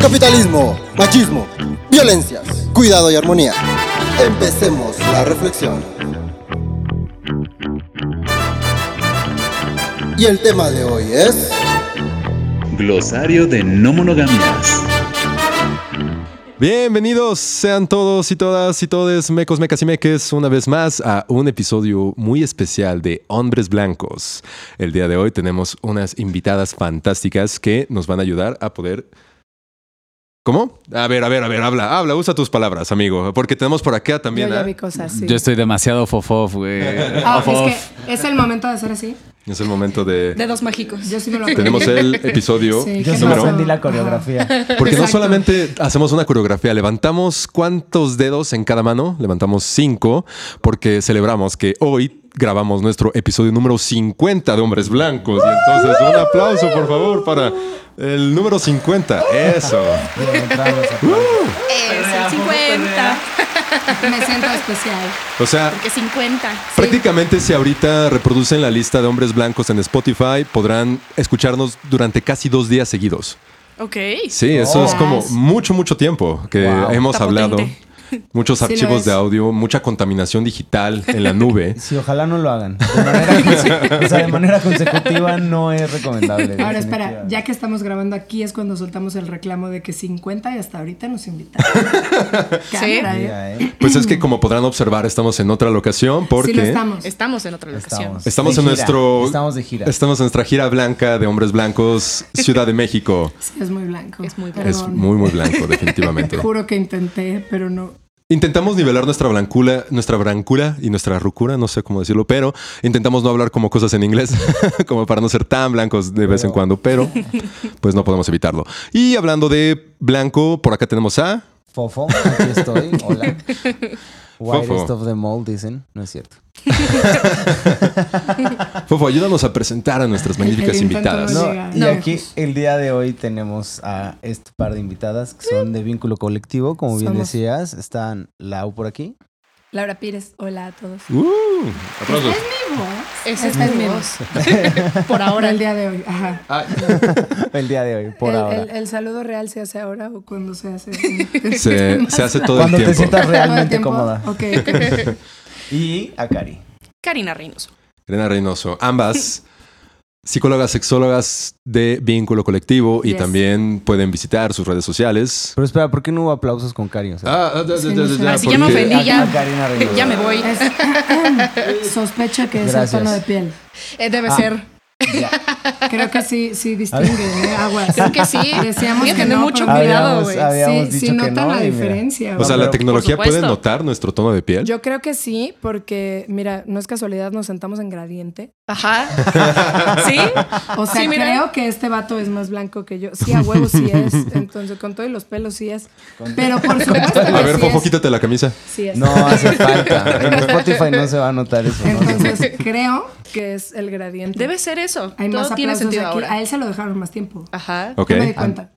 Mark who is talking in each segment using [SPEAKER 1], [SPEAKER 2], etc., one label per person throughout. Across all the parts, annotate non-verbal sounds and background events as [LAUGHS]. [SPEAKER 1] Capitalismo, machismo, violencias, cuidado y armonía. Empecemos la reflexión. Y el tema de hoy es
[SPEAKER 2] Glosario de no monogamias.
[SPEAKER 3] Bienvenidos sean todos y todas y todes, mecos, mecas y meques, una vez más a un episodio muy especial de Hombres Blancos. El día de hoy tenemos unas invitadas fantásticas que nos van a ayudar a poder... ¿Cómo? A ver, a ver, a ver, habla, habla, usa tus palabras, amigo, porque tenemos por acá
[SPEAKER 4] Yo
[SPEAKER 3] también
[SPEAKER 4] ya
[SPEAKER 3] a...
[SPEAKER 4] vi cosas, sí.
[SPEAKER 5] Yo estoy demasiado fofof, güey.
[SPEAKER 4] Ah,
[SPEAKER 5] Fofof.
[SPEAKER 4] es que es el momento de hacer así.
[SPEAKER 3] Es el momento
[SPEAKER 4] [LAUGHS]
[SPEAKER 3] de...
[SPEAKER 6] Dedos mágicos.
[SPEAKER 4] Yo sí me lo
[SPEAKER 3] Tenemos el episodio
[SPEAKER 4] Sí,
[SPEAKER 3] número
[SPEAKER 7] Yo
[SPEAKER 4] ¿qué
[SPEAKER 7] no
[SPEAKER 4] pasó?
[SPEAKER 7] aprendí la coreografía.
[SPEAKER 3] Porque no
[SPEAKER 4] Exacto.
[SPEAKER 3] solamente hacemos una coreografía, levantamos cuántos dedos en cada mano, levantamos cinco, porque celebramos que hoy grabamos nuestro episodio número 50 de Hombres Blancos. Y entonces un aplauso, por favor, para el número 50. Eso.
[SPEAKER 6] Es el 50.
[SPEAKER 4] [LAUGHS] Me siento especial.
[SPEAKER 3] O sea,
[SPEAKER 6] Que 50.
[SPEAKER 3] prácticamente si ahorita reproducen la lista de Hombres Blancos en Spotify, podrán escucharnos durante casi dos días seguidos.
[SPEAKER 6] Ok.
[SPEAKER 3] Sí, eso es
[SPEAKER 4] Oh.
[SPEAKER 3] como mucho, mucho tiempo que
[SPEAKER 7] Wow.
[SPEAKER 3] hemos
[SPEAKER 6] Está
[SPEAKER 3] hablado.
[SPEAKER 6] potente.
[SPEAKER 3] [LAUGHS] Muchos
[SPEAKER 4] Sí lo
[SPEAKER 3] archivos
[SPEAKER 4] es.
[SPEAKER 3] de audio, mucha contaminación digital en la
[SPEAKER 4] [LAUGHS]
[SPEAKER 3] nube.
[SPEAKER 7] Sí, ojalá no lo hagan. De manera, [LAUGHS] o sea, de manera consecutiva no es recomendable.
[SPEAKER 4] Ahora espera, ya que estamos grabando aquí es cuando soltamos el reclamo de que 50 y hasta ahorita nos invitaron. Cámara, ¿eh?
[SPEAKER 7] Ya, ¿eh?
[SPEAKER 3] Pues es que como podrán observar, estamos en otra locación porque
[SPEAKER 4] Sí lo estamos.
[SPEAKER 6] Estamos en otra locación.
[SPEAKER 7] Estamos.
[SPEAKER 3] estamos
[SPEAKER 7] De
[SPEAKER 3] en
[SPEAKER 7] gira,
[SPEAKER 3] nuestro
[SPEAKER 7] estamos de gira.
[SPEAKER 3] Estamos en nuestra gira blanca de hombres blancos, Ciudad de México.
[SPEAKER 4] Sí, es muy blanco.
[SPEAKER 6] Es muy blanco.
[SPEAKER 3] Es
[SPEAKER 4] [LAUGHS] Perdón.
[SPEAKER 3] muy muy blanco definitivamente.
[SPEAKER 4] Juro que intenté, pero no.
[SPEAKER 3] Intentamos nivelar nuestra blancura, nuestra brancura y nuestra rucura, no sé cómo decirlo, pero intentamos no hablar como cosas en inglés, [LAUGHS] como para no ser tan blancos de vez en cuando,
[SPEAKER 4] [LAUGHS]
[SPEAKER 3] pero pues no podemos evitarlo. Y hablando de blanco, por acá tenemos a
[SPEAKER 7] Fofo, aquí estoy. Hola. Whitest
[SPEAKER 3] Fofo.
[SPEAKER 7] of the mall, dicen. No es cierto.
[SPEAKER 3] Fofo, ayúdanos a presentar a nuestras magníficas
[SPEAKER 4] [LAUGHS] El intento
[SPEAKER 3] invitadas.
[SPEAKER 4] no
[SPEAKER 7] No,
[SPEAKER 4] llega.
[SPEAKER 7] y
[SPEAKER 4] No.
[SPEAKER 7] aquí el día de hoy tenemos a este par de invitadas que son de vínculo colectivo, como bien
[SPEAKER 4] Somos.
[SPEAKER 7] decías. Están Lau por aquí.
[SPEAKER 4] Laura Pires, hola a todos.
[SPEAKER 3] Uh, aplausos.
[SPEAKER 4] Mi voz.
[SPEAKER 6] Esa es
[SPEAKER 4] Esta
[SPEAKER 6] mi voz. [LAUGHS] Por ahora.
[SPEAKER 4] El día de hoy. Ajá.
[SPEAKER 7] El día de hoy, por
[SPEAKER 4] el,
[SPEAKER 7] ahora.
[SPEAKER 4] el- el saludo real se hace ahora o cuando se hace.
[SPEAKER 7] [LAUGHS]
[SPEAKER 3] Se, se hace todo el
[SPEAKER 7] Cuando
[SPEAKER 3] tiempo.
[SPEAKER 7] te sientas realmente
[SPEAKER 4] ¿Tiempo?
[SPEAKER 7] cómoda.
[SPEAKER 4] Ok, ok.
[SPEAKER 7] Y a Cari.
[SPEAKER 6] Karina Reynoso.
[SPEAKER 3] Elena Reynoso, ambas psicólogas, sexólogas de vínculo colectivo y
[SPEAKER 4] Yes.
[SPEAKER 3] también pueden visitar sus redes sociales.
[SPEAKER 7] Pero espera, ¿por qué no hubo aplausos con Cari? O sea,
[SPEAKER 3] Ah, ah, ah,
[SPEAKER 4] Sí, no sé.
[SPEAKER 3] ah,
[SPEAKER 6] Así ya me
[SPEAKER 4] Pues
[SPEAKER 3] porque-
[SPEAKER 6] ofendí, ya.
[SPEAKER 7] A Karina Reynoso.
[SPEAKER 6] Ya me voy.
[SPEAKER 4] Es- [LAUGHS] sospecho que es
[SPEAKER 7] Gracias.
[SPEAKER 4] el tono de piel.
[SPEAKER 6] Eh, debe
[SPEAKER 4] Ah.
[SPEAKER 6] ser.
[SPEAKER 7] Ya.
[SPEAKER 4] Creo que sí, sí distingue, ¿eh? Aguas.
[SPEAKER 6] Creo que sí.
[SPEAKER 4] Decíamos
[SPEAKER 6] Voy a
[SPEAKER 4] que
[SPEAKER 6] tener
[SPEAKER 4] no,
[SPEAKER 6] mucho
[SPEAKER 4] pero-
[SPEAKER 6] cuidado,
[SPEAKER 7] Habíamos-
[SPEAKER 6] güey.
[SPEAKER 7] habíamos-
[SPEAKER 4] Sí, sí
[SPEAKER 7] dicho que
[SPEAKER 4] notan
[SPEAKER 7] no,
[SPEAKER 4] la
[SPEAKER 7] y mira.
[SPEAKER 4] diferencia.
[SPEAKER 3] O sea,
[SPEAKER 4] güey.
[SPEAKER 3] la
[SPEAKER 7] Pero, por
[SPEAKER 3] tecnología puede
[SPEAKER 6] supuesto.
[SPEAKER 3] notar nuestro tono de piel.
[SPEAKER 4] Yo creo que sí, porque, mira, no es casualidad, nos sentamos en gradiente.
[SPEAKER 6] Ajá.
[SPEAKER 4] [LAUGHS]
[SPEAKER 6] ¿Sí?
[SPEAKER 4] O sea,
[SPEAKER 6] Sí, mira.
[SPEAKER 4] creo que este vato es más blanco que yo. Sí, a huevo sí es. Entonces, con todo y los pelos sí es. Pero por supuesto que
[SPEAKER 3] a ver,
[SPEAKER 4] sí
[SPEAKER 3] Fofo,
[SPEAKER 4] es.
[SPEAKER 3] quítate la camisa.
[SPEAKER 4] Sí es.
[SPEAKER 7] No hace falta.
[SPEAKER 4] [LAUGHS]
[SPEAKER 7] En Spotify no se va a notar eso. ¿no?
[SPEAKER 6] [LAUGHS]
[SPEAKER 4] Entonces, creo que es el gradiente.
[SPEAKER 6] Debe ser eso.
[SPEAKER 4] Hay más
[SPEAKER 6] Todo tiene
[SPEAKER 4] aplausos
[SPEAKER 6] sentido
[SPEAKER 4] aquí.
[SPEAKER 6] ahora.
[SPEAKER 4] A él se lo dejaron más tiempo.
[SPEAKER 6] Ajá.
[SPEAKER 3] Ok.
[SPEAKER 4] Yo me di cuenta.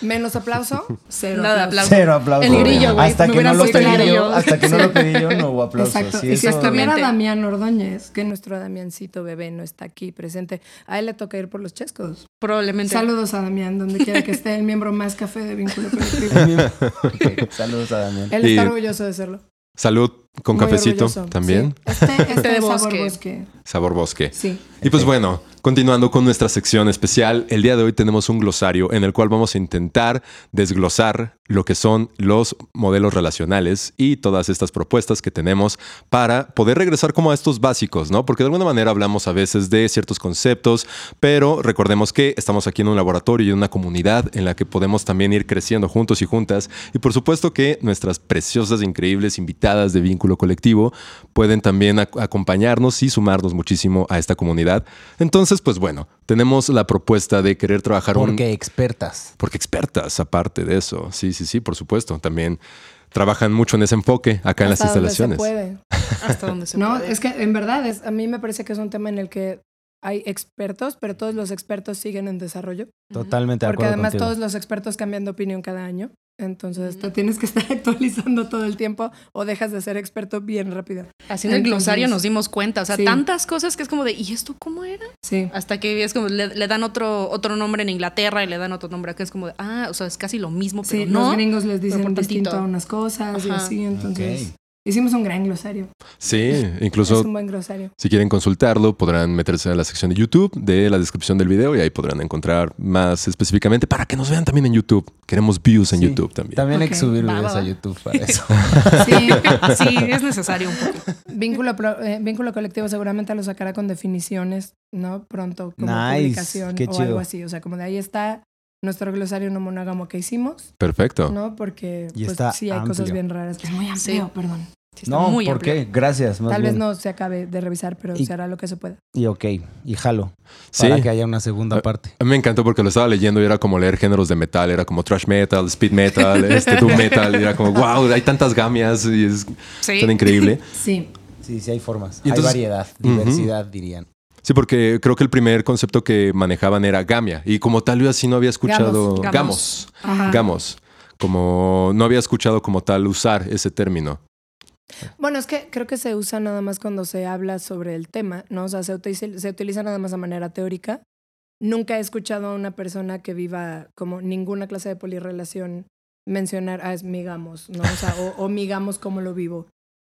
[SPEAKER 4] Menos [LAUGHS] aplauso, cero.
[SPEAKER 6] Nada de
[SPEAKER 4] aplauso.
[SPEAKER 6] aplausos.
[SPEAKER 7] Cero aplausos.
[SPEAKER 6] El grillo, güey.
[SPEAKER 7] Hasta
[SPEAKER 6] Me
[SPEAKER 7] que no
[SPEAKER 6] hubieran
[SPEAKER 7] lo
[SPEAKER 6] puesto el
[SPEAKER 7] pedí yo,
[SPEAKER 6] grillo.
[SPEAKER 7] hasta que no lo pedí yo, no hubo aplausos.
[SPEAKER 4] Exacto.
[SPEAKER 7] Sí,
[SPEAKER 4] y si
[SPEAKER 7] eso-
[SPEAKER 4] estuviera
[SPEAKER 6] Exactamente.
[SPEAKER 4] Damián Ordóñez, que nuestro Damiancito bebé no está aquí presente, a él le toca ir por los chescos.
[SPEAKER 6] Probablemente.
[SPEAKER 4] Saludos a Damián, donde quiera que esté, el miembro más café de vínculo
[SPEAKER 3] [LAUGHS]
[SPEAKER 4] colectivo.
[SPEAKER 7] Ok, [LAUGHS] Saludos a Damián.
[SPEAKER 4] Él
[SPEAKER 3] Y
[SPEAKER 4] está orgulloso de serlo.
[SPEAKER 3] Salud con
[SPEAKER 4] Muy
[SPEAKER 3] cafecito
[SPEAKER 4] orgulloso,
[SPEAKER 3] también.
[SPEAKER 4] sí. Este, este
[SPEAKER 6] de
[SPEAKER 4] es sabor
[SPEAKER 6] bosque.
[SPEAKER 4] bosque.
[SPEAKER 3] Sabor bosque.
[SPEAKER 4] Sí.
[SPEAKER 3] Y pues bueno, continuando con nuestra sección especial, el día de hoy tenemos un glosario en el cual vamos a intentar desglosar lo que son los modelos relacionales y todas estas propuestas que tenemos para poder regresar como a estos básicos, ¿no? Porque de alguna manera hablamos a veces de ciertos conceptos, pero recordemos que estamos aquí en un laboratorio y en una comunidad en la que podemos también ir creciendo juntos y juntas. Y por supuesto que nuestras preciosas, increíbles invitadas de vínculo vínculo colectivo, pueden también ac- acompañarnos y sumarnos muchísimo a esta comunidad. Entonces, pues bueno, tenemos la propuesta de querer trabajar un-
[SPEAKER 7] Porque expertas.
[SPEAKER 3] porque expertas, aparte de eso. Sí, sí, sí, por supuesto. También trabajan mucho en ese enfoque acá en las
[SPEAKER 4] Hasta donde se
[SPEAKER 3] instalaciones.
[SPEAKER 4] puede.
[SPEAKER 6] Hasta donde se
[SPEAKER 4] No,
[SPEAKER 6] puede.
[SPEAKER 4] es que en verdad es, a mí me parece que es un tema en el que hay expertos, pero todos los expertos siguen en desarrollo.
[SPEAKER 7] Totalmente de
[SPEAKER 4] Porque
[SPEAKER 7] acuerdo
[SPEAKER 4] además
[SPEAKER 7] contigo.
[SPEAKER 4] todos los expertos cambian de opinión cada año. Entonces te
[SPEAKER 6] Ujú.
[SPEAKER 4] tienes que estar [LAUGHS] actualizando todo el tiempo o dejas de ser experto bien rápido.
[SPEAKER 6] Haciendo el glosario
[SPEAKER 4] Entonces-
[SPEAKER 6] nos dimos cuenta, o sea,
[SPEAKER 4] Sí.
[SPEAKER 6] tantas cosas que es como de, ¿y esto cómo era?
[SPEAKER 4] Sí.
[SPEAKER 6] Hasta que es como, le, le dan otro, otro nombre en Inglaterra y le dan otro nombre acá, es como de, ah, o sea, es casi lo mismo, pero
[SPEAKER 4] Sí,
[SPEAKER 6] no.
[SPEAKER 4] los gringos les
[SPEAKER 6] pero
[SPEAKER 4] dicen
[SPEAKER 6] por tantito.
[SPEAKER 4] distinto a unas cosas y
[SPEAKER 6] Ajá.
[SPEAKER 4] así, entonces
[SPEAKER 7] Ok.
[SPEAKER 4] hicimos un gran glosario.
[SPEAKER 3] Sí,
[SPEAKER 4] es
[SPEAKER 3] incluso
[SPEAKER 4] un buen glosario.
[SPEAKER 3] Si quieren consultarlo, podrán meterse a la sección de YouTube de la descripción del video y ahí podrán encontrar más específicamente para que nos vean también en YouTube. Queremos views en
[SPEAKER 7] Sí.
[SPEAKER 3] YouTube también.
[SPEAKER 7] También hay que
[SPEAKER 4] Ok,
[SPEAKER 7] subir
[SPEAKER 6] va,
[SPEAKER 7] videos
[SPEAKER 6] va,
[SPEAKER 7] a
[SPEAKER 6] va.
[SPEAKER 7] YouTube
[SPEAKER 4] [LAUGHS]
[SPEAKER 7] para eso.
[SPEAKER 4] Sí,
[SPEAKER 6] [LAUGHS] Sí, es necesario un poco.
[SPEAKER 4] vínculo, pro- eh, vínculo colectivo seguramente lo sacará con definiciones, ¿no? Pronto, como
[SPEAKER 7] Nice,
[SPEAKER 4] publicación
[SPEAKER 7] qué
[SPEAKER 4] o
[SPEAKER 7] chido.
[SPEAKER 4] algo así. O sea, como de ahí está nuestro glosario no monógamo que hicimos,
[SPEAKER 3] Perfecto.
[SPEAKER 4] ¿no? Porque
[SPEAKER 7] Y
[SPEAKER 4] pues,
[SPEAKER 7] está
[SPEAKER 4] sí hay cosas
[SPEAKER 7] amplio.
[SPEAKER 4] bien raras. Es muy
[SPEAKER 6] amplio,
[SPEAKER 4] perdón.
[SPEAKER 6] Sí, está
[SPEAKER 7] no,
[SPEAKER 6] muy
[SPEAKER 7] ¿por
[SPEAKER 6] amplio.
[SPEAKER 7] qué? Gracias, más
[SPEAKER 4] Tal vez
[SPEAKER 7] bien.
[SPEAKER 4] no se acabe de revisar, pero
[SPEAKER 7] Y-
[SPEAKER 4] se hará lo que se pueda.
[SPEAKER 7] Y ok, y jalo.
[SPEAKER 3] Sí.
[SPEAKER 7] Para que haya una segunda
[SPEAKER 3] Ah,
[SPEAKER 7] parte.
[SPEAKER 3] A mí me encantó porque lo estaba leyendo y era como leer géneros de metal, era como thrash metal, speed metal, este doom metal, y era como wow, hay tantas gamias y es
[SPEAKER 6] Sí.
[SPEAKER 3] tan increíble.
[SPEAKER 4] Sí.
[SPEAKER 7] Sí, sí hay formas.
[SPEAKER 3] Y entonces-
[SPEAKER 7] hay variedad,
[SPEAKER 3] Ujú.
[SPEAKER 7] diversidad dirían.
[SPEAKER 3] Sí, porque creo que el primer concepto que manejaban era gamia y como tal yo así no había escuchado
[SPEAKER 6] Gamos, gamos.
[SPEAKER 3] gamos,
[SPEAKER 6] Ajá.
[SPEAKER 4] Ah.
[SPEAKER 3] gamos, como no había escuchado como tal usar ese término.
[SPEAKER 4] Bueno, es que creo que se usa nada más cuando se habla sobre el tema, ¿no? O sea, se utiliza, se utiliza nada más de manera teórica. Nunca he escuchado a una persona que viva como ninguna clase de polirrelación mencionar, ah, es migamos, ¿no? O sea, o, o mi gamos como lo vivo.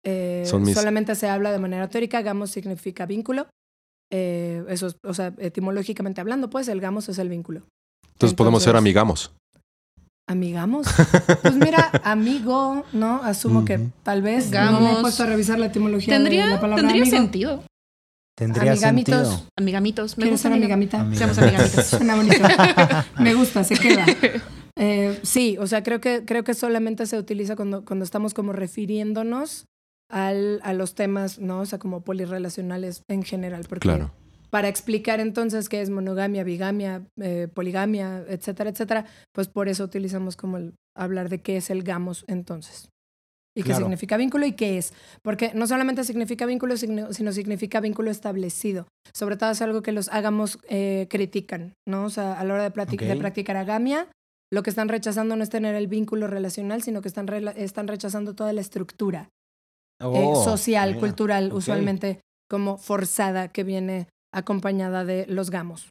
[SPEAKER 4] Eh,
[SPEAKER 3] Son mis-
[SPEAKER 4] Solamente se habla de manera teórica, gamos significa vínculo. Eh, eso es, o sea, etimológicamente hablando, pues el gamos es el vínculo.
[SPEAKER 3] Entonces, podemos ser
[SPEAKER 4] Entonces-
[SPEAKER 3] amigamos.
[SPEAKER 4] ¿Amigamos? Pues mira, amigo, ¿no? Asumo que
[SPEAKER 7] Ujú.
[SPEAKER 4] tal vez. No me
[SPEAKER 6] Gamos.
[SPEAKER 4] he puesto a revisar la etimología de la
[SPEAKER 6] Tendría,
[SPEAKER 4] palabra
[SPEAKER 6] tendría
[SPEAKER 4] amigo.
[SPEAKER 6] sentido.
[SPEAKER 7] Tendría
[SPEAKER 4] Amigamitos.
[SPEAKER 7] sentido.
[SPEAKER 6] Amigamitos. Me
[SPEAKER 4] ¿Quieres
[SPEAKER 6] gusta
[SPEAKER 4] ser
[SPEAKER 6] amiga-
[SPEAKER 4] amigamita?
[SPEAKER 7] Amiga.
[SPEAKER 6] Seamos
[SPEAKER 4] [LAUGHS]
[SPEAKER 6] amigamitos.
[SPEAKER 4] Suena bonito. Me gusta, se queda. Eh, sí, o sea, creo que, creo que solamente se utiliza cuando, cuando estamos como refiriéndonos al, a los temas, ¿no? O sea, como polirrelacionales en general. Porque
[SPEAKER 3] Claro.
[SPEAKER 4] Para explicar entonces qué es monogamia, bigamia, eh, poligamia, etcétera, etcétera, pues por eso utilizamos como el hablar de qué es el gamos entonces. Y qué
[SPEAKER 7] Claro.
[SPEAKER 4] significa vínculo y qué es. Porque no solamente significa vínculo, signo- sino significa vínculo establecido sobre todo es algo que los hagamos eh, critican, ¿no? O sea, a la hora de, plati- de
[SPEAKER 7] Ok.
[SPEAKER 4] practicar agamia, lo que están rechazando no es tener el vínculo relacional, sino que están, rela- están rechazando toda la estructura eh,
[SPEAKER 7] Oh,
[SPEAKER 4] social,
[SPEAKER 7] mira.
[SPEAKER 4] cultural,
[SPEAKER 7] ok.
[SPEAKER 4] usualmente como forzada que viene acompañada de los gamos.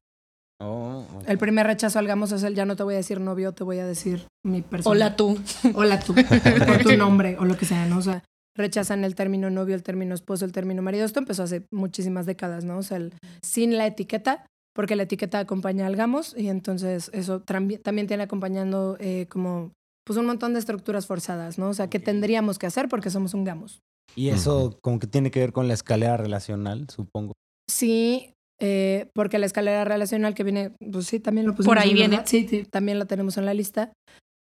[SPEAKER 7] Oh, ok.
[SPEAKER 4] El primer rechazo al gamos es el ya no te voy a decir novio, te voy a decir mi persona.
[SPEAKER 6] Hola tú.
[SPEAKER 4] [LAUGHS] Hola tú, o tu nombre, o lo que sea, ¿no? O sea, rechazan el término novio, el término esposo, el término marido. Esto empezó hace muchísimas décadas, ¿no? O sea, el- sin la etiqueta, porque la etiqueta acompaña al gamos y entonces eso trambi- también tiene acompañando eh, como pues un montón de estructuras forzadas, ¿no? O sea, que tendríamos que hacer porque somos un gamos.
[SPEAKER 7] Y eso como que tiene que ver con la escalera relacional, supongo.
[SPEAKER 4] Sí, eh, porque la escalera relacional que viene, pues sí, también lo pusimos.
[SPEAKER 6] Por ahí
[SPEAKER 4] en la-
[SPEAKER 6] viene.
[SPEAKER 4] Sí, sí, también la tenemos en la lista.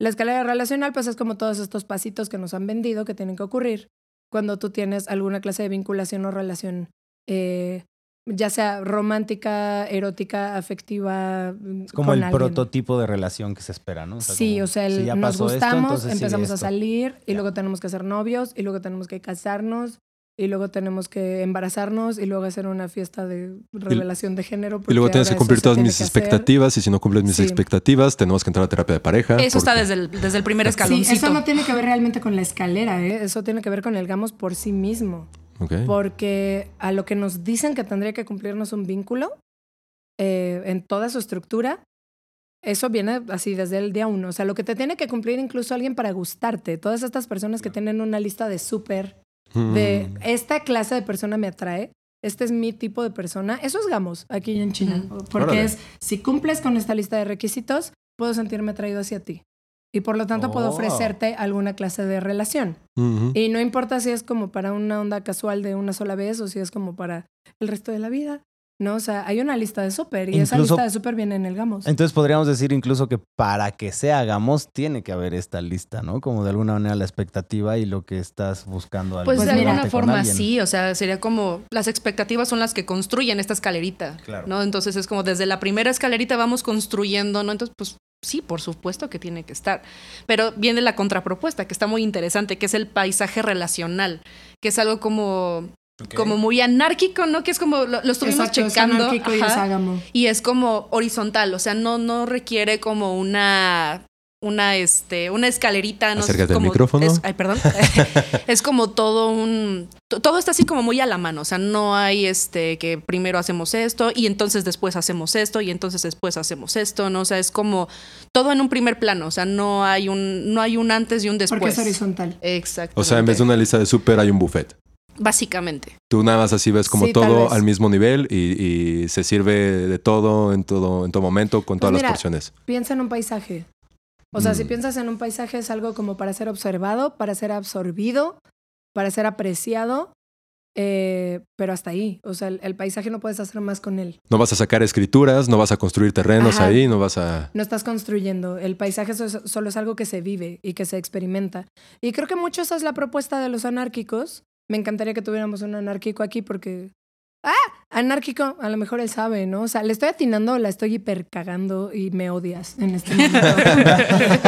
[SPEAKER 4] La escalera relacional, pues es como todos estos pasitos que nos han vendido que tienen que ocurrir cuando tú tienes alguna clase de vinculación o relación, eh, ya sea romántica, erótica, afectiva.
[SPEAKER 7] Es como el
[SPEAKER 4] prototipo
[SPEAKER 7] prototipo de relación que se espera, ¿no? O sea,
[SPEAKER 4] sí,
[SPEAKER 7] como,
[SPEAKER 4] o sea, el-
[SPEAKER 7] si ya
[SPEAKER 4] nos
[SPEAKER 7] pasó esto,
[SPEAKER 4] gustamos,
[SPEAKER 7] entonces sigue
[SPEAKER 4] empezamos a
[SPEAKER 7] esto.
[SPEAKER 4] salir y
[SPEAKER 7] Ya.
[SPEAKER 4] luego tenemos que ser novios y luego tenemos que casarnos y luego tenemos que embarazarnos y luego hacer una fiesta de revelación de género.
[SPEAKER 3] Y luego
[SPEAKER 4] porque
[SPEAKER 3] tienes que
[SPEAKER 4] ahora
[SPEAKER 3] cumplir
[SPEAKER 4] eso se
[SPEAKER 3] todas
[SPEAKER 4] tiene
[SPEAKER 3] mis
[SPEAKER 4] que hacer.
[SPEAKER 3] expectativas y si no cumples mis
[SPEAKER 4] Sí.
[SPEAKER 3] expectativas tenemos que entrar a terapia de pareja.
[SPEAKER 6] Eso está
[SPEAKER 3] porque-
[SPEAKER 6] desde el, desde el primer
[SPEAKER 4] Sí,
[SPEAKER 6] escaloncito.
[SPEAKER 4] eso no tiene que ver realmente con la escalera, ¿eh? eso tiene que ver con el gamos por sí mismo.
[SPEAKER 3] Ok.
[SPEAKER 4] Porque a lo que nos dicen que tendría que cumplirnos un vínculo eh, en toda su estructura, eso viene así desde el día uno. O sea, lo que te tiene que cumplir incluso alguien para gustarte. Todas estas personas que tienen una lista de súper, de
[SPEAKER 3] Mm.
[SPEAKER 4] esta clase de persona me atrae, este es mi tipo de persona. Eso es gamos aquí en China. Porque
[SPEAKER 3] Órale.
[SPEAKER 4] es, si cumples con esta lista de requisitos, puedo sentirme atraído hacia ti. Y por lo tanto puedo
[SPEAKER 7] Oh.
[SPEAKER 4] ofrecerte alguna clase de relación.
[SPEAKER 3] Ujú.
[SPEAKER 4] Y no importa si es como para una onda casual de una sola vez o si es como para el resto de la vida ¿no? O sea, hay una lista de súper y esa
[SPEAKER 7] Incluso-
[SPEAKER 4] lista de súper viene en el Gamos.
[SPEAKER 7] Entonces podríamos decir incluso que para que sea hagamos tiene que haber esta lista, ¿no? Como de alguna manera la expectativa y lo que estás buscando. al
[SPEAKER 6] Pues de
[SPEAKER 7] vincularte
[SPEAKER 6] alguna
[SPEAKER 7] con
[SPEAKER 6] forma
[SPEAKER 7] alguien.
[SPEAKER 6] sí, o sea, sería como las expectativas son las que construyen esta escalerita,
[SPEAKER 7] Claro.
[SPEAKER 6] ¿no? Entonces es como desde la primera escalerita vamos construyendo, ¿no? Entonces, pues sí, por supuesto que tiene que estar. Pero viene la contrapropuesta, que está muy interesante, que es el paisaje relacional, que es algo como, como muy anárquico, ¿no? Que es como lo, lo estuvimos
[SPEAKER 4] Exacto, es
[SPEAKER 6] checando.
[SPEAKER 4] anárquico y
[SPEAKER 6] ajá.
[SPEAKER 4] es Ágamo.
[SPEAKER 6] Y es como horizontal, o sea, no, no requiere como una una este una escalerita no sé,
[SPEAKER 3] Acércate al
[SPEAKER 6] como-
[SPEAKER 3] micrófono.
[SPEAKER 6] es- ay, perdón. [LAUGHS] es como todo un to- todo está así como muy a la mano, o sea, no hay este que primero hacemos esto y entonces después hacemos esto y entonces después hacemos esto, no, o sea, es como todo en un primer plano, o sea, no hay un no hay un antes y un después.
[SPEAKER 4] Porque es horizontal.
[SPEAKER 6] Exacto.
[SPEAKER 3] O sea, en vez de una lista de súper hay un buffet.
[SPEAKER 6] básicamente.
[SPEAKER 3] Tú nada más así ves como
[SPEAKER 4] Sí, tal
[SPEAKER 3] todo
[SPEAKER 4] vez.
[SPEAKER 3] al mismo nivel y, y se sirve de todo en todo en todo momento con todas
[SPEAKER 4] Pues mira,
[SPEAKER 3] las porciones.
[SPEAKER 4] Piensa en un paisaje. O sea, si
[SPEAKER 3] Mm.
[SPEAKER 4] piensas en un paisaje es algo como para ser observado, para ser absorbido, para ser apreciado, eh, pero hasta ahí. O sea, el, el paisaje no puedes hacer más con él.
[SPEAKER 3] No vas a sacar escrituras, no vas a construir terrenos
[SPEAKER 4] Ajá.
[SPEAKER 3] ahí, no vas a
[SPEAKER 4] No estás construyendo. El paisaje so- solo es algo que se vive y que se experimenta. Y creo que mucho esa es la propuesta de los anárquicos. Me encantaría que tuviéramos un anárquico aquí porque... ¡Ah! Anárquico, a lo mejor él sabe, ¿no? O sea, le estoy atinando o la estoy hipercagando y me odias en
[SPEAKER 3] [LAUGHS]
[SPEAKER 4] este momento.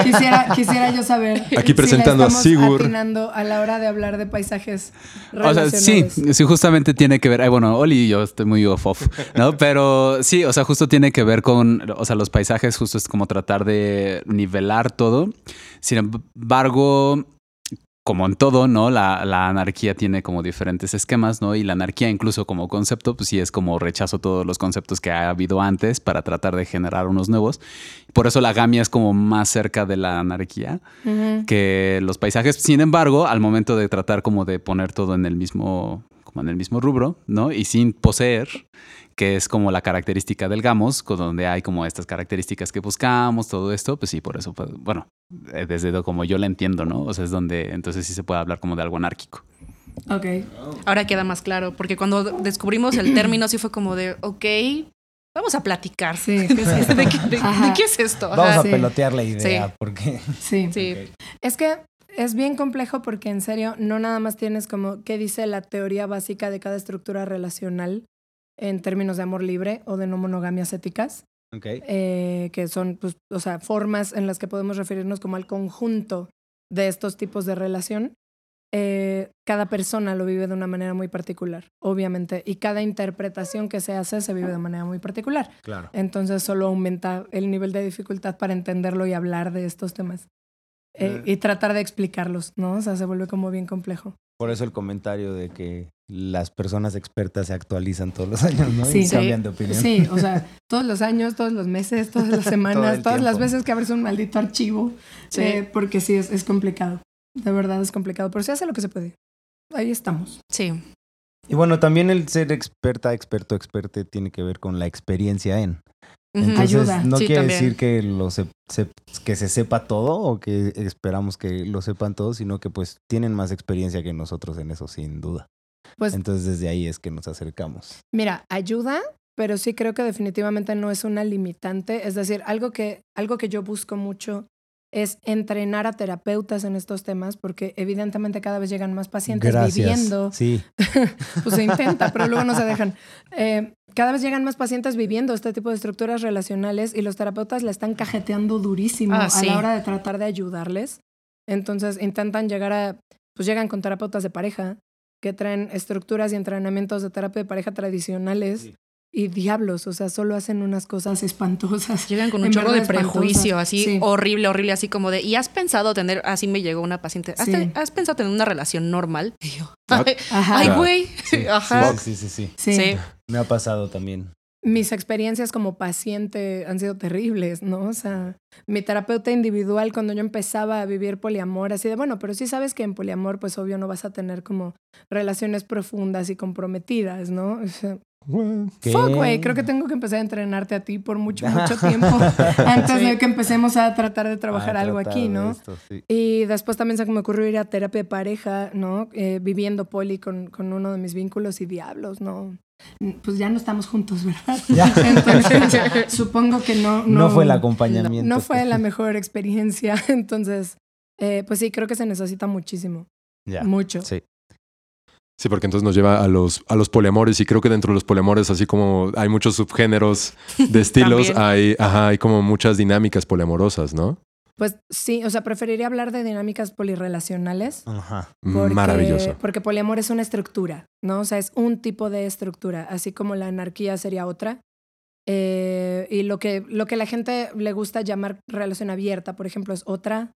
[SPEAKER 4] quisiera, quisiera yo saber.
[SPEAKER 3] Aquí presentando a
[SPEAKER 4] si la estamos
[SPEAKER 3] Sigur.
[SPEAKER 4] atinando a la hora de hablar de paisajes
[SPEAKER 5] O sea, sí,
[SPEAKER 4] relacionales.
[SPEAKER 5] sí, justamente tiene que ver. Ay, bueno, Oli y yo estoy muy off, off, ¿no? Pero sí, o sea, justo tiene que ver con. O sea, los paisajes, justo es como tratar de nivelar todo. Sin embargo, como en todo, ¿no? La, la anarquía tiene como diferentes esquemas, ¿no? Y la anarquía, incluso como concepto, pues sí es como rechazo todos los conceptos que ha habido antes para tratar de generar unos nuevos. Por eso la gamia es como más cerca de la anarquía
[SPEAKER 4] Ujú.
[SPEAKER 5] que los paisajes. Sin embargo, al momento de tratar como de poner todo en el mismo, como en el mismo rubro, ¿no? Y sin poseer, que es como la característica del Gamos, con donde hay como estas características que buscamos, todo esto, pues sí, por eso, pues, bueno, eh, desde lo- como yo la entiendo, ¿no? O sea, es donde entonces sí se puede hablar como de algo anárquico.
[SPEAKER 4] Ok.
[SPEAKER 6] Ahora queda más claro, porque cuando descubrimos el término sí fue como de, ok, vamos a platicar.
[SPEAKER 4] Sí, ¿qué es
[SPEAKER 6] [LAUGHS] ¿De,
[SPEAKER 4] esto?
[SPEAKER 6] qué, de-
[SPEAKER 4] Ajá.
[SPEAKER 6] de qué es esto? Ajá.
[SPEAKER 7] Vamos a
[SPEAKER 4] sí.
[SPEAKER 7] pelotear la idea
[SPEAKER 6] Sí.
[SPEAKER 7] porque [LAUGHS]
[SPEAKER 4] Sí.
[SPEAKER 6] Sí.
[SPEAKER 4] Es que es bien complejo porque en serio no nada más tienes como qué dice la teoría básica de cada estructura relacional en términos de amor libre o de no monogamias éticas, eh, que son, pues, o sea, formas en las que podemos referirnos como al conjunto de estos tipos de relación. Eh, cada persona lo vive de una manera muy particular, obviamente, y cada interpretación que se hace se vive de manera muy particular.
[SPEAKER 7] Claro.
[SPEAKER 4] Entonces solo aumenta el nivel de dificultad para entenderlo y hablar de estos temas. Eh, Y tratar de explicarlos, ¿no? O sea, se vuelve como bien complejo.
[SPEAKER 7] Por eso el comentario de que las personas expertas se actualizan todos los años, ¿no?
[SPEAKER 4] Sí.
[SPEAKER 7] y
[SPEAKER 4] Sí.
[SPEAKER 7] cambian de opinión.
[SPEAKER 4] Sí, o sea, todos los años, todos los meses, todas
[SPEAKER 7] [LAUGHS]
[SPEAKER 4] las
[SPEAKER 7] Todo
[SPEAKER 4] semanas,
[SPEAKER 7] el
[SPEAKER 4] todas las
[SPEAKER 7] tiempo.
[SPEAKER 4] veces que abres un maldito archivo.
[SPEAKER 6] Sí.
[SPEAKER 4] eh, porque sí, es, es complicado. De verdad es complicado, pero se hace lo que se puede. Ahí estamos.
[SPEAKER 6] Sí.
[SPEAKER 7] Y bueno, también el ser experta, experto, experte tiene que ver con la experiencia en.
[SPEAKER 6] Ujú.
[SPEAKER 7] Entonces,
[SPEAKER 4] Ayuda.
[SPEAKER 7] no
[SPEAKER 6] Sí,
[SPEAKER 7] quiere
[SPEAKER 6] también.
[SPEAKER 7] decir que lo se, se- que se sepa todo o que esperamos que lo sepan todos, sino que pues tienen más experiencia que nosotros en eso, sin duda.
[SPEAKER 4] Pues-
[SPEAKER 7] Entonces desde ahí es que nos acercamos.
[SPEAKER 4] Mira, ayuda, pero sí creo que definitivamente no es una limitante. Es decir, algo que, algo que yo busco mucho es entrenar a terapeutas en estos temas, porque evidentemente cada vez llegan más pacientes viviendo. [LAUGHS]
[SPEAKER 7] Sí,
[SPEAKER 4] Pues se intenta, pero luego no se dejan. Eh, cada vez llegan más pacientes viviendo este tipo de estructuras relacionales y los terapeutas la están cajeteando durísimo
[SPEAKER 6] Ah,
[SPEAKER 4] a
[SPEAKER 6] sí.
[SPEAKER 4] la hora de tratar de ayudarles. Entonces intentan llegar a, pues llegan con terapeutas de pareja que traen estructuras y entrenamientos de terapia de pareja tradicionales y diablos, o sea, solo hacen unas cosas espantosas.
[SPEAKER 6] Llegan con un
[SPEAKER 4] En
[SPEAKER 6] chorro de
[SPEAKER 4] verdad
[SPEAKER 6] prejuicio,
[SPEAKER 4] espantosas.
[SPEAKER 6] así
[SPEAKER 4] Sí.
[SPEAKER 6] horrible, horrible, así como de, ¿y has pensado tener, así me llegó una paciente, ¿has,
[SPEAKER 4] Sí.
[SPEAKER 6] ten- has pensado tener una relación normal? [LAUGHS] Y yo,
[SPEAKER 3] Ah.
[SPEAKER 4] Ajá.
[SPEAKER 6] ay,
[SPEAKER 3] Claro.
[SPEAKER 6] güey. [LAUGHS] Ajá.
[SPEAKER 7] sí, sí, sí.
[SPEAKER 4] Sí.
[SPEAKER 6] Sí.
[SPEAKER 7] Me ha pasado también.
[SPEAKER 4] mis experiencias como paciente han sido terribles, ¿no? O sea, mi terapeuta individual cuando yo empezaba a vivir poliamor, así de, bueno, pero sí sabes que en poliamor, pues obvio no vas a tener como relaciones profundas y comprometidas, ¿no? O sea,
[SPEAKER 7] ¿Qué?
[SPEAKER 4] Fuck, güey, creo que tengo que empezar a entrenarte a ti por
[SPEAKER 7] [LAUGHS]
[SPEAKER 4] mucho, mucho tiempo antes de que empecemos a tratar de [LAUGHS] trabajar
[SPEAKER 7] Ah,
[SPEAKER 4] algo
[SPEAKER 7] tratar
[SPEAKER 4] aquí,
[SPEAKER 7] de
[SPEAKER 4] ¿no?
[SPEAKER 7] esto, sí.
[SPEAKER 4] Y después también se me ocurrió ir a terapia de pareja, ¿no? Eh, viviendo poli con, con uno de mis vínculos y diablos, ¿no? pues ya no estamos juntos, ¿verdad?
[SPEAKER 7] [LAUGHS] Ya.
[SPEAKER 4] Entonces, supongo que no,
[SPEAKER 7] No,
[SPEAKER 4] no.
[SPEAKER 7] fue el acompañamiento.
[SPEAKER 4] No fue la mejor experiencia. [LAUGHS] Entonces, eh, pues sí, creo que se necesita muchísimo.
[SPEAKER 7] Ya.
[SPEAKER 4] Mucho.
[SPEAKER 7] Sí.
[SPEAKER 3] Sí, porque entonces nos lleva a los, a los poliamores y creo que dentro de los poliamores, así como hay muchos subgéneros
[SPEAKER 4] [LAUGHS]
[SPEAKER 3] de estilos,
[SPEAKER 6] También.
[SPEAKER 3] hay, ajá, hay como muchas dinámicas poliamorosas, ¿no?
[SPEAKER 4] Pues sí, o sea, preferiría hablar de dinámicas polirrelacionales.
[SPEAKER 7] Ajá.
[SPEAKER 4] Porque,
[SPEAKER 3] Maravilloso.
[SPEAKER 4] Porque poliamor es una estructura, ¿no? O sea, es un tipo de estructura, así como la anarquía sería otra. Eh, y lo que, lo que la gente le gusta llamar relación abierta, por ejemplo, es otra.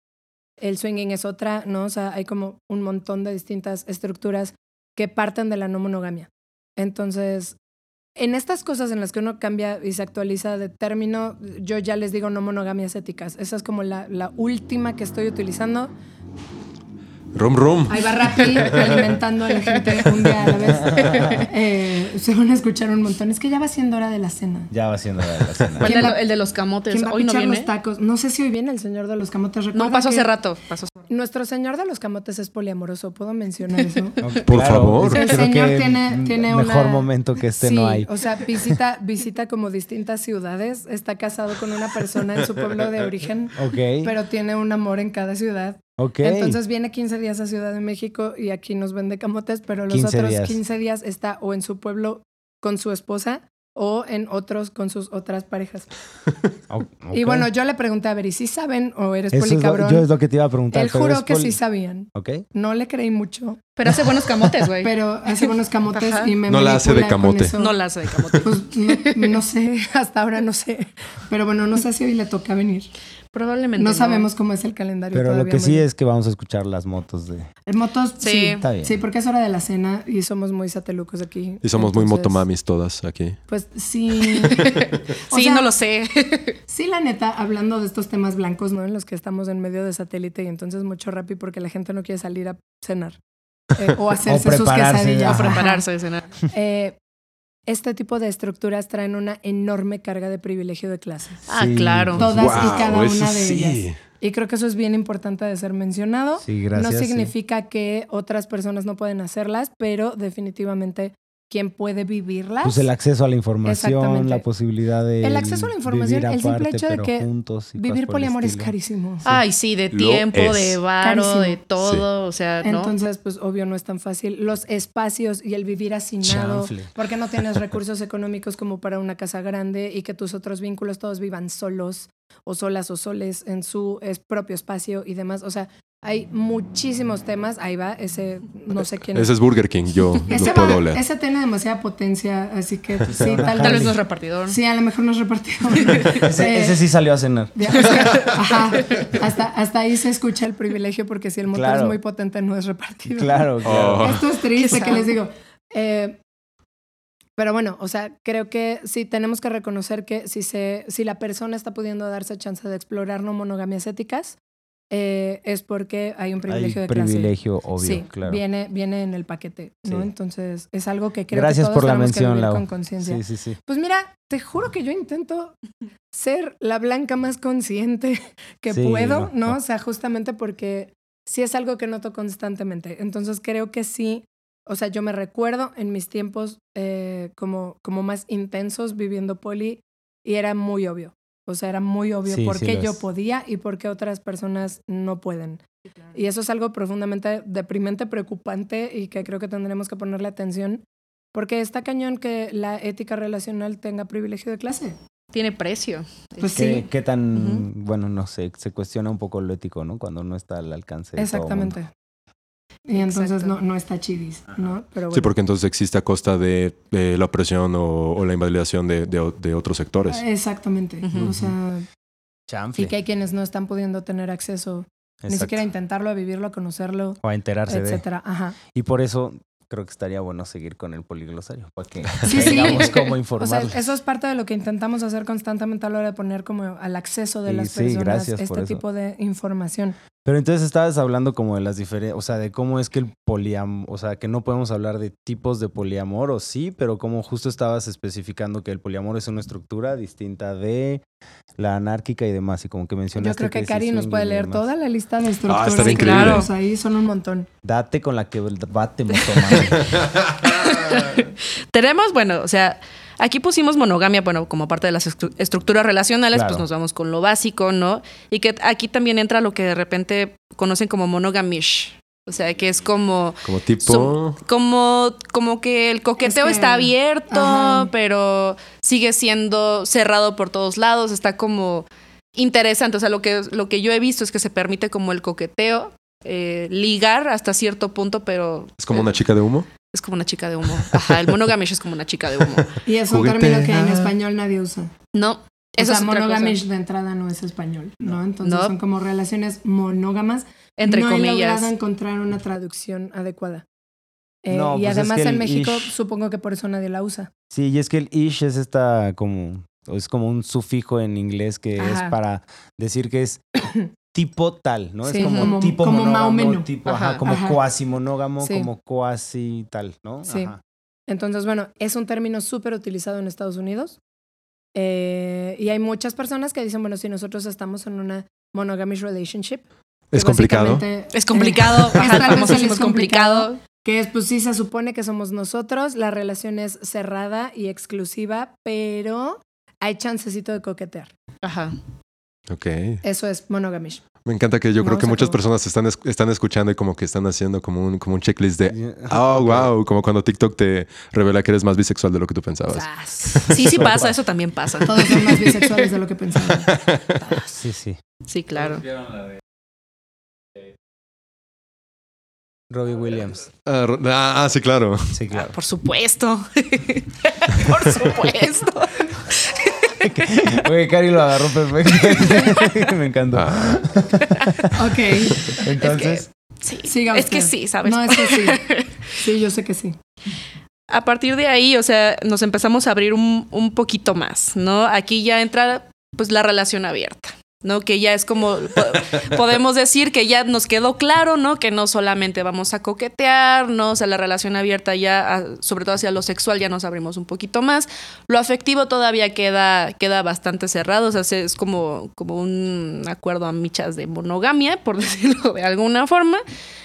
[SPEAKER 4] El swinging es otra, ¿no? O sea, hay como un montón de distintas estructuras que parten de la no monogamia. Entonces, en estas cosas en las que uno cambia y se actualiza de término, yo ya les digo no monogamias éticas. Esa es como la, la última que estoy utilizando.
[SPEAKER 3] Rum, rum.
[SPEAKER 4] Ahí va Rappi alimentando a la gente un día a la
[SPEAKER 6] [LAUGHS]
[SPEAKER 4] vez. Eh, se van a escuchar un montón. Es que ya va siendo hora de la cena.
[SPEAKER 7] Ya va siendo la la cena.
[SPEAKER 6] ¿Cuál
[SPEAKER 4] ¿Quién
[SPEAKER 6] de
[SPEAKER 4] va-
[SPEAKER 6] lo- el de los camotes.
[SPEAKER 4] ¿Quién va a
[SPEAKER 6] Hoy no
[SPEAKER 4] pichar
[SPEAKER 6] viene.
[SPEAKER 4] los tacos? No sé si hoy viene el señor de los camotes. Recuerda
[SPEAKER 6] No, pasó hace
[SPEAKER 4] que
[SPEAKER 6] rato. Pasó.
[SPEAKER 4] Nuestro señor de los camotes es poliamoroso. ¿Puedo mencionar eso?
[SPEAKER 7] Ok,
[SPEAKER 3] Por favor.
[SPEAKER 4] El
[SPEAKER 7] creo
[SPEAKER 4] señor
[SPEAKER 7] que
[SPEAKER 4] tiene-
[SPEAKER 7] m-
[SPEAKER 4] tiene
[SPEAKER 7] mejor
[SPEAKER 4] una-
[SPEAKER 7] momento que [LAUGHS] este
[SPEAKER 4] sí,
[SPEAKER 7] no hay.
[SPEAKER 4] o sea, visita, visita como distintas ciudades. Está casado con una persona en su pueblo de origen,
[SPEAKER 7] Ok.
[SPEAKER 4] pero tiene un amor en cada ciudad.
[SPEAKER 7] ok.
[SPEAKER 4] Entonces viene 15 días a Ciudad de México y aquí nos vende camotes, pero los
[SPEAKER 7] 15
[SPEAKER 4] otros
[SPEAKER 7] días.
[SPEAKER 4] 15 días está o en su pueblo con su esposa o en otros con sus otras parejas.
[SPEAKER 7] O-
[SPEAKER 4] Y
[SPEAKER 7] ok.
[SPEAKER 4] bueno, yo le pregunté, a ver, ¿y si saben o eres
[SPEAKER 7] Eso es lo,
[SPEAKER 4] policabrón?
[SPEAKER 7] yo es lo que te iba a preguntar.
[SPEAKER 4] Él
[SPEAKER 7] pero
[SPEAKER 4] juró
[SPEAKER 7] es
[SPEAKER 4] que
[SPEAKER 7] poli-
[SPEAKER 4] sí sabían.
[SPEAKER 7] Ok.
[SPEAKER 4] No le creí mucho,
[SPEAKER 6] Pero
[SPEAKER 4] [LAUGHS]
[SPEAKER 6] hace buenos
[SPEAKER 4] Ah,
[SPEAKER 6] camotes, güey.
[SPEAKER 4] pero hace unos camotes
[SPEAKER 6] Ajá.
[SPEAKER 4] y me
[SPEAKER 3] No la hace de
[SPEAKER 4] manipula con
[SPEAKER 3] camote.
[SPEAKER 4] eso.
[SPEAKER 6] No la hace
[SPEAKER 4] [LAUGHS]
[SPEAKER 6] de camote.
[SPEAKER 4] Pues no, no sé, [LAUGHS] hasta ahora no sé. Pero bueno, no sé si hoy le toca venir.
[SPEAKER 6] Probablemente.
[SPEAKER 4] No sabemos cómo es el calendario.
[SPEAKER 7] Pero lo
[SPEAKER 4] todavía,
[SPEAKER 7] que
[SPEAKER 4] muy
[SPEAKER 7] sí
[SPEAKER 4] bien.
[SPEAKER 7] es que vamos a escuchar las motos de.
[SPEAKER 4] En Motos,
[SPEAKER 6] Sí.
[SPEAKER 4] sí.
[SPEAKER 7] Está bien.
[SPEAKER 4] Sí, porque es hora de la cena y somos muy satelucos aquí.
[SPEAKER 3] Y somos muy
[SPEAKER 4] Entonces,
[SPEAKER 3] motomamis todas aquí.
[SPEAKER 4] Pues
[SPEAKER 6] [LAUGHS]
[SPEAKER 4] sí. O
[SPEAKER 6] Sí,
[SPEAKER 4] sea,
[SPEAKER 6] no lo sé.
[SPEAKER 4] Sí, la neta, hablando de estos temas blancos, ¿no? En los que estamos en medio de satélite y entonces mucho rapi porque la gente no quiere salir a cenar eh,
[SPEAKER 3] [LAUGHS]
[SPEAKER 4] o hacerse sus
[SPEAKER 7] prepararse,
[SPEAKER 4] quesadillas.
[SPEAKER 7] ajá.
[SPEAKER 4] Ajá.
[SPEAKER 6] Prepararse de cenar.
[SPEAKER 4] [LAUGHS] Eh, este tipo de estructuras traen una enorme carga de privilegio de clase.
[SPEAKER 6] Ah,
[SPEAKER 7] Sí.
[SPEAKER 6] claro.
[SPEAKER 4] Todas
[SPEAKER 3] Wow,
[SPEAKER 4] y cada
[SPEAKER 3] Oh, eso
[SPEAKER 4] una de
[SPEAKER 3] sí.
[SPEAKER 4] ellas. Y creo que eso es bien importante de ser mencionado.
[SPEAKER 7] Sí, gracias.
[SPEAKER 4] No
[SPEAKER 7] sí.
[SPEAKER 4] significa que otras personas no pueden hacerlas, pero definitivamente quien puede vivirlas.
[SPEAKER 7] Pues el acceso a la información,
[SPEAKER 4] Exactamente.
[SPEAKER 7] la posibilidad de.
[SPEAKER 4] El acceso a la información,
[SPEAKER 7] vivir
[SPEAKER 4] el simple
[SPEAKER 7] aparte,
[SPEAKER 4] hecho de
[SPEAKER 7] pero
[SPEAKER 4] que
[SPEAKER 7] juntos y cosas
[SPEAKER 4] Vivir
[SPEAKER 7] pues, por el
[SPEAKER 4] poliamor es
[SPEAKER 7] estilo.
[SPEAKER 4] carísimo.
[SPEAKER 6] Ay, sí, de
[SPEAKER 3] Lo
[SPEAKER 6] tiempo,
[SPEAKER 3] es.
[SPEAKER 6] de varo,
[SPEAKER 4] Carísimo.
[SPEAKER 6] de todo. O sea, ¿no?
[SPEAKER 4] Entonces, pues obvio no es tan fácil. Los espacios y el vivir hacinado,
[SPEAKER 7] Chanfle.
[SPEAKER 4] porque no tienes recursos económicos como para una casa grande y que tus otros vínculos todos vivan solos o solas o soles en su es- propio espacio y demás. O sea, hay muchísimos temas. Ahí va ese, no sé quién
[SPEAKER 3] Ese es Burger King, yo
[SPEAKER 4] [LAUGHS] Ese,
[SPEAKER 3] lo
[SPEAKER 4] va-
[SPEAKER 3] puedo oler.
[SPEAKER 4] ese tiene demasiada potencia, así que
[SPEAKER 7] [LAUGHS]
[SPEAKER 4] pues, sí, tal,
[SPEAKER 6] Tal vez no es repartidor.
[SPEAKER 4] Sí, a lo mejor nos repartimos. Eh,
[SPEAKER 7] Ese,
[SPEAKER 4] [LAUGHS]
[SPEAKER 7] ese sí salió a cenar.
[SPEAKER 4] Ya, o sea, ajá, hasta, hasta ahí se escucha el privilegio porque si el motor
[SPEAKER 7] Claro.
[SPEAKER 4] es muy potente no es repartido.
[SPEAKER 7] Claro, claro.
[SPEAKER 3] Oh.
[SPEAKER 4] Esto es triste
[SPEAKER 6] Quizá.
[SPEAKER 4] que les digo. Eh, pero bueno, o sea, creo que sí tenemos que reconocer que si, se, si la persona está pudiendo darse chance de explorar no monogamias éticas, eh, es porque hay un privilegio
[SPEAKER 7] Hay
[SPEAKER 4] de clase.
[SPEAKER 7] privilegio, obvio,
[SPEAKER 4] sí,
[SPEAKER 7] claro.
[SPEAKER 4] viene, viene en el paquete, ¿no?
[SPEAKER 7] Sí.
[SPEAKER 4] Entonces, es algo que creo
[SPEAKER 7] Gracias
[SPEAKER 4] que todos
[SPEAKER 7] por la
[SPEAKER 4] tenemos que
[SPEAKER 7] mención,
[SPEAKER 4] vivir
[SPEAKER 7] Lau.
[SPEAKER 4] con conciencia.
[SPEAKER 7] Sí, sí, sí.
[SPEAKER 4] Pues mira, te juro que yo intento ser la blanca más consciente [LAUGHS] que
[SPEAKER 7] Sí,
[SPEAKER 4] puedo,
[SPEAKER 7] no.
[SPEAKER 4] ¿no? O sea, justamente porque sí es algo que noto constantemente. Entonces creo que sí, o sea, yo me recuerdo en mis tiempos eh, como, como más intensos viviendo poli y era muy obvio. O sea, era muy obvio
[SPEAKER 7] Sí,
[SPEAKER 4] por
[SPEAKER 7] sí
[SPEAKER 4] qué
[SPEAKER 7] lo
[SPEAKER 4] yo
[SPEAKER 7] es.
[SPEAKER 4] podía y por qué otras personas no pueden. Y eso es algo profundamente deprimente, preocupante y que creo que tendremos que ponerle atención porque está cañón que la ética relacional tenga privilegio de clase.
[SPEAKER 6] Tiene precio.
[SPEAKER 4] Pues
[SPEAKER 7] ¿Qué,
[SPEAKER 4] sí,
[SPEAKER 7] qué tan, bueno, no sé, se cuestiona un poco lo ético, ¿no? Cuando no está al alcance. de todo mundo.
[SPEAKER 4] exactamente. Y entonces
[SPEAKER 6] Exacto.
[SPEAKER 4] no, no está chidis, ¿no? Pero Ah, bueno.
[SPEAKER 3] Sí, porque entonces existe a costa de, de la opresión o, o la invalidación de, de- de otros sectores.
[SPEAKER 4] Exactamente.
[SPEAKER 6] Ujú.
[SPEAKER 4] O sea,
[SPEAKER 7] Chanfle.
[SPEAKER 4] y que hay quienes no están pudiendo tener acceso, ni
[SPEAKER 7] Exacto.
[SPEAKER 4] siquiera a intentarlo, a vivirlo, a conocerlo,
[SPEAKER 7] O a enterarse de.
[SPEAKER 4] etcétera. Ajá.
[SPEAKER 7] Y por eso creo que estaría bueno seguir con el poliglosario, para que
[SPEAKER 4] [LAUGHS] Sí, sí.
[SPEAKER 7] tengamos cómo
[SPEAKER 4] O sea,
[SPEAKER 7] informarles.
[SPEAKER 4] eso es parte de lo que intentamos hacer constantemente a la hora de poner como al acceso de
[SPEAKER 7] Sí,
[SPEAKER 4] las
[SPEAKER 7] sí,
[SPEAKER 4] personas
[SPEAKER 7] gracias por
[SPEAKER 4] este
[SPEAKER 7] eso.
[SPEAKER 4] tipo de información.
[SPEAKER 7] Pero entonces estabas hablando como de las diferencias, o sea, de cómo es que el poliam, o sea, que no podemos hablar de tipos de poliamor, o sí, pero como justo estabas especificando que el poliamor es una estructura distinta de la anárquica y demás, y como que mencionaste
[SPEAKER 4] Yo creo
[SPEAKER 7] sí
[SPEAKER 4] que Cari nos
[SPEAKER 7] swing
[SPEAKER 4] puede
[SPEAKER 7] y
[SPEAKER 4] leer
[SPEAKER 7] demás. Ah,
[SPEAKER 4] toda la lista de estructuras.
[SPEAKER 3] estaría
[SPEAKER 4] Sí,
[SPEAKER 3] increíble.
[SPEAKER 4] Claro, o sea, ahí son un montón. [LAUGHS]
[SPEAKER 7] Date con la que bate, motomami.
[SPEAKER 6] Tenemos, bueno, o sea, aquí pusimos monogamia, bueno, como parte de las estru- estructuras relacionales,
[SPEAKER 7] Claro.
[SPEAKER 6] pues nos vamos con lo básico, ¿no? Y que aquí también entra lo que de repente conocen como monogamish. O sea, que es como,
[SPEAKER 3] Como tipo.
[SPEAKER 6] Son- como, como que el coqueteo
[SPEAKER 4] Es que-
[SPEAKER 6] está abierto,
[SPEAKER 4] Ajá.
[SPEAKER 6] pero sigue siendo cerrado por todos lados. Está como interesante. O sea, lo que, lo que yo he visto es que se permite como el coqueteo, eh, ligar hasta cierto punto, pero
[SPEAKER 3] Es como una chica de humo.
[SPEAKER 6] es como una chica de humo. Ajá, el monogamish es como una chica de humo.
[SPEAKER 4] Y es un
[SPEAKER 3] Juguetea.
[SPEAKER 4] término que en español nadie usa.
[SPEAKER 6] No,
[SPEAKER 4] Eso
[SPEAKER 6] eso
[SPEAKER 4] o
[SPEAKER 6] es
[SPEAKER 4] sea,
[SPEAKER 6] otra cosa.
[SPEAKER 4] monogamish de entrada no es español, ¿no? Entonces
[SPEAKER 6] No.
[SPEAKER 4] son como relaciones monógamas.
[SPEAKER 6] entre
[SPEAKER 4] no he
[SPEAKER 6] comillas.
[SPEAKER 4] logrado encontrar una traducción adecuada. Eh,
[SPEAKER 7] No,
[SPEAKER 4] y
[SPEAKER 7] pues es
[SPEAKER 4] además
[SPEAKER 7] que el
[SPEAKER 4] en México
[SPEAKER 7] ish-
[SPEAKER 4] supongo que por eso nadie la usa.
[SPEAKER 7] Sí, y es que el ish es esta como o es como un sufijo en inglés que
[SPEAKER 4] Ajá.
[SPEAKER 7] es para decir que
[SPEAKER 4] [COUGHS]
[SPEAKER 7] es tipo tal, ¿no?
[SPEAKER 4] Sí,
[SPEAKER 7] es como,
[SPEAKER 4] como-
[SPEAKER 7] tipo
[SPEAKER 4] como más o
[SPEAKER 7] monógamo,
[SPEAKER 4] menos.
[SPEAKER 7] tipo, ajá,
[SPEAKER 6] Ajá,
[SPEAKER 7] como
[SPEAKER 4] ajá.
[SPEAKER 7] cuasi monógamo,
[SPEAKER 4] Sí.
[SPEAKER 7] como cuasi tal, ¿no?
[SPEAKER 4] Sí.
[SPEAKER 7] Ajá.
[SPEAKER 4] Entonces, bueno, es un término súper utilizado en Estados Unidos. Eh, y hay muchas personas que dicen, bueno, si nosotros estamos en una monogamish relationship. que
[SPEAKER 3] Es complicado.
[SPEAKER 4] básicamente-
[SPEAKER 6] Es
[SPEAKER 4] [LAUGHS]
[SPEAKER 6] complicado,
[SPEAKER 4] Ajá,
[SPEAKER 6] ajá, el
[SPEAKER 4] tal vez
[SPEAKER 6] famosísimo
[SPEAKER 4] el
[SPEAKER 6] es complicado.
[SPEAKER 4] Que es, pues sí, se supone que somos nosotros, la relación es cerrada y exclusiva, pero hay chancecito de coquetear.
[SPEAKER 6] Ajá.
[SPEAKER 3] Ok.
[SPEAKER 4] Eso es monogamish.
[SPEAKER 3] Me encanta que yo creo
[SPEAKER 4] No,
[SPEAKER 3] que
[SPEAKER 4] se
[SPEAKER 3] muchas
[SPEAKER 4] acabó.
[SPEAKER 3] personas están, es- están escuchando y como que están haciendo como un, como un checklist de.
[SPEAKER 7] Y-
[SPEAKER 3] Oh, wow. Como cuando TikTok te revela que eres más bisexual de lo que tú pensabas.
[SPEAKER 6] Zas. Sí,
[SPEAKER 3] [LAUGHS]
[SPEAKER 6] sí pasa, eso también pasa.
[SPEAKER 4] Todos son más bisexuales de lo que
[SPEAKER 7] [LAUGHS]
[SPEAKER 4] pensaban.
[SPEAKER 3] [LAUGHS]
[SPEAKER 7] Sí, sí.
[SPEAKER 6] Sí, claro.
[SPEAKER 7] Robbie Williams.
[SPEAKER 3] Ah, ro- ah, ah, sí, claro.
[SPEAKER 7] Sí, claro.
[SPEAKER 6] Por supuesto. [LAUGHS] Por supuesto.
[SPEAKER 7] Oye, Cari lo agarró perfecto. [LAUGHS] Me encantó.
[SPEAKER 3] Ah,
[SPEAKER 4] Ok,
[SPEAKER 7] Entonces,
[SPEAKER 6] Sí.
[SPEAKER 4] siga
[SPEAKER 6] es que
[SPEAKER 4] usted.
[SPEAKER 6] sí, ¿sabes?
[SPEAKER 4] No, es que sí.
[SPEAKER 6] [LAUGHS]
[SPEAKER 4] Sí, yo sé que sí.
[SPEAKER 6] A partir de ahí, o sea, nos empezamos a abrir un, un poquito más, ¿no? Aquí ya entra pues la relación abierta, ¿no? Que ya es como,
[SPEAKER 7] [LAUGHS]
[SPEAKER 6] po- podemos decir que ya nos quedó claro, ¿no? Que no solamente vamos a coquetear, ¿no? O sea, la relación abierta ya, ah, sobre todo hacia lo sexual, ya nos abrimos un poquito más. Lo afectivo todavía queda, queda bastante cerrado, o sea, se- es como, como un acuerdo a michas de monogamia, por [LAUGHS] decirlo de alguna forma.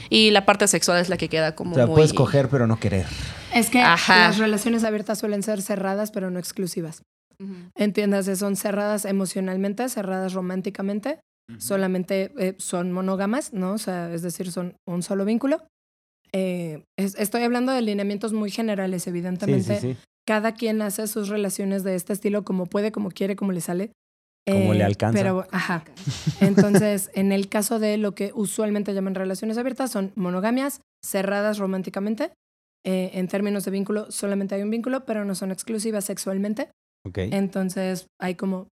[SPEAKER 6] Y la parte sexual es la que queda como
[SPEAKER 7] o sea,
[SPEAKER 6] muy...
[SPEAKER 7] puedes coger pero no querer.
[SPEAKER 4] Es que
[SPEAKER 6] Ajá.
[SPEAKER 4] las relaciones abiertas suelen ser cerradas, pero no exclusivas.
[SPEAKER 6] Ujú.
[SPEAKER 4] Entiéndase, son cerradas emocionalmente, cerradas románticamente, solamente eh, son monógamas, ¿no? O sea, es decir, son un solo vínculo. Eh, es- estoy hablando de lineamientos muy generales,
[SPEAKER 7] Sí,
[SPEAKER 4] evidentemente.
[SPEAKER 7] sí, sí.
[SPEAKER 4] Cada quien hace sus relaciones de este estilo como puede, como quiere, como le sale. eh,
[SPEAKER 7] Como le alcanza.
[SPEAKER 4] Pero, ajá. Entonces, en el caso de lo que usualmente llaman relaciones abiertas, son monogamias, cerradas románticamente. Eh, en términos de vínculo, solamente hay un vínculo, pero no son exclusivas sexualmente.
[SPEAKER 7] Ok.
[SPEAKER 4] Entonces hay como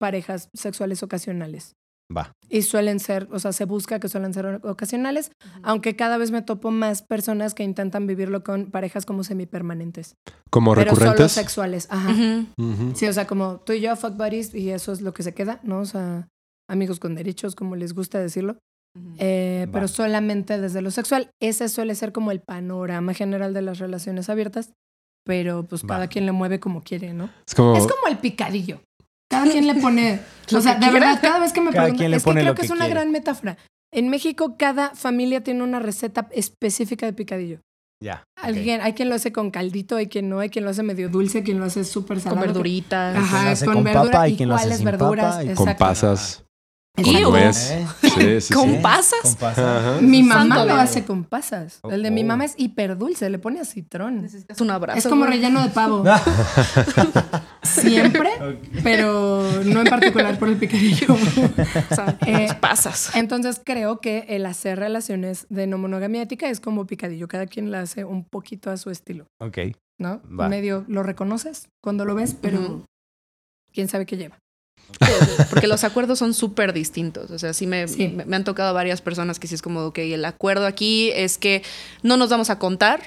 [SPEAKER 4] parejas sexuales ocasionales.
[SPEAKER 7] Va.
[SPEAKER 4] Y suelen ser, o sea, se busca que suelen ser ocasionales, aunque cada vez me topo más personas que intentan vivirlo con parejas como semipermanentes.
[SPEAKER 3] como
[SPEAKER 4] Pero solo
[SPEAKER 3] recurrentes.
[SPEAKER 4] sexuales, ajá.
[SPEAKER 6] Ujú.
[SPEAKER 3] Ujú.
[SPEAKER 4] Sí, o sea, como tú y yo, fuck buddies, y eso es lo que se queda, ¿no? O sea, amigos con derechos, como les gusta decirlo. Eh,
[SPEAKER 7] Va.
[SPEAKER 4] pero solamente desde lo sexual. Ese suele ser como el panorama general de las relaciones abiertas, pero pues
[SPEAKER 7] Va.
[SPEAKER 4] cada quien le mueve como quiere, ¿no?
[SPEAKER 3] Es como.
[SPEAKER 4] Es como el picadillo. Cada quien le
[SPEAKER 7] [LAUGHS]
[SPEAKER 4] pone.
[SPEAKER 6] Lo
[SPEAKER 4] o sea,
[SPEAKER 6] que
[SPEAKER 4] de
[SPEAKER 6] quiera.
[SPEAKER 4] verdad, cada vez que me
[SPEAKER 7] Cada quien
[SPEAKER 4] preguntan.
[SPEAKER 7] le
[SPEAKER 4] Es que
[SPEAKER 7] pone
[SPEAKER 4] creo
[SPEAKER 7] lo
[SPEAKER 4] que es
[SPEAKER 7] que
[SPEAKER 4] una
[SPEAKER 7] quiere.
[SPEAKER 4] gran metáfora. En México, cada familia tiene una receta específica de picadillo.
[SPEAKER 7] Ya. ok.
[SPEAKER 4] Alguien, hay quien lo hace con caldito, hay quien no, hay quien lo hace medio dulce, hay quien lo hace súper
[SPEAKER 6] Con
[SPEAKER 4] salado.
[SPEAKER 7] Hay
[SPEAKER 6] verduritas.
[SPEAKER 7] quien lo
[SPEAKER 4] Ajá,
[SPEAKER 7] hace
[SPEAKER 4] con,
[SPEAKER 7] con
[SPEAKER 4] verdura.
[SPEAKER 7] papa, hay
[SPEAKER 4] y
[SPEAKER 7] quien lo hace
[SPEAKER 4] cuáles
[SPEAKER 7] sin
[SPEAKER 4] verduras.
[SPEAKER 7] papa y con
[SPEAKER 3] con
[SPEAKER 4] Exacto.
[SPEAKER 3] pasas. Con
[SPEAKER 6] Ew.
[SPEAKER 3] nuez.
[SPEAKER 4] [LAUGHS]
[SPEAKER 3] Sí, sí,
[SPEAKER 6] ¿Con
[SPEAKER 3] sí.
[SPEAKER 6] pasas?
[SPEAKER 7] Con pasas.
[SPEAKER 3] Ajá.
[SPEAKER 4] Mi mamá
[SPEAKER 6] Santo
[SPEAKER 4] lo
[SPEAKER 6] Dios.
[SPEAKER 7] [LAUGHS]
[SPEAKER 4] hace con pasas. El de mi
[SPEAKER 7] Oh.
[SPEAKER 4] mamá es hiperdulce, le pone citrón.
[SPEAKER 6] Necesitas un abrazo.
[SPEAKER 4] Es como
[SPEAKER 6] güey.
[SPEAKER 4] relleno
[SPEAKER 7] [LAUGHS]
[SPEAKER 4] de pavo. Siempre, pero no en particular por
[SPEAKER 7] [LAUGHS]
[SPEAKER 4] el picadillo. [LAUGHS]
[SPEAKER 6] O sea,
[SPEAKER 4] Eh,
[SPEAKER 6] pasas.
[SPEAKER 4] Entonces creo que el hacer relaciones de no monogamia ética es como picadillo, cada quien la hace un poquito a su estilo,
[SPEAKER 7] Ok.
[SPEAKER 4] ¿no?
[SPEAKER 7] Va.
[SPEAKER 4] Medio lo reconoces cuando lo ves, pero
[SPEAKER 6] Ujú.
[SPEAKER 4] quién sabe qué lleva.
[SPEAKER 6] [LAUGHS] Porque los acuerdos son súper distintos. O sea, sí, me,
[SPEAKER 4] Sí.
[SPEAKER 6] me- me han tocado varias personas que sí es como, ok, el acuerdo aquí es que no nos vamos a contar.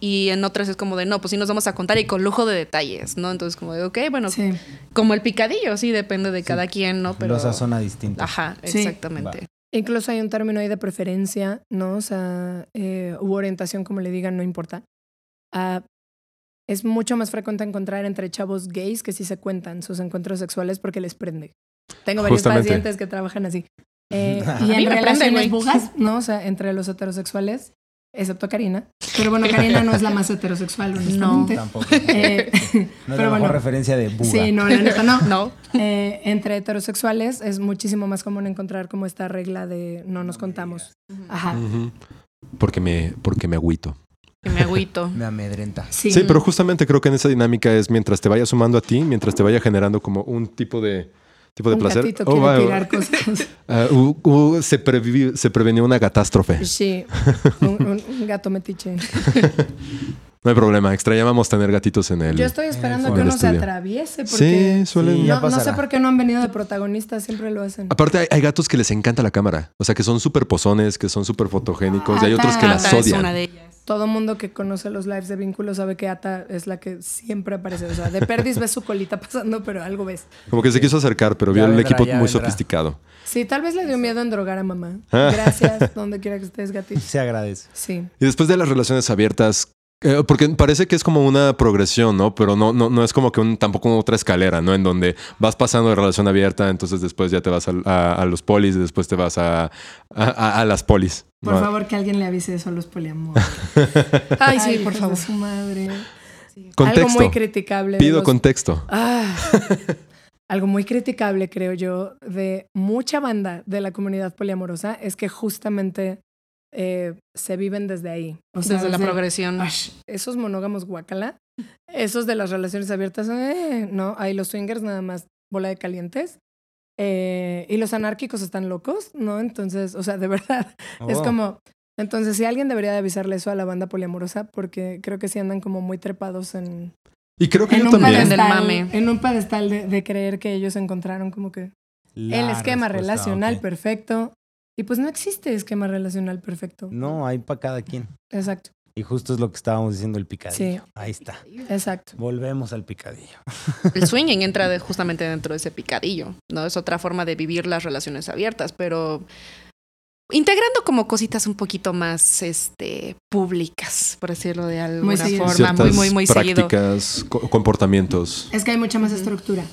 [SPEAKER 6] Y en otras es como de, no, pues sí nos vamos a contar y con lujo de detalles, ¿no? Entonces, como de, ok, bueno,
[SPEAKER 4] Sí.
[SPEAKER 6] como el picadillo, sí, depende de cada quien, ¿no? Pero.
[SPEAKER 7] Lo sazona distinto.
[SPEAKER 6] Ajá,
[SPEAKER 4] Sí.
[SPEAKER 6] exactamente.
[SPEAKER 4] Incluso hay un término ahí de preferencia, ¿no? O sea, eh, u orientación, como le digan, no importa. Ah, es mucho más frecuente encontrar entre chavos gays que sí se cuentan sus encuentros sexuales porque les prende. Tengo varios
[SPEAKER 3] Justamente.
[SPEAKER 4] pacientes que trabajan así. Eh,
[SPEAKER 7] A
[SPEAKER 4] y
[SPEAKER 6] mí
[SPEAKER 4] en
[SPEAKER 6] me prende,
[SPEAKER 4] relaciones
[SPEAKER 6] güey. [LAUGHS]
[SPEAKER 4] bugas, ¿no? O sea, entre los heterosexuales excepto Karina. Pero bueno, Karina no es la más
[SPEAKER 6] [LAUGHS]
[SPEAKER 4] heterosexual, honestamente.
[SPEAKER 7] Tampoco.
[SPEAKER 4] [LAUGHS] Eh,
[SPEAKER 7] No es la
[SPEAKER 4] pero
[SPEAKER 7] mejor
[SPEAKER 4] bueno.
[SPEAKER 7] referencia de Buda.
[SPEAKER 4] Sí, no, la neta no.
[SPEAKER 6] No.
[SPEAKER 3] [LAUGHS]
[SPEAKER 4] Eh, entre heterosexuales es muchísimo más común encontrar como esta regla de no nos contamos. Ajá.
[SPEAKER 3] Ujú. Porque me, porque me agüito.
[SPEAKER 6] Que me agüito.
[SPEAKER 7] Me amedrenta.
[SPEAKER 4] Sí.
[SPEAKER 3] Sí, pero justamente creo que en esa dinámica es mientras te vaya sumando a ti, mientras te vaya generando como un tipo de tipo de
[SPEAKER 4] un
[SPEAKER 3] placer.
[SPEAKER 4] gatito
[SPEAKER 3] Oh,
[SPEAKER 4] quiere
[SPEAKER 3] va,
[SPEAKER 4] tirar cosas.
[SPEAKER 3] [LAUGHS] ah, uh, uh, se, previ- se prevenió una catástrofe.
[SPEAKER 4] Sí, un, un- un gato metiche.
[SPEAKER 3] No hay problema, extrañábamos tener gatitos en el...
[SPEAKER 4] Yo estoy esperando que
[SPEAKER 3] el
[SPEAKER 4] uno se
[SPEAKER 3] estudio.
[SPEAKER 4] atraviese porque
[SPEAKER 3] Sí, suelen...
[SPEAKER 7] Sí, ya
[SPEAKER 4] no, no sé
[SPEAKER 7] pasará.
[SPEAKER 4] por qué no han venido de protagonistas, siempre lo hacen.
[SPEAKER 3] Aparte hay, hay gatos que les encanta la cámara, o sea que son súper pozones, que son súper fotogénicos y hay otros que
[SPEAKER 4] Ata.
[SPEAKER 3] las
[SPEAKER 6] Ata es
[SPEAKER 3] odian.
[SPEAKER 6] Ah, una de ellas.
[SPEAKER 4] Todo mundo que conoce los lives de vínculos sabe que Ata es la que siempre aparece. O sea, de perdis ves su colita pasando, pero algo ves.
[SPEAKER 3] Como que se quiso acercar, pero
[SPEAKER 7] Ya
[SPEAKER 3] vio el
[SPEAKER 7] vendrá,
[SPEAKER 3] equipo muy
[SPEAKER 7] ya vendrá.
[SPEAKER 3] sofisticado.
[SPEAKER 4] Sí, tal vez le dio miedo en drogar a mamá.
[SPEAKER 3] Ah. [LAUGHS]
[SPEAKER 4] Gracias, donde quiera que estés, gatito.
[SPEAKER 7] Se agradece.
[SPEAKER 4] Sí.
[SPEAKER 3] Y después de las relaciones abiertas, eh, porque parece que es como una progresión, ¿no? Pero no, no, no es como que un, tampoco otra escalera, ¿no? En donde vas pasando de relación abierta, entonces después ya te vas al- a, a los polis, y después te vas a, a- a- a las polis.
[SPEAKER 4] Por
[SPEAKER 3] ¿no?
[SPEAKER 4] favor, que alguien le avise eso a los poliamor. [LAUGHS]
[SPEAKER 6] Ay, sí, por
[SPEAKER 4] hijos de
[SPEAKER 6] favor.
[SPEAKER 4] su madre. Algo
[SPEAKER 3] Contexto.
[SPEAKER 4] muy criticable. de
[SPEAKER 3] Pido
[SPEAKER 4] los-
[SPEAKER 3] contexto. [LAUGHS]
[SPEAKER 4] Ah. algo muy criticable, creo yo, de mucha banda de la comunidad poliamorosa es que justamente eh, se viven desde ahí. O sea,
[SPEAKER 6] Desde la progresión.
[SPEAKER 4] Ash, esos monógamos guacala, esos de las relaciones abiertas, eh, no, hay los swingers nada más bola de calientes. Eh, y los anárquicos están locos, ¿no? Entonces, o sea, de verdad, es
[SPEAKER 7] Oh.
[SPEAKER 4] como, entonces si alguien debería de avisarle eso a la banda poliamorosa, porque creo que sí andan como muy trepados en,
[SPEAKER 3] Y creo que
[SPEAKER 4] en
[SPEAKER 3] yo
[SPEAKER 4] un
[SPEAKER 3] también.
[SPEAKER 6] del
[SPEAKER 4] pedestal,
[SPEAKER 6] mame.
[SPEAKER 4] en un pedestal de, de creer que ellos encontraron como que
[SPEAKER 7] La
[SPEAKER 4] el esquema
[SPEAKER 7] respuesta,
[SPEAKER 4] relacional
[SPEAKER 7] ok.
[SPEAKER 4] perfecto. Y pues no existe esquema relacional perfecto.
[SPEAKER 7] No, hay para cada quien.
[SPEAKER 4] Exacto,
[SPEAKER 7] Y justo es lo que estábamos diciendo, el picadillo.
[SPEAKER 4] Sí.
[SPEAKER 7] Ahí está.
[SPEAKER 4] exacto.
[SPEAKER 7] Volvemos al picadillo.
[SPEAKER 6] El swinging entra de- justamente dentro de ese picadillo, ¿no? Es otra forma de vivir las relaciones abiertas, pero integrando como cositas un poquito más este públicas, por decirlo de alguna
[SPEAKER 4] seguido.
[SPEAKER 6] forma, muy muy muy seguido.
[SPEAKER 3] prácticas, co- comportamientos.
[SPEAKER 4] Es que hay mucha más estructura.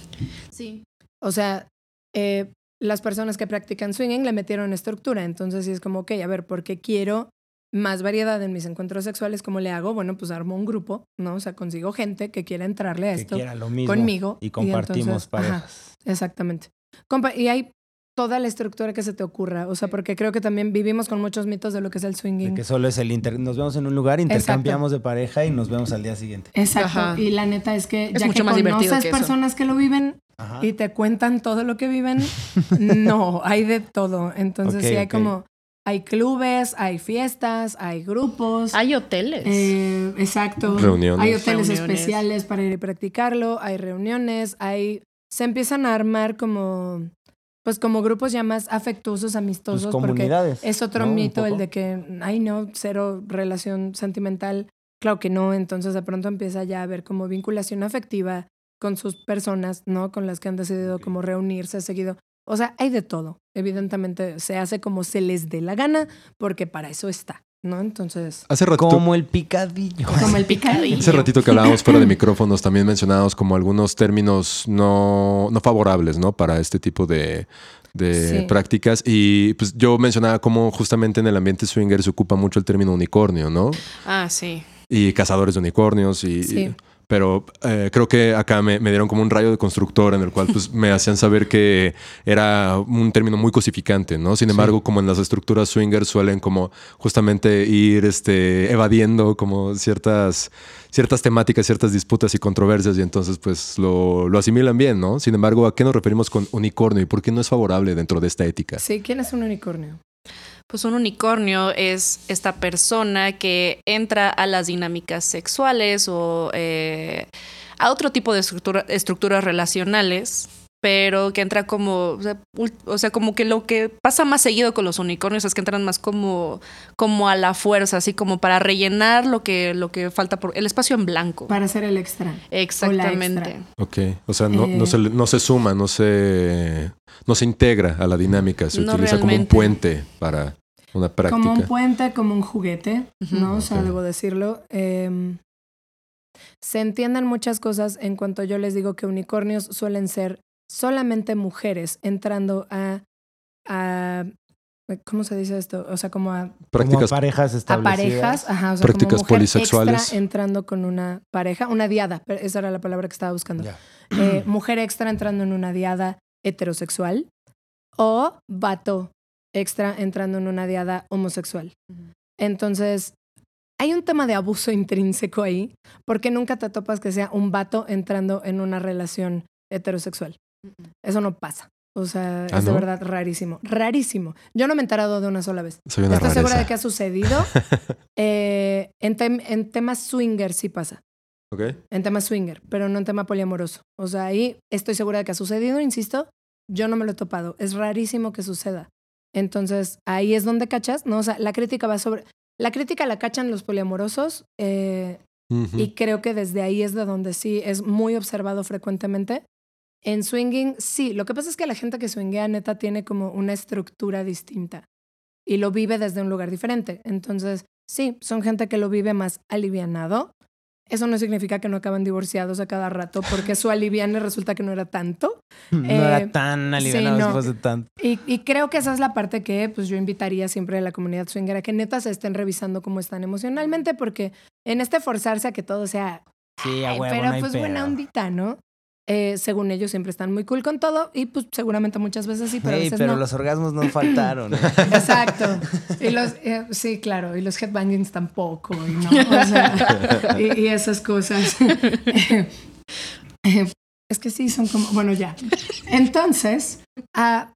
[SPEAKER 6] Sí.
[SPEAKER 4] O sea, eh, las personas que practican swinging le metieron estructura. Entonces, sí es como, ok, a ver, porque quiero más variedad en mis encuentros sexuales, ¿cómo le hago? Bueno, pues armo un grupo, ¿no? O sea, consigo gente que quiera entrarle a
[SPEAKER 7] Que
[SPEAKER 4] esto.
[SPEAKER 7] quiera lo mismo.
[SPEAKER 4] conmigo, y
[SPEAKER 7] Y compartimos
[SPEAKER 4] entonces,
[SPEAKER 7] parejas.
[SPEAKER 4] Exactamente. Compa- y hay toda la estructura que se te ocurra. O sea, porque creo que también vivimos con muchos mitos de lo que es el
[SPEAKER 7] De
[SPEAKER 4] swinging.
[SPEAKER 7] que solo es el inter... Nos vemos en un lugar, intercambiamos de pareja y nos vemos al día siguiente.
[SPEAKER 4] Exacto.
[SPEAKER 6] Ajá.
[SPEAKER 4] Y la neta es que
[SPEAKER 6] Es
[SPEAKER 4] ya
[SPEAKER 6] mucho
[SPEAKER 4] que
[SPEAKER 6] más divertido
[SPEAKER 4] conoces
[SPEAKER 6] que eso.
[SPEAKER 4] personas que lo viven
[SPEAKER 7] Ajá.
[SPEAKER 4] y te cuentan todo lo que viven, [LAUGHS] no, hay de todo. Entonces
[SPEAKER 7] Ok,
[SPEAKER 4] sí hay
[SPEAKER 7] ok.
[SPEAKER 4] como, hay clubes, hay fiestas, hay grupos.
[SPEAKER 6] Hay hoteles.
[SPEAKER 4] eh, exacto.
[SPEAKER 3] Reuniones.
[SPEAKER 4] Hay hoteles
[SPEAKER 6] Reuniones.
[SPEAKER 4] especiales para ir y practicarlo, hay reuniones, hay... Se empiezan a armar como, pues como grupos ya más afectuosos,
[SPEAKER 7] Tus
[SPEAKER 4] amistosos, porque
[SPEAKER 7] comunidades.
[SPEAKER 4] es otro
[SPEAKER 7] ¿no? Un
[SPEAKER 4] mito el
[SPEAKER 7] poco.
[SPEAKER 4] de que, ay no, cero relación sentimental. Claro que no, entonces de pronto empieza ya a haber como vinculación afectiva con sus personas, ¿no? Con las que han decidido como reunirse seguido. O sea, hay de todo. Evidentemente se hace como se les dé la gana, porque para eso está, ¿no? Entonces,
[SPEAKER 3] Hace ratito
[SPEAKER 7] Como el picadillo.
[SPEAKER 4] como
[SPEAKER 6] [LAUGHS]
[SPEAKER 4] el picadillo.
[SPEAKER 3] Hace ratito que hablábamos fuera de micrófonos, también mencionábamos como algunos términos no, no favorables, ¿no? Para este tipo de, de
[SPEAKER 4] Sí.
[SPEAKER 3] prácticas. Y pues yo mencionaba cómo justamente en el ambiente swinger se ocupa mucho el término unicornio, ¿no?
[SPEAKER 6] Ah, sí.
[SPEAKER 3] Y cazadores de unicornios y...
[SPEAKER 4] Sí.
[SPEAKER 3] y- pero eh, creo que acá me, me dieron como un rayo de constructor en el cual pues me hacían saber que era un término muy cosificante, ¿no? Sin embargo, como en las estructuras swinger suelen como justamente ir este, evadiendo como ciertas ciertas temáticas, ciertas disputas y controversias y entonces pues lo, lo asimilan bien, ¿no? Sin embargo, ¿a qué nos referimos con unicornio y por qué no es favorable dentro de esta ética?
[SPEAKER 4] Sí, ¿quién es un unicornio?
[SPEAKER 6] Pues un unicornio es esta persona que entra a las dinámicas sexuales o eh, a otro tipo de estructura- estructuras relacionales, pero que entra como, o sea, ul- o sea, como que lo que pasa más seguido con los unicornios es que entran más como, como a la fuerza, así como para rellenar lo que, lo que falta por el espacio en blanco.
[SPEAKER 4] Para ser el extra.
[SPEAKER 6] Exactamente.
[SPEAKER 3] Ok, o sea, no,
[SPEAKER 4] Eh.
[SPEAKER 3] no, se, le- no se suma, no se, no se integra a la dinámica, se
[SPEAKER 6] No
[SPEAKER 3] utiliza como un
[SPEAKER 6] realmente.
[SPEAKER 3] puente para una práctica.
[SPEAKER 4] Como un puente, como un juguete,
[SPEAKER 6] Ujú.
[SPEAKER 4] ¿no? O sea,
[SPEAKER 3] Ok.
[SPEAKER 4] debo decirlo. Em, se entienden muchas cosas en cuanto yo les digo que unicornios suelen ser solamente mujeres entrando a, a ¿Cómo se dice esto? O sea, como a,
[SPEAKER 7] Como a
[SPEAKER 3] Prácticas.
[SPEAKER 7] parejas
[SPEAKER 4] a
[SPEAKER 7] establecidas.
[SPEAKER 4] parejas, ajá, o sea,
[SPEAKER 3] Prácticas
[SPEAKER 4] como mujer
[SPEAKER 3] polisexuales.
[SPEAKER 4] extra entrando con una pareja, una diada, pero esa era la palabra que estaba buscando.
[SPEAKER 7] Ya.
[SPEAKER 4] Eh, mujer extra entrando en una diada heterosexual o vato extra entrando en una diada homosexual. Entonces, hay un tema de abuso intrínseco ahí, porque nunca te topas que sea un vato entrando en una relación heterosexual. Eso no pasa. O sea,
[SPEAKER 3] ¿Ah,
[SPEAKER 4] es de
[SPEAKER 3] no?
[SPEAKER 4] verdad rarísimo. Rarísimo. Yo no me he enterado de una sola vez.
[SPEAKER 3] Soy una
[SPEAKER 4] Estoy segura de
[SPEAKER 3] rareza.
[SPEAKER 4] que ha sucedido. Eh, en, tem- en temas swinger sí pasa.
[SPEAKER 3] Ok.
[SPEAKER 4] En temas swinger, pero no en tema poliamoroso. O sea, ahí estoy segura de que ha sucedido, insisto. Yo no me lo he topado. Es rarísimo que suceda. Entonces, ahí es donde cachas, ¿no? O sea, la crítica va sobre. La crítica la cachan los poliamorosos eh,
[SPEAKER 3] Ujú.
[SPEAKER 4] y creo que desde ahí es de donde sí es muy observado frecuentemente. En swinging, sí. Lo que pasa es que la gente que swinguea neta tiene como una estructura distinta y lo vive desde un lugar diferente. Entonces, sí, son gente que lo vive más alivianado. Eso no significa que no acaban divorciados a cada rato porque su aliviane resulta que no era tanto.
[SPEAKER 7] Mm, No
[SPEAKER 4] Eh,
[SPEAKER 7] era tan alivianado
[SPEAKER 4] no.
[SPEAKER 7] después de tanto.
[SPEAKER 4] Y, y creo que esa es la parte que pues, yo invitaría siempre a la comunidad swinger a que neta se estén revisando cómo están emocionalmente porque en este forzarse a que todo sea
[SPEAKER 7] Sí, a
[SPEAKER 4] Ay,
[SPEAKER 7] huevo,
[SPEAKER 4] pero
[SPEAKER 7] no hay
[SPEAKER 4] pues
[SPEAKER 7] pedo.
[SPEAKER 4] buena ondita, ¿no? Eh, según ellos siempre están muy cool con todo y pues seguramente muchas veces sí, pero a
[SPEAKER 7] Ey,
[SPEAKER 4] veces
[SPEAKER 7] pero
[SPEAKER 4] no.
[SPEAKER 7] los [LAUGHS] orgasmos no
[SPEAKER 4] [LAUGHS]
[SPEAKER 7] faltaron. ¿eh?
[SPEAKER 4] Exacto. Y los, eh, sí, claro, y los headbangings tampoco, y no, o sea, y, y esas cosas. [LAUGHS] es que sí, son como, bueno, ya. Entonces, ah,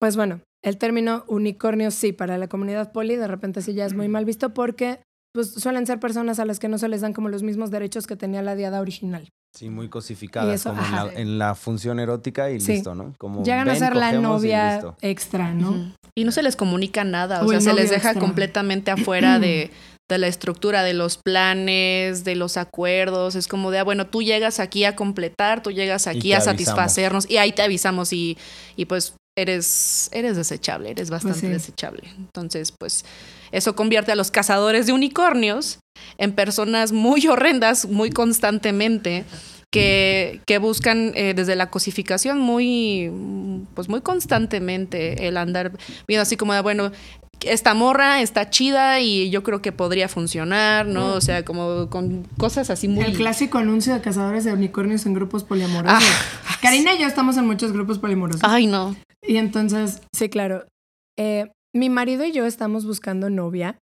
[SPEAKER 4] pues bueno, el término unicornio sí, para la comunidad poli de repente sí ya es muy mal visto porque pues suelen ser personas a las que no se les dan como los mismos derechos que tenía la diada original.
[SPEAKER 7] Sí, muy
[SPEAKER 4] Y
[SPEAKER 7] cosificadas,
[SPEAKER 4] eso,
[SPEAKER 7] como en la,
[SPEAKER 4] ajá.
[SPEAKER 7] en la función erótica y
[SPEAKER 4] Sí.
[SPEAKER 7] listo, ¿no? Como
[SPEAKER 4] Llegan a
[SPEAKER 7] ven,
[SPEAKER 4] ser la
[SPEAKER 7] cogemos y
[SPEAKER 4] novia
[SPEAKER 7] listo.
[SPEAKER 4] extra, ¿no?
[SPEAKER 6] Ujú. Y no se les comunica nada, o,
[SPEAKER 4] O
[SPEAKER 6] sea,
[SPEAKER 4] el
[SPEAKER 6] se les
[SPEAKER 4] novio
[SPEAKER 6] deja
[SPEAKER 4] extra.
[SPEAKER 6] completamente
[SPEAKER 4] [CLEARS THROAT]
[SPEAKER 6] afuera de, de la estructura, de los planes, de los acuerdos. Es como de, ah, bueno, tú llegas aquí a completar, tú llegas aquí
[SPEAKER 7] te
[SPEAKER 6] a
[SPEAKER 7] avisamos.
[SPEAKER 6] satisfacernos y ahí te avisamos y, y pues eres, eres desechable, eres bastante
[SPEAKER 4] Pues sí.
[SPEAKER 6] desechable. Entonces, pues eso convierte a los cazadores de unicornios en personas muy horrendas, muy constantemente. Que, que buscan eh, desde la cosificación muy, mm, pues muy constantemente el andar viendo así como, de, bueno, esta morra está chida y yo creo que podría funcionar, ¿no? O sea, como con cosas así muy...
[SPEAKER 4] Mm. El clásico anuncio de cazadores de unicornios en grupos poliamorosos. [LAUGHS] Karina y yo estamos en muchos grupos poliamorosos.
[SPEAKER 6] Ah.
[SPEAKER 4] [LAUGHS]
[SPEAKER 6] Ay, no.
[SPEAKER 4] Y entonces, Ah. sí, claro. Eh, mi marido y yo estamos buscando novia.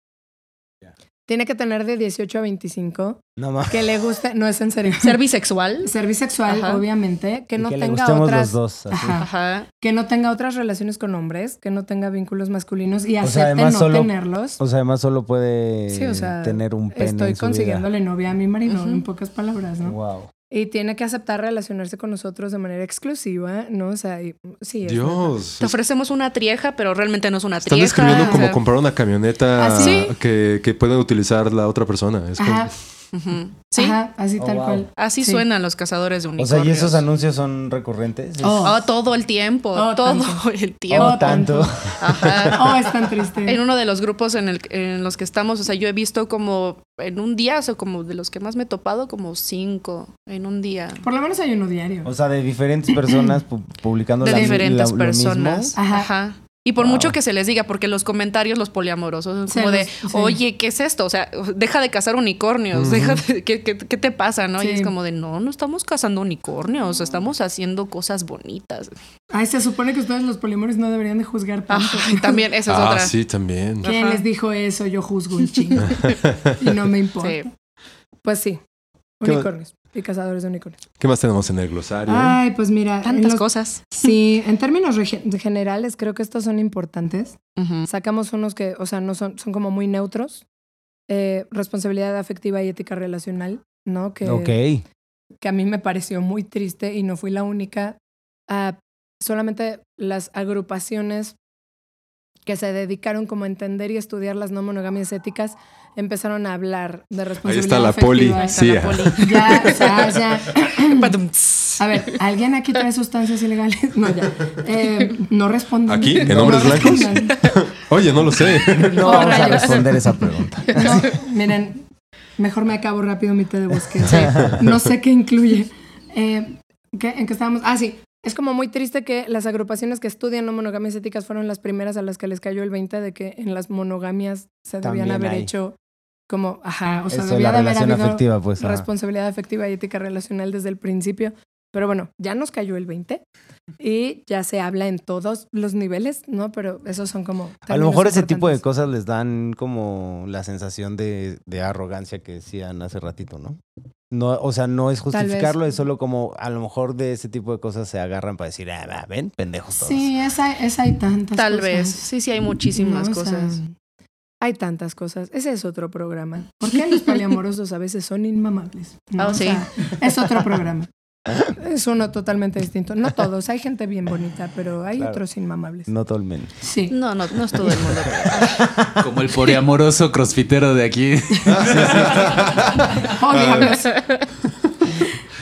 [SPEAKER 4] Tiene que tener de 18 a 25.
[SPEAKER 7] No mames.
[SPEAKER 4] Que le guste. No es en serio. [LAUGHS]
[SPEAKER 6] Ser bisexual.
[SPEAKER 4] Ser bisexual,
[SPEAKER 6] Ajá.
[SPEAKER 4] obviamente. Que
[SPEAKER 7] Y
[SPEAKER 4] no
[SPEAKER 7] que le
[SPEAKER 4] tenga
[SPEAKER 7] gustemos
[SPEAKER 4] otras.
[SPEAKER 7] los dos. así.
[SPEAKER 4] Ajá.
[SPEAKER 6] Ajá.
[SPEAKER 4] Que no tenga otras relaciones con hombres. Que no tenga vínculos masculinos y
[SPEAKER 7] sea,
[SPEAKER 4] acepte
[SPEAKER 7] además
[SPEAKER 4] no
[SPEAKER 7] solo-
[SPEAKER 4] tenerlos.
[SPEAKER 7] O sea, además solo puede
[SPEAKER 4] Sí, o sea,
[SPEAKER 7] tener un pene
[SPEAKER 4] Estoy
[SPEAKER 7] en su vida.
[SPEAKER 4] consiguiéndole novia a mi marido,
[SPEAKER 6] Ujú.
[SPEAKER 4] en pocas palabras, ¿no?
[SPEAKER 7] Wow.
[SPEAKER 4] Y tiene que aceptar relacionarse con nosotros de manera exclusiva, ¿no? O sea, y- mm, sí. es verdad.
[SPEAKER 3] Dios.
[SPEAKER 6] Te ofrecemos una trieja, pero realmente no es una
[SPEAKER 3] Están
[SPEAKER 6] trieja.
[SPEAKER 3] describiendo
[SPEAKER 6] o
[SPEAKER 3] como
[SPEAKER 6] sea,
[SPEAKER 3] comprar una camioneta
[SPEAKER 4] ¿Ah, sí?
[SPEAKER 3] que, que puede utilizar la otra persona. Es como-
[SPEAKER 4] Ajá,
[SPEAKER 6] ujú. Sí.
[SPEAKER 4] ajá, así
[SPEAKER 7] Oh,
[SPEAKER 4] tal
[SPEAKER 7] wow.
[SPEAKER 4] cual.
[SPEAKER 6] Así
[SPEAKER 4] Sí.
[SPEAKER 6] suenan los cazadores de
[SPEAKER 7] O
[SPEAKER 6] unicornios.
[SPEAKER 7] sea, ¿y esos anuncios son recurrentes?
[SPEAKER 4] Oh,
[SPEAKER 6] Oh, todo el tiempo,
[SPEAKER 4] Oh,
[SPEAKER 6] todo
[SPEAKER 4] tanto.
[SPEAKER 6] el tiempo.
[SPEAKER 7] Oh, tanto.
[SPEAKER 4] [LAUGHS]
[SPEAKER 6] Ajá.
[SPEAKER 4] Oh, es tan triste.
[SPEAKER 6] [LAUGHS] En uno de los grupos en, el- en los que estamos, o sea, yo he visto como en un día, o sea, como de los que más me he topado, como cinco en un día.
[SPEAKER 4] Por lo menos hay uno diario.
[SPEAKER 7] O sea, de diferentes personas pu- publicando
[SPEAKER 6] de
[SPEAKER 7] la- la-
[SPEAKER 6] diferentes
[SPEAKER 7] lo
[SPEAKER 6] personas.
[SPEAKER 7] mismo.
[SPEAKER 4] Ajá.
[SPEAKER 6] Ajá. Y por
[SPEAKER 7] Wow.
[SPEAKER 6] mucho que se les diga, porque los comentarios, los poliamorosos,
[SPEAKER 4] Se
[SPEAKER 6] son como de,
[SPEAKER 4] los- sí.
[SPEAKER 6] oye, ¿qué es esto? O sea, deja de cazar unicornios, deja de- ¿qué, qué, qué te pasa? ¿no?
[SPEAKER 4] Sí.
[SPEAKER 6] Y es como de, no, no estamos cazando unicornios, estamos haciendo cosas bonitas.
[SPEAKER 4] Ay, se supone que ustedes los polimores no deberían de juzgar tanto.
[SPEAKER 6] Ajá, Ah, [LAUGHS] y también, esa es
[SPEAKER 3] ah,
[SPEAKER 6] otra.
[SPEAKER 3] sí, también.
[SPEAKER 4] [LAUGHS] ¿Quién
[SPEAKER 6] Ajá.
[SPEAKER 4] les dijo eso? Yo juzgo un chingo. y no
[SPEAKER 6] [LAUGHS]
[SPEAKER 4] me importa.
[SPEAKER 6] Sí.
[SPEAKER 4] Pues sí,
[SPEAKER 3] ¿Qué-
[SPEAKER 4] unicornios y cazadores de unicornios.
[SPEAKER 3] [LAUGHS] ¿Qué más tenemos en el glosario?
[SPEAKER 4] Ay, pues mira, en
[SPEAKER 6] Tantas
[SPEAKER 4] los-
[SPEAKER 6] cosas.
[SPEAKER 4] Sí, en términos rege- generales creo que estos son importantes.
[SPEAKER 6] Ujú.
[SPEAKER 4] Sacamos unos que, o sea, no son, son como muy neutros. Eh, responsabilidad afectiva y ética relacional, ¿no? Que,
[SPEAKER 7] Ok.
[SPEAKER 4] que a mí me pareció muy triste y no fui la única. Ah, solamente las agrupaciones que se dedicaron como a entender y estudiar las no monogamias éticas empezaron a hablar de
[SPEAKER 3] Ahí
[SPEAKER 4] responsabilidad
[SPEAKER 3] está la poli.
[SPEAKER 4] afectiva.
[SPEAKER 6] Está la
[SPEAKER 3] Sí, [LAUGHS]
[SPEAKER 6] poli.
[SPEAKER 4] Ya, o sea, ya.
[SPEAKER 6] Padum.
[SPEAKER 4] A ver, ¿alguien aquí trae sustancias ilegales? No, ya. Eh, no responden.
[SPEAKER 3] Aquí, en
[SPEAKER 4] No
[SPEAKER 3] hombres blancos.
[SPEAKER 4] respondan.
[SPEAKER 3] Oye, no lo
[SPEAKER 4] [LAUGHS]
[SPEAKER 3] sé. [LAUGHS]
[SPEAKER 7] No
[SPEAKER 4] Oh,
[SPEAKER 7] vamos a
[SPEAKER 4] rayos.
[SPEAKER 7] responder esa pregunta.
[SPEAKER 4] No, miren, mejor me acabo
[SPEAKER 7] [LAUGHS]
[SPEAKER 4] rápido mi té de bosque. No sé qué incluye. Eh, ¿qué- ¿En qué estábamos? Ah, sí. Es como muy triste que las agrupaciones que estudian no monogamias éticas fueron las primeras a las que les cayó el 20 de que en las monogamias se debían
[SPEAKER 7] También
[SPEAKER 4] haber
[SPEAKER 7] hay.
[SPEAKER 4] hecho como, ajá, o sea,
[SPEAKER 7] Eso,
[SPEAKER 4] debía
[SPEAKER 7] la
[SPEAKER 4] de haber
[SPEAKER 7] relación
[SPEAKER 4] habido
[SPEAKER 7] afectiva, pues. ajá.
[SPEAKER 4] responsabilidad afectiva y ética relacional desde el principio. Pero bueno, ya nos cayó el 20 y ya se habla en todos los niveles, ¿no? Pero esos son como...
[SPEAKER 7] A lo mejor
[SPEAKER 4] términos
[SPEAKER 7] ese tipo de
[SPEAKER 4] importantes.
[SPEAKER 7] cosas les dan como la sensación de, de arrogancia que decían hace ratito, ¿no? No, o sea, no es
[SPEAKER 4] vez.
[SPEAKER 7] justificarlo, es solo como a lo mejor de ese tipo de cosas se agarran para decir, ah, va, ven, pendejos todos.
[SPEAKER 8] Sí, esa, esa hay tantas
[SPEAKER 6] Tal
[SPEAKER 8] cosas.
[SPEAKER 6] vez. Sí, sí, hay muchísimas
[SPEAKER 4] muchísimas
[SPEAKER 6] cosas.
[SPEAKER 4] hay tantas cosas. Ese es otro programa. ¿Por qué los poliamorosos a veces son [LAUGHS] inmamables?
[SPEAKER 6] Ah,
[SPEAKER 8] O
[SPEAKER 6] sí.
[SPEAKER 8] sea, es otro programa.
[SPEAKER 4] Es uno totalmente distinto. No todos. Hay gente bien bonita, pero hay
[SPEAKER 7] Claro.
[SPEAKER 4] otros inmamables.
[SPEAKER 7] No todo el men.
[SPEAKER 8] Sí.
[SPEAKER 6] No, no, no es todo el mundo.
[SPEAKER 5] Como el poliamoroso crossfitero de aquí.
[SPEAKER 4] [LAUGHS]
[SPEAKER 8] Oh, diablos.
[SPEAKER 6] [LAUGHS]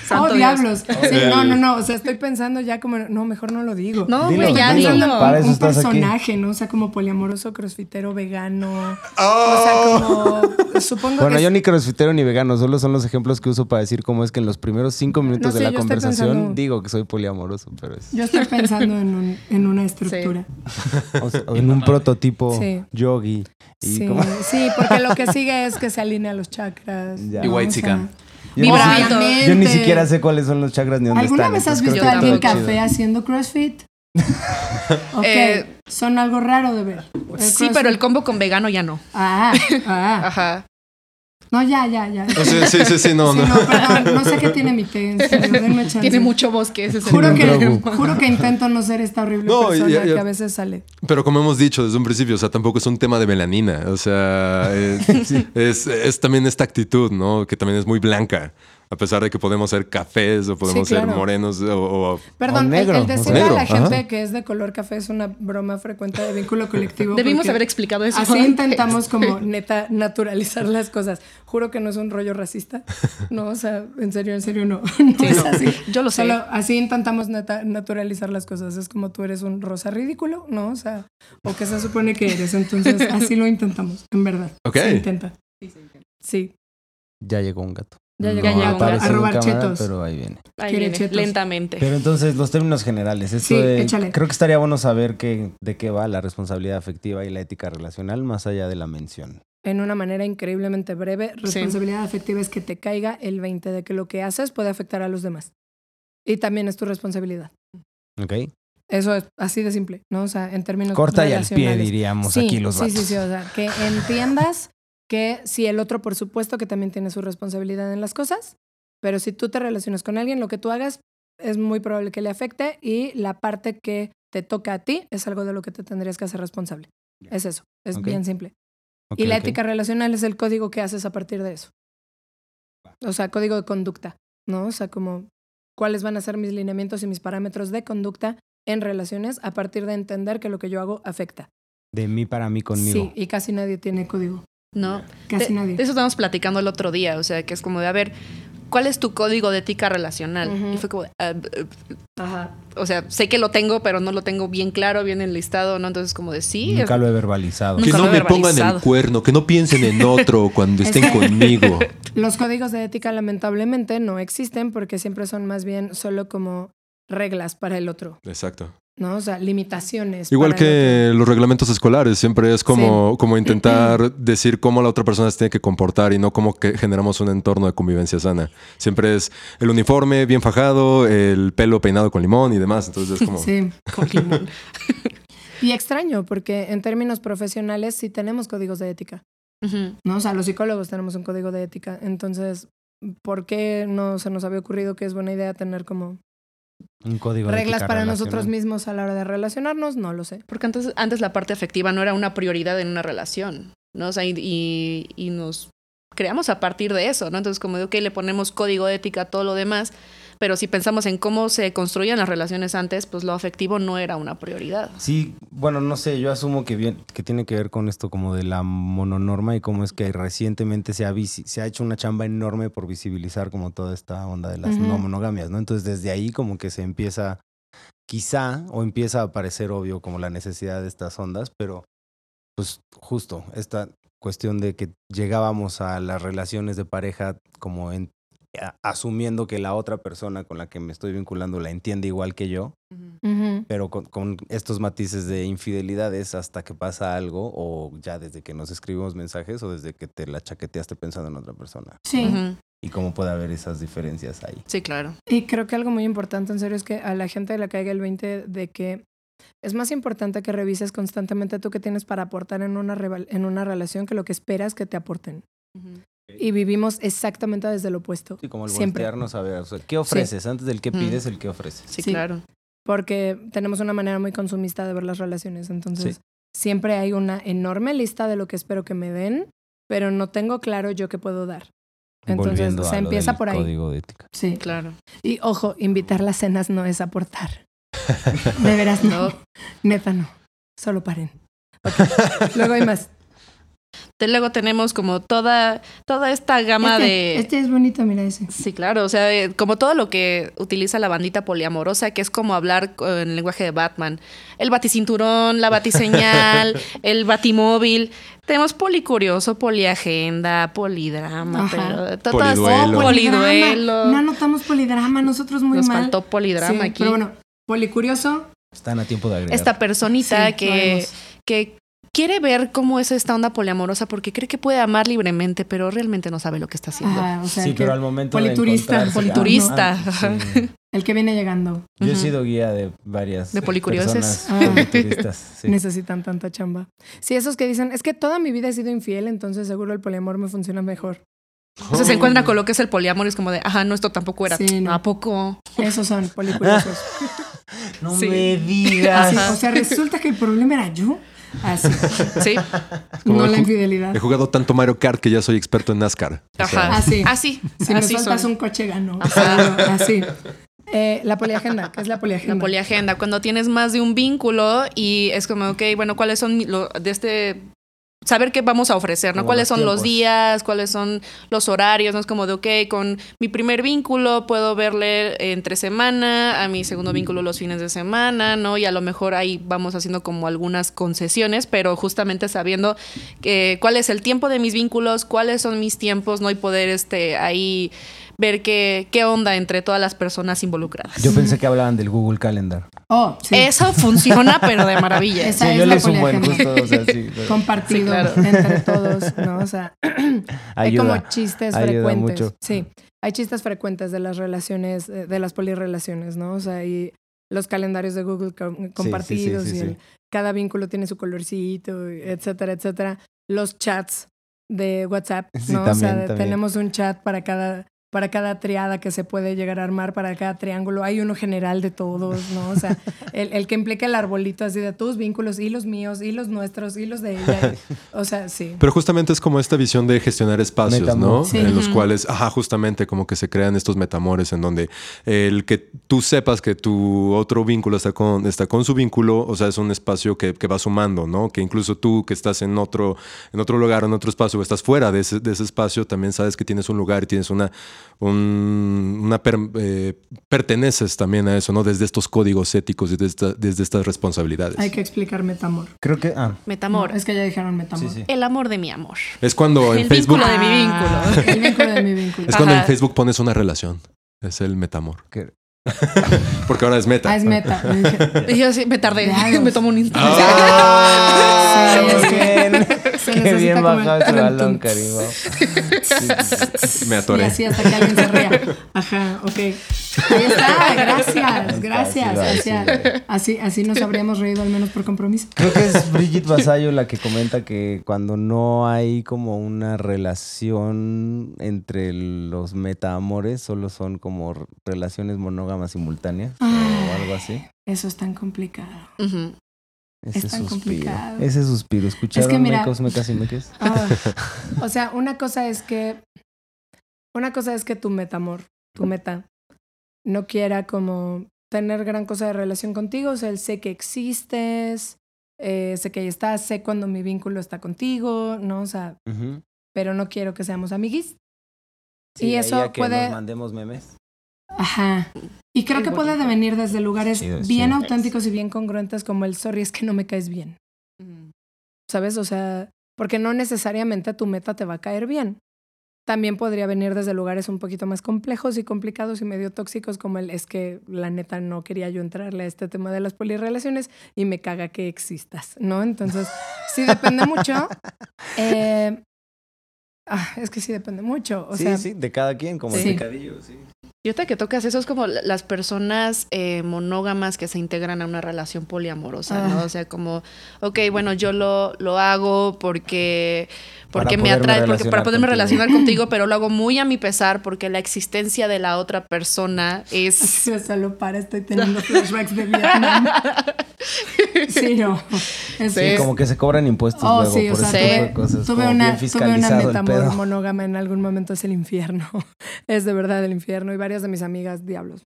[SPEAKER 6] Santo
[SPEAKER 8] oh,
[SPEAKER 6] Dios.
[SPEAKER 8] diablos. Sí,
[SPEAKER 9] El-
[SPEAKER 8] no, no, no.
[SPEAKER 4] No, o sea, estoy pensando ya como... No, mejor no lo digo.
[SPEAKER 6] No,
[SPEAKER 7] Dilo,
[SPEAKER 6] güey, ya
[SPEAKER 7] dilo.
[SPEAKER 6] dilo.
[SPEAKER 7] Para eso
[SPEAKER 4] un
[SPEAKER 7] estás aquí.
[SPEAKER 4] personaje, ¿no? O sea, como poliamoroso, crossfitero, vegano. O sea, como... Supongo
[SPEAKER 7] Bueno,
[SPEAKER 4] que...
[SPEAKER 7] yo ni crossfitero ni vegano, solo son los ejemplos que uso para decir cómo es que en los primeros cinco minutos
[SPEAKER 4] No
[SPEAKER 7] de
[SPEAKER 4] sé,
[SPEAKER 7] la
[SPEAKER 4] yo estoy
[SPEAKER 7] conversación
[SPEAKER 4] pensando-
[SPEAKER 7] digo que soy poliamoroso, pero es
[SPEAKER 4] Yo estoy pensando en, un- en una estructura.
[SPEAKER 7] o sea, en un prototipo
[SPEAKER 4] Sí.
[SPEAKER 7] yogi. Y
[SPEAKER 4] Sí,
[SPEAKER 7] como-
[SPEAKER 4] sí, porque lo que sigue es que se alinea los chakras.
[SPEAKER 7] Ya.
[SPEAKER 5] Y
[SPEAKER 4] ¿no?
[SPEAKER 5] white
[SPEAKER 4] O sea,
[SPEAKER 5] chican.
[SPEAKER 7] yo, ni si-
[SPEAKER 6] Vibrando.
[SPEAKER 8] Obviamente.
[SPEAKER 7] yo ni siquiera sé cuáles son los chakras ni dónde
[SPEAKER 8] ¿Alguna
[SPEAKER 7] están.
[SPEAKER 8] vez has
[SPEAKER 7] entonces creo
[SPEAKER 8] visto
[SPEAKER 7] que
[SPEAKER 8] a alguien
[SPEAKER 7] está todo
[SPEAKER 8] café
[SPEAKER 7] chido.
[SPEAKER 8] haciendo
[SPEAKER 7] [LAUGHS]
[SPEAKER 8] CrossFit? Ok,
[SPEAKER 6] Eh,
[SPEAKER 8] son algo raro de ver. El
[SPEAKER 6] Sí,
[SPEAKER 8] CrossFit-
[SPEAKER 6] pero el combo con vegano ya no.
[SPEAKER 8] Ah, ah.
[SPEAKER 6] Ajá.
[SPEAKER 8] No, ya, ya, ya. Sí,
[SPEAKER 3] Sí, sí, sí, sí, no, no.
[SPEAKER 8] no, perdón, no sé qué tiene mi té. en serio, denme chance.
[SPEAKER 6] [LAUGHS] Tiene mucho bosque ese
[SPEAKER 8] Juro
[SPEAKER 7] un
[SPEAKER 8] que,
[SPEAKER 7] drogo.
[SPEAKER 8] juro que intento no ser esta horrible
[SPEAKER 3] [LAUGHS] No, y-
[SPEAKER 8] persona
[SPEAKER 3] y-
[SPEAKER 8] que a veces sale.
[SPEAKER 3] Pero como hemos dicho desde un principio, o sea, tampoco es un tema de melanina. O sea, es, es- es también esta actitud, ¿no? Que también es muy blanca. A pesar de que podemos ser cafés o podemos ser
[SPEAKER 4] claro.
[SPEAKER 3] morenos o, o-
[SPEAKER 4] Perdón, el-
[SPEAKER 7] negro,
[SPEAKER 4] el,
[SPEAKER 7] o sea.
[SPEAKER 4] decirle
[SPEAKER 3] Negro,
[SPEAKER 4] a la
[SPEAKER 3] ajá.
[SPEAKER 4] gente que es de color café es una broma frecuente de vínculo colectivo.
[SPEAKER 6] [LAUGHS] Debimos
[SPEAKER 4] porque
[SPEAKER 6] haber explicado eso. [LAUGHS]
[SPEAKER 4] Así intentamos como neta naturalizar las cosas. Juro que no es un rollo racista. No, o sea, en serio, en serio no. [LAUGHS] No es así.
[SPEAKER 6] Yo lo sé.
[SPEAKER 4] Solo así intentamos neta naturalizar las cosas. Es como tú eres un rosa ridículo, ¿no? O sea, o que se supone que eres. Entonces, así lo intentamos, en verdad.
[SPEAKER 3] Ok.
[SPEAKER 4] Se intenta. Sí.
[SPEAKER 7] Ya llegó un gato.
[SPEAKER 4] Ya llegó
[SPEAKER 6] Ya
[SPEAKER 4] un
[SPEAKER 6] llegó
[SPEAKER 4] gato
[SPEAKER 6] un gato.
[SPEAKER 7] apareció
[SPEAKER 4] a
[SPEAKER 7] en
[SPEAKER 4] robar
[SPEAKER 7] cámara,
[SPEAKER 4] chetos.
[SPEAKER 7] Pero ahí viene.
[SPEAKER 6] Ahí
[SPEAKER 4] Quiere
[SPEAKER 6] viene,
[SPEAKER 4] chetos.
[SPEAKER 6] lentamente.
[SPEAKER 7] Pero entonces, los términos generales. Esto
[SPEAKER 4] Sí,
[SPEAKER 7] de-
[SPEAKER 4] échale.
[SPEAKER 7] creo que estaría bueno saber qué, de qué va la responsabilidad afectiva y la ética relacional más allá de la mención.
[SPEAKER 4] en una manera increíblemente breve, responsabilidad afectiva es que te caiga el 20 de que lo que haces puede afectar a los demás. Y también es tu responsabilidad.
[SPEAKER 7] ¿Ok?
[SPEAKER 4] Eso es así de simple, ¿no? O sea, en términos
[SPEAKER 7] Corta y al pie,
[SPEAKER 4] relacionales.
[SPEAKER 7] diríamos
[SPEAKER 4] sí,
[SPEAKER 7] aquí los
[SPEAKER 4] sí,
[SPEAKER 7] vatos.
[SPEAKER 4] sí, sí, o sea, que entiendas que si el otro, por supuesto, que también tiene su responsabilidad en las cosas, pero si tú te relacionas con alguien, lo que tú hagas es muy probable que le afecte y la parte que te toca a ti es algo de lo que te tendrías que hacer responsable. Es eso, es
[SPEAKER 7] Ok.
[SPEAKER 4] bien simple.
[SPEAKER 7] Ok,
[SPEAKER 4] Y la
[SPEAKER 7] ok.
[SPEAKER 4] ética relacional es el código que haces a partir de eso. O sea, código de conducta, ¿no? O sea, como cuáles van a ser mis lineamientos y mis parámetros de conducta en relaciones a partir de entender que lo que yo hago afecta.
[SPEAKER 7] De mí para mí
[SPEAKER 4] Sí,
[SPEAKER 7] conmigo.
[SPEAKER 4] y casi nadie tiene código.
[SPEAKER 6] No.
[SPEAKER 8] Casi
[SPEAKER 6] De-
[SPEAKER 8] nadie.
[SPEAKER 6] De eso estábamos platicando el otro día. O sea, que es como de, a ver, ¿cuál es tu código de ética relacional?
[SPEAKER 4] Ujú.
[SPEAKER 6] Y fue como, de, ah, b- o sea, sé que lo tengo, pero no lo tengo bien claro, bien enlistado, ¿no? Entonces, como de sí.
[SPEAKER 7] Nunca
[SPEAKER 6] es-
[SPEAKER 7] lo he verbalizado.
[SPEAKER 6] Nunca
[SPEAKER 3] que
[SPEAKER 6] lo
[SPEAKER 3] no
[SPEAKER 6] he
[SPEAKER 3] me pongan el
[SPEAKER 6] verbalizado.
[SPEAKER 3] cuerno, que no piensen en otro cuando estén conmigo.
[SPEAKER 4] Los códigos de ética lamentablemente no existen porque siempre son más bien solo como reglas para el otro,
[SPEAKER 3] Exacto.
[SPEAKER 4] ¿no? O sea, limitaciones.
[SPEAKER 3] Igual
[SPEAKER 4] para el
[SPEAKER 3] que los reglamentos escolares, siempre es como, como intentar [CLEARS THROAT] decir cómo la otra persona se tiene que comportar y no cómo que generamos un entorno de convivencia sana. Siempre es el uniforme bien fajado, el pelo peinado con limón y demás. Entonces es como...
[SPEAKER 8] Sí.
[SPEAKER 4] otro. [LAUGHS] Y extraño porque en términos profesionales sí tenemos códigos de ética.
[SPEAKER 6] Ujú.
[SPEAKER 4] ¿no? O sea, los psicólogos tenemos un código de ética. Entonces, ¿por qué no se nos había ocurrido que es buena idea tener como
[SPEAKER 7] Un código de
[SPEAKER 4] reglas
[SPEAKER 7] ética
[SPEAKER 4] para nosotros
[SPEAKER 7] relacional.
[SPEAKER 4] mismos a la hora de relacionarnos? No lo sé.
[SPEAKER 6] Porque antes, antes la parte afectiva no era una prioridad en una relación, ¿no? O sea, y, y- y nos creamos a partir de eso, ¿no? Entonces, como de, ok, le ponemos código de ética a todo lo demás, pero si pensamos en cómo se construían las relaciones antes, pues lo afectivo no era una prioridad.
[SPEAKER 7] Sí, bueno, no sé, yo asumo que, bien, que tiene que ver con esto como de la mononorma y cómo es que recientemente se ha, visi- se ha hecho una chamba enorme por visibilizar como toda esta onda de las
[SPEAKER 4] Ujú.
[SPEAKER 7] no monogamias, ¿no? Entonces desde ahí como que se empieza, quizá, o empieza a parecer obvio como la necesidad de estas ondas, pero pues justo esta cuestión de que llegábamos a las relaciones de pareja como en a- asumiendo que la otra persona con la que me estoy vinculando la entiende igual que yo,
[SPEAKER 4] Ujú.
[SPEAKER 7] pero con, con estos matices de infidelidades hasta que pasa algo o ya desde que nos escribimos mensajes o desde que te la chaqueteaste pensando en otra persona.
[SPEAKER 4] Sí.
[SPEAKER 6] Ujú.
[SPEAKER 7] Y cómo puede haber esas diferencias ahí.
[SPEAKER 6] Sí, claro.
[SPEAKER 4] Y creo que algo muy importante, en serio, es que a la gente le caiga el 20 de que es más importante que revises constantemente tú que tienes para aportar en una, reval- en una relación que lo que esperas que te aporten.
[SPEAKER 6] Ujú.
[SPEAKER 4] Y vivimos exactamente desde lo opuesto.
[SPEAKER 7] Sí, como el
[SPEAKER 4] siempre.
[SPEAKER 7] voltearnos a ver, o sea, ¿qué ofreces? Antes del qué
[SPEAKER 6] Mm.
[SPEAKER 7] pides, el qué ofreces.
[SPEAKER 6] Sí,
[SPEAKER 4] Sí.
[SPEAKER 6] claro.
[SPEAKER 4] Porque tenemos una manera muy consumista de ver las relaciones. Entonces, siempre hay una enorme lista de lo que espero que me den, pero no tengo claro yo qué puedo dar. Entonces,
[SPEAKER 7] Volviendo a
[SPEAKER 4] se
[SPEAKER 7] lo
[SPEAKER 4] empieza
[SPEAKER 7] del
[SPEAKER 4] por ahí.
[SPEAKER 7] Código de ética.
[SPEAKER 8] Sí.
[SPEAKER 6] Claro.
[SPEAKER 4] Y ojo, invitar las cenas no
[SPEAKER 7] [LAUGHS]
[SPEAKER 4] es aportar. De veras no.
[SPEAKER 6] No.
[SPEAKER 4] Neta no. Solo paren.
[SPEAKER 7] [LAUGHS]
[SPEAKER 4] Ok. Luego hay más.
[SPEAKER 6] Te- Luego tenemos como toda, toda esta gama
[SPEAKER 8] este,
[SPEAKER 6] de.
[SPEAKER 8] este es bonito, mira ese.
[SPEAKER 6] Sí, claro, o sea, eh, como todo lo que utiliza la bandita poliamorosa, que es como hablar co- en el lenguaje de Batman. El baticinturón, la
[SPEAKER 8] [LAUGHS]
[SPEAKER 6] batiseñal, el batimóvil. Tenemos policurioso, poliagenda, polidrama,
[SPEAKER 8] Ajá.
[SPEAKER 6] pero to- todas-
[SPEAKER 3] Poliduelo.
[SPEAKER 6] Oh, poliduelo.
[SPEAKER 8] Polidrama. No anotamos polidrama, nosotros muy
[SPEAKER 6] Nos
[SPEAKER 8] mal.
[SPEAKER 6] faltó polidrama
[SPEAKER 8] Sí,
[SPEAKER 6] aquí.
[SPEAKER 8] Pero bueno, policurioso.
[SPEAKER 7] Están a tiempo de agregar.
[SPEAKER 6] Esta personita
[SPEAKER 8] sí, lo
[SPEAKER 6] que,
[SPEAKER 8] vemos.
[SPEAKER 6] que quiere ver cómo es esta onda poliamorosa porque cree que puede amar libremente, pero realmente no sabe lo que está haciendo.
[SPEAKER 8] Ajá, o sea,
[SPEAKER 7] Sí,
[SPEAKER 8] que
[SPEAKER 7] pero al momento
[SPEAKER 8] politurista,
[SPEAKER 7] de encontrarse-
[SPEAKER 6] politurista.
[SPEAKER 7] Ah, sí.
[SPEAKER 8] el que viene llegando.
[SPEAKER 7] Yo he
[SPEAKER 6] Ujú.
[SPEAKER 7] sido guía de varias
[SPEAKER 6] De policurioses.
[SPEAKER 7] personas
[SPEAKER 8] Ah.
[SPEAKER 7] Polituristas,
[SPEAKER 4] [LAUGHS]
[SPEAKER 7] sí.
[SPEAKER 4] Necesitan tanta chamba. Sí, esos que dicen, es que toda mi vida he sido infiel, entonces seguro el poliamor me funciona mejor.
[SPEAKER 6] O sea, se encuentra con lo que es el poliamor y es como de, ajá, no, esto tampoco era.
[SPEAKER 8] Sí, no.
[SPEAKER 6] ¿A poco?
[SPEAKER 4] Esos
[SPEAKER 6] [LAUGHS]
[SPEAKER 4] son policuriosos.
[SPEAKER 7] No
[SPEAKER 6] Sí.
[SPEAKER 7] me digas.
[SPEAKER 6] Ah,
[SPEAKER 8] Sí, o sea, resulta que el problema era yo.
[SPEAKER 6] [LAUGHS]
[SPEAKER 8] Así.
[SPEAKER 6] Sí.
[SPEAKER 3] Como
[SPEAKER 8] no
[SPEAKER 3] el
[SPEAKER 8] la
[SPEAKER 3] ju-
[SPEAKER 8] infidelidad.
[SPEAKER 3] He jugado tanto Mario Kart que ya soy experto en NASCAR. O sea,
[SPEAKER 6] Ajá.
[SPEAKER 8] Así.
[SPEAKER 6] Así.
[SPEAKER 8] Si me
[SPEAKER 6] Ah, así
[SPEAKER 8] sueltas
[SPEAKER 6] son. Ah.
[SPEAKER 8] un coche, ganó.
[SPEAKER 6] Ajá.
[SPEAKER 8] Así.
[SPEAKER 4] Eh, la poliagenda, ¿qué es la poliagenda?
[SPEAKER 6] La poliagenda, cuando tienes más de un vínculo y es como, ok, bueno, ¿cuáles son mi- lo, de este... Saber qué vamos a ofrecer, ¿no?
[SPEAKER 7] Como
[SPEAKER 6] ¿Cuáles
[SPEAKER 7] los
[SPEAKER 6] son los
[SPEAKER 7] tiempos.
[SPEAKER 6] días? ¿Cuáles son los horarios? ¿No? Es como de, ok, con mi primer vínculo puedo verle entre semana, a mi segundo vínculo los fines de semana, ¿no? Y a lo mejor ahí vamos haciendo como algunas concesiones, pero justamente sabiendo que, cuál es el tiempo de mis vínculos, cuáles son mis tiempos, ¿no? Y poder este, ahí ver qué, qué onda entre todas las personas involucradas.
[SPEAKER 7] Yo pensé que hablaban del Google Calendar.
[SPEAKER 8] Oh, sí.
[SPEAKER 6] Eso funciona, pero de maravilla.
[SPEAKER 8] Esa
[SPEAKER 7] Sí,
[SPEAKER 8] es
[SPEAKER 7] yo
[SPEAKER 8] la
[SPEAKER 7] le sumo el
[SPEAKER 8] poliagenda.
[SPEAKER 7] gusto, o sea,
[SPEAKER 8] [LAUGHS]
[SPEAKER 7] sí, pero
[SPEAKER 8] Compartido
[SPEAKER 6] Sí, claro.
[SPEAKER 8] entre
[SPEAKER 4] Entre
[SPEAKER 8] todos.
[SPEAKER 4] todos, ¿no? O sea, Hay
[SPEAKER 7] [LAUGHS] Ayuda.
[SPEAKER 4] como chistes
[SPEAKER 7] ayuda
[SPEAKER 4] frecuentes.
[SPEAKER 7] mucho.
[SPEAKER 4] Sí, hay chistes frecuentes de las relaciones, eh, de las polirrelaciones, ¿no? O sea, y los calendarios de Google com- eh, compartidos
[SPEAKER 7] sí, sí,
[SPEAKER 4] y el-
[SPEAKER 7] sí.
[SPEAKER 4] cada vínculo tiene su colorcito, y etcétera, etcétera. Los chats de WhatsApp, ¿no?
[SPEAKER 7] [LAUGHS] Sí,
[SPEAKER 4] o sea,
[SPEAKER 7] también,
[SPEAKER 4] de-
[SPEAKER 7] también.
[SPEAKER 4] tenemos un chat para cada para cada triada que se puede llegar a armar, para cada triángulo, hay uno general de todos, ¿no?
[SPEAKER 7] [LAUGHS]
[SPEAKER 4] O sea, el, el que implica el arbolito así de tus vínculos y los míos y los nuestros y los de
[SPEAKER 7] [LAUGHS]
[SPEAKER 4] ella. O sea, sí.
[SPEAKER 3] Pero justamente es como esta visión de gestionar espacios,
[SPEAKER 7] Metamor.
[SPEAKER 3] ¿no?
[SPEAKER 8] Sí.
[SPEAKER 3] En los
[SPEAKER 6] Ujú.
[SPEAKER 3] cuales, ajá, justamente como que se crean estos metamores en donde el que tú sepas que tu otro vínculo está con, está con su vínculo, o sea, es un espacio que, que va sumando, ¿no? Que incluso tú que estás en otro, en otro lugar, en otro espacio, o estás fuera de ese, de ese espacio, también sabes que tienes un lugar y tienes una, un- una per- eh, perteneces también a eso, ¿no? Desde estos códigos éticos y desde, esta- desde estas responsabilidades.
[SPEAKER 8] Hay que explicar metamor.
[SPEAKER 7] Creo que. Ah,
[SPEAKER 6] Metamor.
[SPEAKER 8] No, es que ya dijeron metamor.
[SPEAKER 7] sí.
[SPEAKER 6] El amor de mi amor.
[SPEAKER 3] Es cuando en
[SPEAKER 6] el
[SPEAKER 3] Facebook...
[SPEAKER 6] vínculo de mi
[SPEAKER 8] Ah,
[SPEAKER 6] vínculo.
[SPEAKER 8] El vínculo de mi
[SPEAKER 7] [LAUGHS]
[SPEAKER 8] vínculo.
[SPEAKER 3] Es cuando en
[SPEAKER 6] Ajá.
[SPEAKER 3] Facebook pones una relación. Es el metamor.
[SPEAKER 7] ¿Qué?
[SPEAKER 3] [LAUGHS] Porque ahora es meta.
[SPEAKER 8] Ah, es meta. Yo
[SPEAKER 7] [LAUGHS]
[SPEAKER 8] dije,
[SPEAKER 6] Y yo sí, me tardé.
[SPEAKER 8] Claro.
[SPEAKER 6] [LAUGHS] me tomo un instante.
[SPEAKER 7] Ah,
[SPEAKER 8] Sí,
[SPEAKER 7] muy
[SPEAKER 8] sí.
[SPEAKER 7] bien.
[SPEAKER 8] [LAUGHS] Se
[SPEAKER 7] Qué
[SPEAKER 8] necesita
[SPEAKER 7] bien
[SPEAKER 8] como
[SPEAKER 7] bajado
[SPEAKER 8] el-
[SPEAKER 7] ese balón,
[SPEAKER 8] tum.
[SPEAKER 7] Karim. wow.
[SPEAKER 8] [LAUGHS]
[SPEAKER 3] Me
[SPEAKER 8] Y
[SPEAKER 3] atoré.
[SPEAKER 8] así hasta que alguien se ría. Ajá, ok. Ahí está, gracias, gracias.
[SPEAKER 7] Ahí
[SPEAKER 8] o
[SPEAKER 7] está,
[SPEAKER 8] sea,
[SPEAKER 7] sí, va,
[SPEAKER 8] así, así nos habríamos reído al menos por compromiso.
[SPEAKER 7] Creo que es Brigitte Vasallo la que comenta que cuando no hay como una relación entre los metaamores, solo son como r- relaciones monógamas simultáneas o algo así.
[SPEAKER 8] Eso es tan complicado.
[SPEAKER 6] Ujú.
[SPEAKER 7] Ese
[SPEAKER 8] Es tan
[SPEAKER 7] suspiro.
[SPEAKER 8] complicado.
[SPEAKER 7] Ese suspiro. ¿Escucharon
[SPEAKER 8] mira-
[SPEAKER 7] mecos, mecas y meques? [LAUGHS]
[SPEAKER 4] Ah, o sea, una cosa es que. Una cosa es que tu meta, amor, tu meta, no quiera como tener gran cosa de relación contigo. O sea, él sé que existes, eh, sé que ahí estás, sé cuando mi vínculo está contigo, ¿no? O sea,
[SPEAKER 7] Ujú.
[SPEAKER 4] pero no quiero que seamos amiguis.
[SPEAKER 7] Sí,
[SPEAKER 4] y
[SPEAKER 7] de ahí
[SPEAKER 4] eso
[SPEAKER 7] a que
[SPEAKER 4] puede.
[SPEAKER 7] nos mandemos memes.
[SPEAKER 8] Ajá. Y creo
[SPEAKER 6] Qué
[SPEAKER 8] que puede
[SPEAKER 6] bonito.
[SPEAKER 8] devenir desde lugares
[SPEAKER 7] Chido,
[SPEAKER 8] bien
[SPEAKER 7] chido.
[SPEAKER 8] auténticos y bien congruentes como el sorry, es que no me caes bien.
[SPEAKER 6] Ujú.
[SPEAKER 4] ¿Sabes? O sea, porque no necesariamente tu meta te va a caer bien. También podría venir desde lugares un poquito más complejos y complicados y medio tóxicos, como el es que la neta no quería yo entrarle a este tema de las polirrelaciones y me caga que existas, ¿no? Entonces, sí depende
[SPEAKER 7] [LAUGHS]
[SPEAKER 4] mucho. Eh, ah, es que sí depende mucho. O
[SPEAKER 7] sí,
[SPEAKER 4] sea,
[SPEAKER 7] sí, de cada quien, como el
[SPEAKER 6] Sí.
[SPEAKER 7] pecadillo, sí.
[SPEAKER 6] Y ahorita que tocas eso es como la- las personas eh, monógamas que se integran a una relación poliamorosa, ¿no?
[SPEAKER 4] Ah.
[SPEAKER 6] O sea, como, ok, bueno, yo lo, lo hago porque,
[SPEAKER 4] Para
[SPEAKER 6] porque me
[SPEAKER 4] poderme
[SPEAKER 6] atrae, porque,
[SPEAKER 4] relacionar
[SPEAKER 6] para poderme
[SPEAKER 4] contigo. [LAUGHS]
[SPEAKER 6] relacionar contigo, pero lo hago muy a mi pesar porque la existencia de la otra persona
[SPEAKER 4] [LAUGHS]
[SPEAKER 6] es... [LAUGHS]
[SPEAKER 4] Yo solo para, estoy teniendo flashbacks de
[SPEAKER 7] [LAUGHS]
[SPEAKER 4] Vietnam. Sí, no. Es-
[SPEAKER 7] Sí, como que se cobran impuestos
[SPEAKER 4] Oh,
[SPEAKER 7] luego
[SPEAKER 4] sí, o
[SPEAKER 7] por
[SPEAKER 4] sea,
[SPEAKER 7] ese tipo de cosas.
[SPEAKER 4] tuve
[SPEAKER 7] como
[SPEAKER 4] una,
[SPEAKER 7] bien
[SPEAKER 4] tuve una
[SPEAKER 7] fiscalizado el
[SPEAKER 4] meta
[SPEAKER 7] [LAUGHS] pedo.
[SPEAKER 4] monógama en algún momento, es el infierno. [LAUGHS] es de verdad el infierno. Y varias de mis amigas, diablos.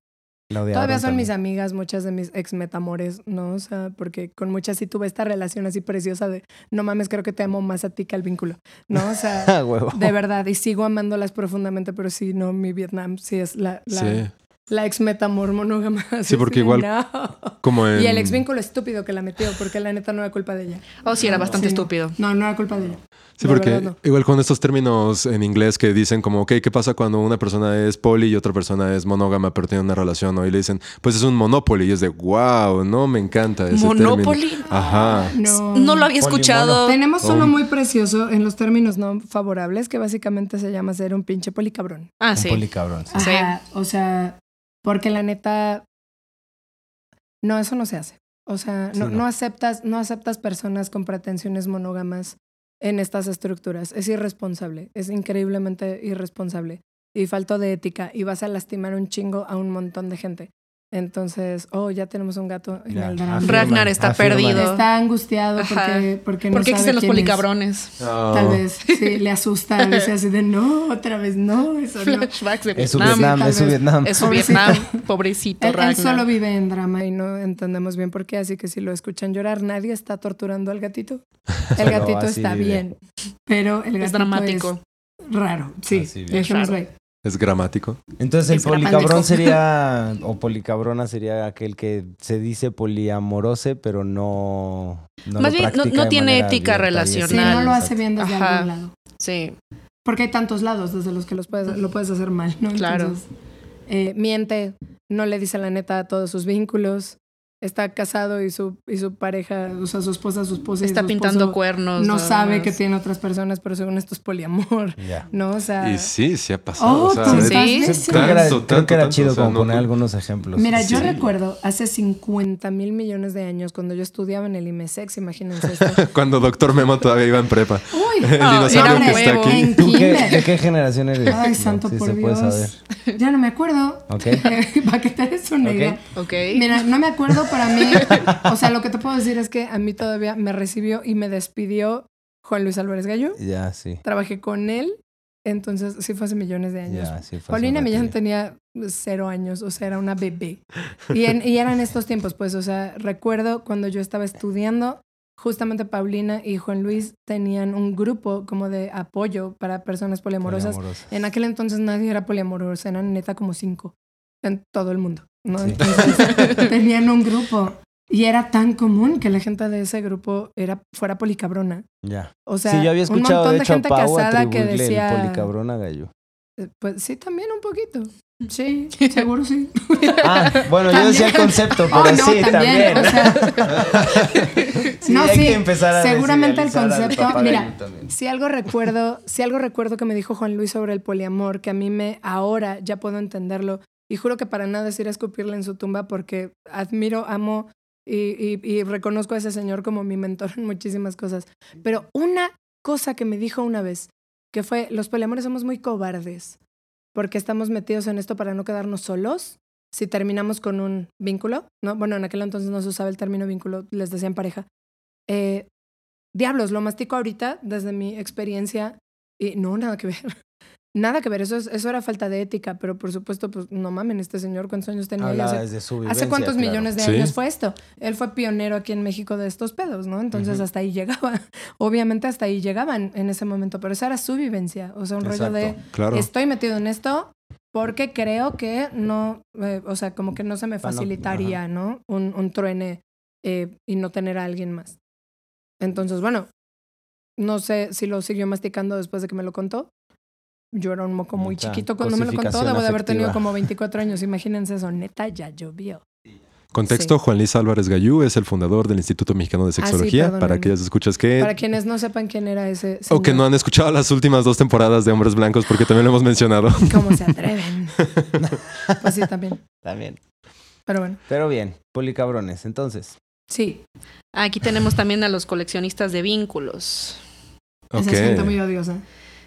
[SPEAKER 7] La odiaron
[SPEAKER 4] Todavía son
[SPEAKER 7] también.
[SPEAKER 4] mis amigas, muchas de mis ex metamores, ¿no? O sea, porque con muchas sí tuve esta relación así preciosa de no mames, creo que te amo más a ti que al vínculo, ¿no? O sea,
[SPEAKER 7] [LAUGHS] Ah, huevo.
[SPEAKER 4] de verdad, y sigo amándolas profundamente, pero sí, no, mi Vietnam sí es la, la,
[SPEAKER 3] Sí.
[SPEAKER 4] la ex metamor monógama. [LAUGHS] así
[SPEAKER 3] Sí, porque
[SPEAKER 4] de,
[SPEAKER 3] igual
[SPEAKER 4] "No".
[SPEAKER 3] como
[SPEAKER 4] Y el
[SPEAKER 3] en-
[SPEAKER 4] ex vínculo estúpido que la metió, porque la neta no era culpa de ella.
[SPEAKER 6] Oh, sí, era bastante estúpido.
[SPEAKER 4] No, no era culpa de ella.
[SPEAKER 3] Sí,
[SPEAKER 4] De
[SPEAKER 3] porque
[SPEAKER 4] verdad, no.
[SPEAKER 3] igual con estos términos en inglés que dicen como, ok, ¿qué pasa cuando una persona es poli y otra persona es monógama pero tiene una relación? ¿no? Y le dicen, pues es un monopoly. Y es de, wow, no, me encanta ese término".
[SPEAKER 6] ¿Monopoly?
[SPEAKER 3] Ajá.
[SPEAKER 4] No.
[SPEAKER 6] No lo había escuchado.
[SPEAKER 4] Tenemos
[SPEAKER 3] Ah. Oh.
[SPEAKER 4] uno muy precioso en los términos no favorables que básicamente se llama ser un pinche policabrón.
[SPEAKER 6] Ah,
[SPEAKER 7] Un
[SPEAKER 6] sí.
[SPEAKER 7] policabrón, sí.
[SPEAKER 4] Ajá, O sea, porque la neta. No, eso no se hace. O sea,
[SPEAKER 7] Sí,
[SPEAKER 4] no,
[SPEAKER 7] no.
[SPEAKER 4] no aceptas, no aceptas personas con pretensiones monógamas en estas estructuras. Es irresponsable. Es increíblemente irresponsable. Y falto de ética. Y vas a lastimar un chingo a un montón de gente. Entonces, oh, ya tenemos un gato en
[SPEAKER 7] Ya,
[SPEAKER 4] el drama.
[SPEAKER 7] afirma,
[SPEAKER 6] Ragnar está
[SPEAKER 7] afirma.
[SPEAKER 6] perdido.
[SPEAKER 4] Está angustiado
[SPEAKER 6] Ajá.
[SPEAKER 4] porque, porque no sabe
[SPEAKER 6] Porque existen los
[SPEAKER 4] quién es.
[SPEAKER 6] policabrones.
[SPEAKER 4] Ah. Tal vez, sí, le asusta, a veces así de no, otra vez no, eso
[SPEAKER 6] [LAUGHS]
[SPEAKER 4] no.
[SPEAKER 6] Flashbacks de
[SPEAKER 7] Es su
[SPEAKER 6] Vietnam.
[SPEAKER 7] Vietnam, es su
[SPEAKER 4] Tal vez.
[SPEAKER 7] Vietnam.
[SPEAKER 4] [LAUGHS]
[SPEAKER 6] Es su
[SPEAKER 4] Pobrecito.
[SPEAKER 6] Vietnam, pobrecito
[SPEAKER 4] Él, él
[SPEAKER 6] Ragnar.
[SPEAKER 4] solo vive en drama y no entendemos bien por qué, así que si lo escuchan llorar, nadie está torturando
[SPEAKER 7] [LAUGHS]
[SPEAKER 4] al gatito. El
[SPEAKER 7] Solo
[SPEAKER 4] gatito
[SPEAKER 7] así
[SPEAKER 4] está
[SPEAKER 7] vive.
[SPEAKER 4] bien, pero el gatito
[SPEAKER 6] Es dramático.
[SPEAKER 4] es raro, sí,
[SPEAKER 7] Así vive.
[SPEAKER 4] dejémoslo ahí.
[SPEAKER 3] Es gramático.
[SPEAKER 7] Entonces el
[SPEAKER 6] Es gramático.
[SPEAKER 7] policabrón [LAUGHS] sería, o policabrona sería aquel que se dice poliamorose, pero no... no
[SPEAKER 6] Más
[SPEAKER 7] lo
[SPEAKER 6] bien, no-
[SPEAKER 7] practica
[SPEAKER 6] no
[SPEAKER 7] de
[SPEAKER 6] tiene
[SPEAKER 7] manera
[SPEAKER 6] ética
[SPEAKER 7] abierta y
[SPEAKER 6] relacional.
[SPEAKER 4] Sí,
[SPEAKER 7] exacta.
[SPEAKER 4] no lo hace bien desde
[SPEAKER 6] Ajá.
[SPEAKER 4] algún lado.
[SPEAKER 6] Sí.
[SPEAKER 4] Porque hay tantos lados desde los que los puedes, lo puedes hacer mal, ¿no?
[SPEAKER 6] Claro.
[SPEAKER 4] Entonces, eh, miente, no le dice la neta a todos sus vínculos, está casado y su, y su pareja, o sea, su esposa, su esposa y
[SPEAKER 6] Está
[SPEAKER 4] su
[SPEAKER 6] pintando
[SPEAKER 4] esposo
[SPEAKER 6] cuernos.
[SPEAKER 4] No
[SPEAKER 6] nada
[SPEAKER 4] sabe
[SPEAKER 6] más.
[SPEAKER 4] que tiene otras personas, pero según esto es poliamor,
[SPEAKER 7] Ya.
[SPEAKER 4] ¿no? O sea...
[SPEAKER 3] Y sí, sí ha pasado.
[SPEAKER 4] Ah. Oh,
[SPEAKER 3] o sea,
[SPEAKER 4] pues
[SPEAKER 3] de-
[SPEAKER 6] sí.
[SPEAKER 7] Sí,
[SPEAKER 4] Sí.
[SPEAKER 7] Creo que era,
[SPEAKER 3] Tanto,
[SPEAKER 7] creo que era
[SPEAKER 3] tanto,
[SPEAKER 7] chido
[SPEAKER 3] o sea,
[SPEAKER 7] como
[SPEAKER 3] no
[SPEAKER 7] poner
[SPEAKER 3] tú-
[SPEAKER 7] algunos ejemplos.
[SPEAKER 4] Mira, yo
[SPEAKER 3] Sí.
[SPEAKER 4] recuerdo hace 50 mil millones de años cuando yo estudiaba en el E IMESEX, imagínense esto.
[SPEAKER 3] [LAUGHS]
[SPEAKER 7] [LAUGHS]
[SPEAKER 3] Cuando Doctor Memo todavía iba en prepa.
[SPEAKER 4] Uy,
[SPEAKER 3] El
[SPEAKER 6] Ah,
[SPEAKER 3] dinosaurio
[SPEAKER 6] era
[SPEAKER 3] que está
[SPEAKER 6] huevo.
[SPEAKER 3] aquí.
[SPEAKER 4] en
[SPEAKER 7] ¿Tú qué, ¿De
[SPEAKER 4] kinder.
[SPEAKER 7] qué generación eres?
[SPEAKER 4] Ay, santo
[SPEAKER 7] Sí,
[SPEAKER 4] por
[SPEAKER 7] se puede
[SPEAKER 4] Dios.
[SPEAKER 7] saber.
[SPEAKER 4] Ya no me acuerdo.
[SPEAKER 7] Ok.
[SPEAKER 4] [LAUGHS] Para que te des una
[SPEAKER 7] Ok.
[SPEAKER 4] idea.
[SPEAKER 6] Ok.
[SPEAKER 4] Mira, no me acuerdo para mí. O sea, lo que te puedo decir es que a mí todavía me recibió y me despidió Juan Luis Álvarez Gallo.
[SPEAKER 7] Ya, sí.
[SPEAKER 4] Trabajé con él. Entonces, sí fue hace millones de años.
[SPEAKER 7] Ya, sí. fue hace
[SPEAKER 4] Paulina
[SPEAKER 7] ratillo.
[SPEAKER 4] Millán tenía cero años, o sea, era una bebé. Y, en- y eran estos tiempos, pues, o sea, recuerdo cuando yo estaba estudiando, justamente Paulina y Juan Luis tenían un grupo como de apoyo para personas poliamorosas.
[SPEAKER 7] Poliamorosa.
[SPEAKER 4] En aquel entonces nadie era poliamorosa, eran neta como cinco en todo el mundo, ¿no?
[SPEAKER 7] Sí. [LAUGHS]
[SPEAKER 4] Entonces, tenían un grupo y era tan común que la gente de ese grupo era, fuera policabrona.
[SPEAKER 7] Ya.
[SPEAKER 4] O sea,
[SPEAKER 7] sí, yo había
[SPEAKER 4] un
[SPEAKER 7] escuchado,
[SPEAKER 4] montón
[SPEAKER 7] de
[SPEAKER 4] de
[SPEAKER 7] hecho, a
[SPEAKER 4] gente
[SPEAKER 7] Pau
[SPEAKER 4] casada que
[SPEAKER 7] atribuirle el
[SPEAKER 4] decía...
[SPEAKER 7] policabrón a Gallo.
[SPEAKER 4] Eh, Pues sí, también un poquito.
[SPEAKER 7] Mm. [LAUGHS]
[SPEAKER 4] Sí, seguro sí.
[SPEAKER 7] Ah, bueno, yo decía el
[SPEAKER 4] [LAUGHS]
[SPEAKER 7] concepto, pero
[SPEAKER 4] Oh, no,
[SPEAKER 7] sí, también.
[SPEAKER 4] o sea,
[SPEAKER 7] [LAUGHS] Sí,
[SPEAKER 4] no,
[SPEAKER 7] hay
[SPEAKER 4] sí,
[SPEAKER 7] que empezar a
[SPEAKER 4] seguramente el
[SPEAKER 7] desidealizar al
[SPEAKER 4] concepto-
[SPEAKER 7] papá
[SPEAKER 4] mira,
[SPEAKER 7] Gallo también.
[SPEAKER 4] si algo recuerdo, si algo recuerdo que me dijo Juan Luis sobre el poliamor, que a mí me ahora ya puedo entenderlo y juro que para nada es ir a escupirle en su tumba porque admiro, amo y, y- y reconozco a ese señor como mi mentor en muchísimas cosas. Pero una cosa que me dijo una vez, que fue, los poliamores somos muy cobardes porque estamos metidos en esto para no quedarnos solos. Si terminamos con un vínculo, ¿no? Bueno, en aquel entonces no se usaba el término vínculo, les decían pareja. Eh, diablos, lo mastico ahorita desde mi experiencia y no, nada que ver. [LAUGHS] Nada que ver, eso, es- eso era falta de ética, pero por supuesto, pues no mamen, este señor cuántos años tenía. Y
[SPEAKER 7] Hablaba
[SPEAKER 4] hace-
[SPEAKER 7] desde su
[SPEAKER 4] ¿Hace
[SPEAKER 7] vivencia,
[SPEAKER 4] cuántos
[SPEAKER 7] claro.
[SPEAKER 4] millones de
[SPEAKER 3] Sí.
[SPEAKER 4] años fue esto? Él fue pionero aquí en México de estos pedos, ¿no? Entonces hasta ahí llegaba. [LAUGHS] Obviamente hasta ahí llegaban en ese momento, pero esa era su vivencia. O sea, un rollo de este
[SPEAKER 7] Exacto.
[SPEAKER 3] Claro.
[SPEAKER 4] estoy metido en esto porque creo que no, eh, o sea, como que no se me
[SPEAKER 7] Pa' no-
[SPEAKER 4] facilitaría, ¿no? Un, un truene eh, y no tener a alguien más. Entonces, bueno, no sé si lo siguió masticando después de que me lo contó, Yo era un moco muy
[SPEAKER 7] Neta,
[SPEAKER 4] chiquito cuando me lo contó.
[SPEAKER 7] cosificación
[SPEAKER 4] Debo de haber
[SPEAKER 7] afectiva.
[SPEAKER 4] tenido como 24 años. Imagínense eso. Neta, ya llovió.
[SPEAKER 3] Contexto, Juan Luis Álvarez Gallú es el fundador del Instituto Mexicano de
[SPEAKER 4] Ah, sí,
[SPEAKER 3] Sexología, para
[SPEAKER 4] perdónenme.
[SPEAKER 3] aquellas escuchas que...
[SPEAKER 4] Para quienes no sepan quién era ese
[SPEAKER 3] O que
[SPEAKER 4] señor,
[SPEAKER 3] no han escuchado las últimas dos temporadas de Hombres Blancos, porque también lo hemos
[SPEAKER 4] [LAUGHS]
[SPEAKER 3] mencionado.
[SPEAKER 4] ¿Cómo se atreven? [LAUGHS] pues sí, también.
[SPEAKER 7] También.
[SPEAKER 4] Pero bueno,
[SPEAKER 7] Pero bien, policabrones, entonces.
[SPEAKER 4] sí.
[SPEAKER 6] Aquí tenemos también a los coleccionistas de vínculos.
[SPEAKER 4] Esa es gente muy odiosa.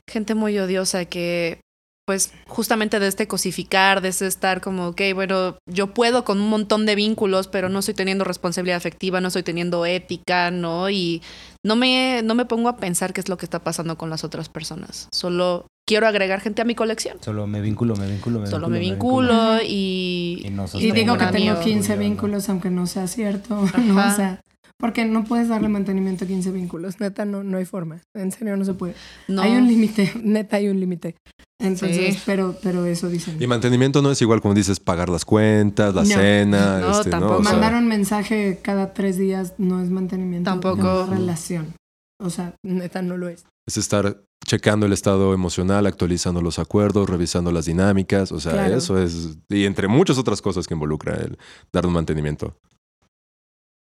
[SPEAKER 6] Gente muy odiosa que, pues, justamente de este cosificar, de este estar como, ok, bueno, yo puedo con un montón de vínculos, pero no estoy teniendo responsabilidad afectiva, no estoy teniendo ética, ¿no? Y no me, no me pongo a pensar qué es lo que está pasando con las otras personas. Solo quiero agregar gente a mi colección.
[SPEAKER 7] Solo me vinculo, me vinculo, me
[SPEAKER 6] Solo
[SPEAKER 7] vinculo.
[SPEAKER 6] me vinculo y...
[SPEAKER 7] Y no sos
[SPEAKER 4] Y digo que
[SPEAKER 7] ningún
[SPEAKER 4] tengo
[SPEAKER 7] amigo.
[SPEAKER 4] 15 vínculos, aunque no sea cierto. [LAUGHS] ¿no? O sea, porque no puedes darle mantenimiento a 15 vínculos. Neta, no, no hay forma. En serio, no se puede.
[SPEAKER 6] No.
[SPEAKER 4] Hay un límite. [LAUGHS] Neta, hay un límite. Entonces,
[SPEAKER 6] Sí.
[SPEAKER 4] pero, pero eso dicen.
[SPEAKER 3] Y mantenimiento no es igual como dices, pagar las cuentas, la
[SPEAKER 4] No.
[SPEAKER 3] cena.
[SPEAKER 6] No,
[SPEAKER 3] este,
[SPEAKER 6] tampoco.
[SPEAKER 3] O sea,
[SPEAKER 4] Mandar un mensaje cada tres días no es mantenimiento.
[SPEAKER 6] Tampoco.
[SPEAKER 4] de una relación. O sea, neta, no lo es.
[SPEAKER 3] Es estar checando el estado emocional, actualizando los acuerdos, revisando las dinámicas. O sea,
[SPEAKER 4] Claro.
[SPEAKER 3] eso es. Y entre muchas otras cosas que involucra el dar un mantenimiento.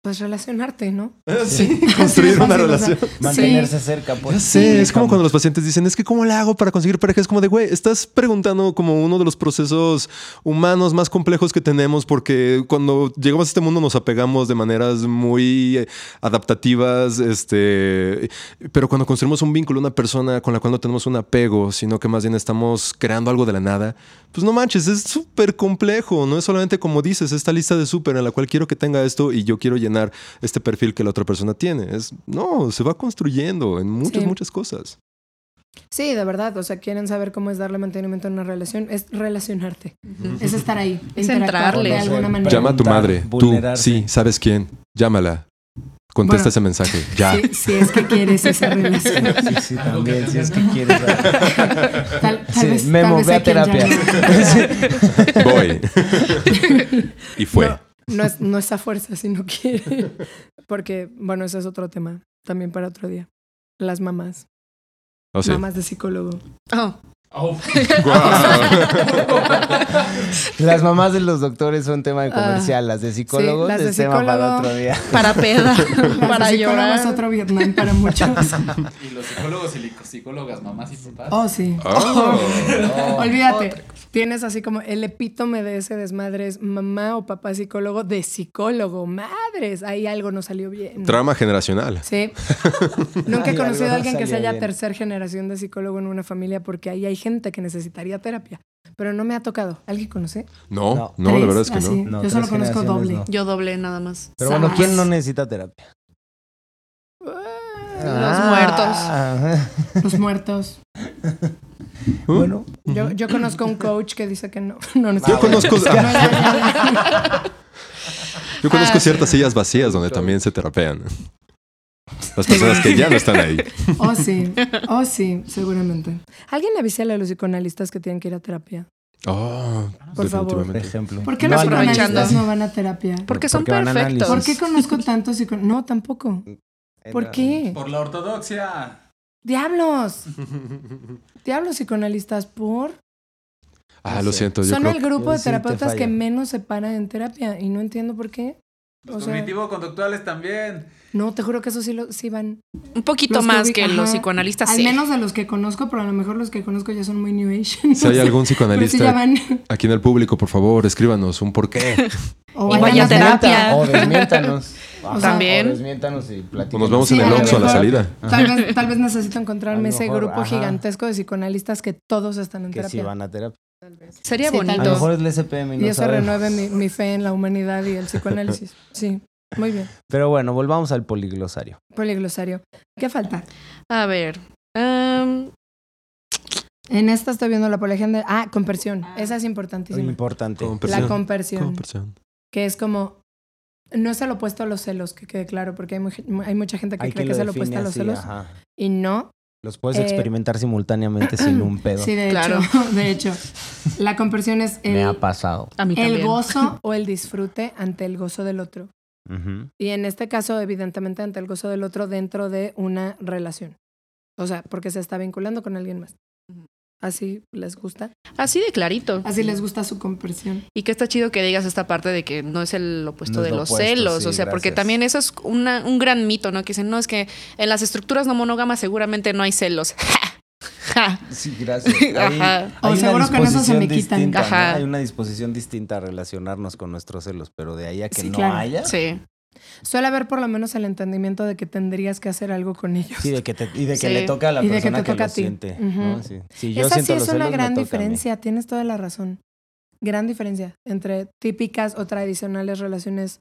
[SPEAKER 4] Pues relacionarte, ¿no?
[SPEAKER 3] [LAUGHS] Sí,
[SPEAKER 4] construir
[SPEAKER 3] una
[SPEAKER 4] relación.
[SPEAKER 7] Mantenerse cerca, pues.
[SPEAKER 3] Ya sé, es como cuando los pacientes dicen, es que ¿cómo le hago para conseguir pareja? Es como de, güey, estás preguntando como uno de los procesos humanos más complejos que tenemos porque cuando llegamos a este mundo nos apegamos de maneras muy eh, adaptativas, este, pero cuando construimos un vínculo, una persona con la cual no tenemos un apego, sino que más bien estamos creando algo de la nada, pues no manches, es súper complejo, no es solamente como dices, esta lista de súper en la cual quiero que tenga esto y yo quiero llenar este perfil que la otra persona tiene. Es, no, se va construyendo en muchas,
[SPEAKER 4] Sí.
[SPEAKER 3] muchas cosas.
[SPEAKER 4] Sí, de verdad. O sea, quieren saber cómo es darle mantenimiento a una relación. Es relacionarte.
[SPEAKER 6] [LAUGHS]
[SPEAKER 4] Es estar ahí.
[SPEAKER 6] Es
[SPEAKER 4] interactuar
[SPEAKER 6] entrarle.
[SPEAKER 4] De alguna manera.
[SPEAKER 3] Llama a tu
[SPEAKER 7] Preguntar,
[SPEAKER 3] madre, tú,
[SPEAKER 7] vulnerarse.
[SPEAKER 3] sí, ¿sabes quién? Llámala. Contesta
[SPEAKER 4] Bueno.
[SPEAKER 3] ese
[SPEAKER 4] [LAUGHS]
[SPEAKER 3] mensaje, ya.
[SPEAKER 4] Si, si es que quieres esa
[SPEAKER 6] [LAUGHS]
[SPEAKER 4] relación.
[SPEAKER 3] [LAUGHS]
[SPEAKER 7] Sí, sí, también, si es que quieres.
[SPEAKER 4] Tal, tal
[SPEAKER 7] Sí,
[SPEAKER 4] vez,
[SPEAKER 7] Memo,
[SPEAKER 4] tal vez
[SPEAKER 7] ve a
[SPEAKER 4] hay quien ya
[SPEAKER 7] terapia.
[SPEAKER 4] no.
[SPEAKER 3] Voy.
[SPEAKER 7] [LAUGHS]
[SPEAKER 3] y fue.
[SPEAKER 4] No, no es, no es a fuerza si no quiere. [LAUGHS] Porque, bueno, ese es otro tema. También para otro día. Las mamás.
[SPEAKER 3] O sea,
[SPEAKER 4] Mamás de
[SPEAKER 7] [LAUGHS]
[SPEAKER 4] psicólogo.
[SPEAKER 6] Oh,
[SPEAKER 7] Las mamás de los doctores son tema de
[SPEAKER 4] Ah,
[SPEAKER 7] comercial, las de psicólogos
[SPEAKER 4] las de
[SPEAKER 7] es tema para
[SPEAKER 4] psicólogo.
[SPEAKER 7] otro día.
[SPEAKER 6] para peda, [LAUGHS] para
[SPEAKER 4] Las de psicólogo
[SPEAKER 6] llorar.
[SPEAKER 4] es otro Vietnam para muchos.
[SPEAKER 5] [LAUGHS]
[SPEAKER 7] [LAUGHS]
[SPEAKER 5] Y los psicólogos y las psicólogas, mamás y papás.
[SPEAKER 4] Oh, sí.
[SPEAKER 3] Oh.
[SPEAKER 4] Olvídate. Tienes así como el epítome de ese desmadre es mamá o papá psicólogo de psicólogo. Madres, ahí algo no salió bien.
[SPEAKER 3] Trauma generacional.
[SPEAKER 4] Sí.
[SPEAKER 3] [LAUGHS]
[SPEAKER 4] Nunca he
[SPEAKER 7] Ay,
[SPEAKER 4] conocido
[SPEAKER 7] algo
[SPEAKER 4] a alguien
[SPEAKER 7] no
[SPEAKER 4] que se
[SPEAKER 7] salió
[SPEAKER 4] haya
[SPEAKER 7] bien.
[SPEAKER 4] tercer generación de psicólogo en una familia porque ahí hay gente que necesitaría terapia. Pero no me ha tocado. ¿Alguien conoce?
[SPEAKER 3] No, no,
[SPEAKER 7] No.
[SPEAKER 3] la
[SPEAKER 4] Tres,
[SPEAKER 3] verdad es que
[SPEAKER 4] así.
[SPEAKER 3] [LAUGHS] no.
[SPEAKER 7] No,
[SPEAKER 4] Yo solo
[SPEAKER 7] tres
[SPEAKER 4] conozco
[SPEAKER 7] generaciones
[SPEAKER 4] doble.
[SPEAKER 7] no.
[SPEAKER 6] Yo doblé nada más. [LAUGHS]
[SPEAKER 7] Pero bueno,
[SPEAKER 4] Sas.
[SPEAKER 7] ¿quién no necesita terapia?
[SPEAKER 4] Ah,
[SPEAKER 6] Los muertos.
[SPEAKER 7] Ah. [LAUGHS]
[SPEAKER 4] [LAUGHS] Los muertos.
[SPEAKER 3] ¿Uh?
[SPEAKER 7] Bueno,
[SPEAKER 4] Yo, yo conozco un coach que dice que no. [LAUGHS] no, no es
[SPEAKER 3] Yo
[SPEAKER 4] cierto.
[SPEAKER 3] conozco,
[SPEAKER 7] pues,
[SPEAKER 4] No, ya, ya, ya.
[SPEAKER 3] yo conozco
[SPEAKER 6] Ah,
[SPEAKER 3] ciertas sillas vacías donde también se terapean. Las personas que ya no
[SPEAKER 7] [LAUGHS]
[SPEAKER 3] están ahí.
[SPEAKER 4] Oh, sí. Oh, sí, seguramente. Alguien avísale a los psicoanalistas que tienen que ir a terapia.
[SPEAKER 3] Oh,
[SPEAKER 4] Por favor.
[SPEAKER 7] por
[SPEAKER 3] definitivamente.
[SPEAKER 7] ejemplo.
[SPEAKER 4] ¿Por qué
[SPEAKER 7] No,
[SPEAKER 4] los
[SPEAKER 7] no,
[SPEAKER 4] psicoanalistas
[SPEAKER 6] aprovechando.
[SPEAKER 4] no van a terapia?
[SPEAKER 6] Porque
[SPEAKER 7] Porque
[SPEAKER 6] son
[SPEAKER 7] van a
[SPEAKER 6] perfectos.
[SPEAKER 4] ¿Por qué conozco tantos psicoanalistas? No, tampoco. ¿Por qué?
[SPEAKER 5] Por la ortodoxia.
[SPEAKER 4] ¡Diablos! Diablos psicoanalistas, por.
[SPEAKER 3] Ah,
[SPEAKER 7] No
[SPEAKER 3] lo
[SPEAKER 7] sé.
[SPEAKER 3] siento. Yo
[SPEAKER 4] Son
[SPEAKER 3] creo
[SPEAKER 4] el grupo de
[SPEAKER 7] Sí, te
[SPEAKER 4] terapeutas
[SPEAKER 7] falla.
[SPEAKER 4] que menos se paran en terapia y no entiendo por qué.
[SPEAKER 10] Pues
[SPEAKER 4] O sea,
[SPEAKER 5] cognitivo-conductuales también.
[SPEAKER 4] no, te juro que eso sí, lo, sí van.
[SPEAKER 6] Un poquito
[SPEAKER 4] Los que
[SPEAKER 6] más
[SPEAKER 4] ubica-
[SPEAKER 6] que los
[SPEAKER 4] ajá.
[SPEAKER 6] psicoanalistas,
[SPEAKER 4] Al
[SPEAKER 6] sí.
[SPEAKER 4] menos de los que conozco, pero a lo mejor los que conozco ya son muy new age. [LAUGHS] no
[SPEAKER 3] Si hay
[SPEAKER 4] sé.
[SPEAKER 3] algún
[SPEAKER 4] Pero sí
[SPEAKER 3] psicoanalista
[SPEAKER 4] ya
[SPEAKER 6] [LAUGHS]
[SPEAKER 4] van.
[SPEAKER 3] aquí en el público, por favor, escríbanos un porqué.
[SPEAKER 4] O
[SPEAKER 6] Y
[SPEAKER 4] vayan
[SPEAKER 6] vaya
[SPEAKER 4] a
[SPEAKER 6] terapia.
[SPEAKER 7] O desmiéntanos.
[SPEAKER 4] sea,
[SPEAKER 6] También.
[SPEAKER 7] O desmiéntanos y platicamos.
[SPEAKER 3] O Pues nos vemos en
[SPEAKER 4] Sí,
[SPEAKER 3] el
[SPEAKER 4] a lo
[SPEAKER 3] Oxxo a la
[SPEAKER 4] mejor.
[SPEAKER 3] salida.
[SPEAKER 4] [LAUGHS] Tal vez, tal vez necesito
[SPEAKER 7] A lo
[SPEAKER 4] encontrarme ese
[SPEAKER 7] mejor,
[SPEAKER 4] grupo
[SPEAKER 7] ajá.
[SPEAKER 4] gigantesco de psicoanalistas que todos están en
[SPEAKER 7] Que si
[SPEAKER 4] terapia.
[SPEAKER 7] van a terapia.
[SPEAKER 6] Sería
[SPEAKER 4] Sí, tal
[SPEAKER 7] A lo
[SPEAKER 6] bonito.
[SPEAKER 7] mejor es el SPM y no
[SPEAKER 4] y eso
[SPEAKER 7] sabemos.
[SPEAKER 4] renueve mi, mi fe en la humanidad y el psicoanálisis. Sí, muy bien.
[SPEAKER 7] Pero bueno, volvamos al poliglosario.
[SPEAKER 4] Poliglosario. ¿Qué falta?
[SPEAKER 6] A ver. em,
[SPEAKER 4] En esta estoy viendo la poligenda. Ah, compersión. Esa es importantísima.
[SPEAKER 7] Importante.
[SPEAKER 4] la
[SPEAKER 3] Conversión.
[SPEAKER 4] compersión.
[SPEAKER 3] Conversión.
[SPEAKER 4] que es como. No es el opuesto a los celos, que quede claro, porque hay, mu- hay mucha gente que
[SPEAKER 7] Hay
[SPEAKER 4] cree
[SPEAKER 7] que
[SPEAKER 4] que,
[SPEAKER 7] lo
[SPEAKER 4] es el
[SPEAKER 7] define
[SPEAKER 4] opuesto a los
[SPEAKER 7] así,
[SPEAKER 4] celos.
[SPEAKER 7] ajá.
[SPEAKER 4] Y no.
[SPEAKER 7] Los puedes
[SPEAKER 4] Eh,
[SPEAKER 7] experimentar simultáneamente sin
[SPEAKER 4] [CLEARS THROAT]
[SPEAKER 7] un pedo.
[SPEAKER 4] Sí, de
[SPEAKER 6] Claro.
[SPEAKER 4] hecho. [LAUGHS] De hecho. La compersión es
[SPEAKER 7] [LAUGHS] Me
[SPEAKER 4] el,
[SPEAKER 7] ha pasado.
[SPEAKER 6] a mí
[SPEAKER 4] el
[SPEAKER 6] también.
[SPEAKER 7] [LAUGHS]
[SPEAKER 4] gozo o el disfrute ante el gozo del otro.
[SPEAKER 7] Ujú.
[SPEAKER 4] Y en este caso, evidentemente, ante el gozo del otro dentro de una relación. O sea, porque se está vinculando con alguien más. así les gusta.
[SPEAKER 6] Así de clarito.
[SPEAKER 4] Así les gusta su compresión.
[SPEAKER 6] Y que está chido que digas esta parte de que no es el opuesto
[SPEAKER 4] No es
[SPEAKER 6] de
[SPEAKER 4] lo
[SPEAKER 6] los
[SPEAKER 4] opuesto,
[SPEAKER 6] celos,
[SPEAKER 4] sí,
[SPEAKER 6] o sea, porque
[SPEAKER 4] gracias.
[SPEAKER 6] también eso es una- un gran mito, ¿no? Que dicen, no, es que en las estructuras no monógamas seguramente no hay celos. [LAUGHS] Ja.
[SPEAKER 7] Sí,
[SPEAKER 4] [LAUGHS]
[SPEAKER 7] gracias.
[SPEAKER 6] Ajá. O
[SPEAKER 7] una
[SPEAKER 6] seguro con eso se me
[SPEAKER 7] disposición
[SPEAKER 6] quitan.
[SPEAKER 7] distinta, ¿no?
[SPEAKER 6] Ajá.
[SPEAKER 7] Hay una disposición distinta a relacionarnos con nuestros celos, pero de ahí a que
[SPEAKER 4] Sí,
[SPEAKER 7] no
[SPEAKER 4] claro.
[SPEAKER 7] haya.
[SPEAKER 6] Sí.
[SPEAKER 4] Suele haber por lo menos el entendimiento de que tendrías que hacer algo con ellos.
[SPEAKER 7] Sí, de que te- y de que
[SPEAKER 4] Sí.
[SPEAKER 7] le toca a la
[SPEAKER 4] Y de que
[SPEAKER 7] persona
[SPEAKER 4] te
[SPEAKER 7] que,
[SPEAKER 4] toca a
[SPEAKER 7] lo
[SPEAKER 4] ti.
[SPEAKER 7] siente.
[SPEAKER 4] Ujú.
[SPEAKER 7] ¿no? Sí. Si yo
[SPEAKER 4] Esa sí
[SPEAKER 7] siento
[SPEAKER 4] es
[SPEAKER 7] los
[SPEAKER 4] una
[SPEAKER 7] celos, me
[SPEAKER 4] gran
[SPEAKER 7] toca a mí.
[SPEAKER 4] diferencia, tienes toda la razón. Gran diferencia entre típicas o tradicionales relaciones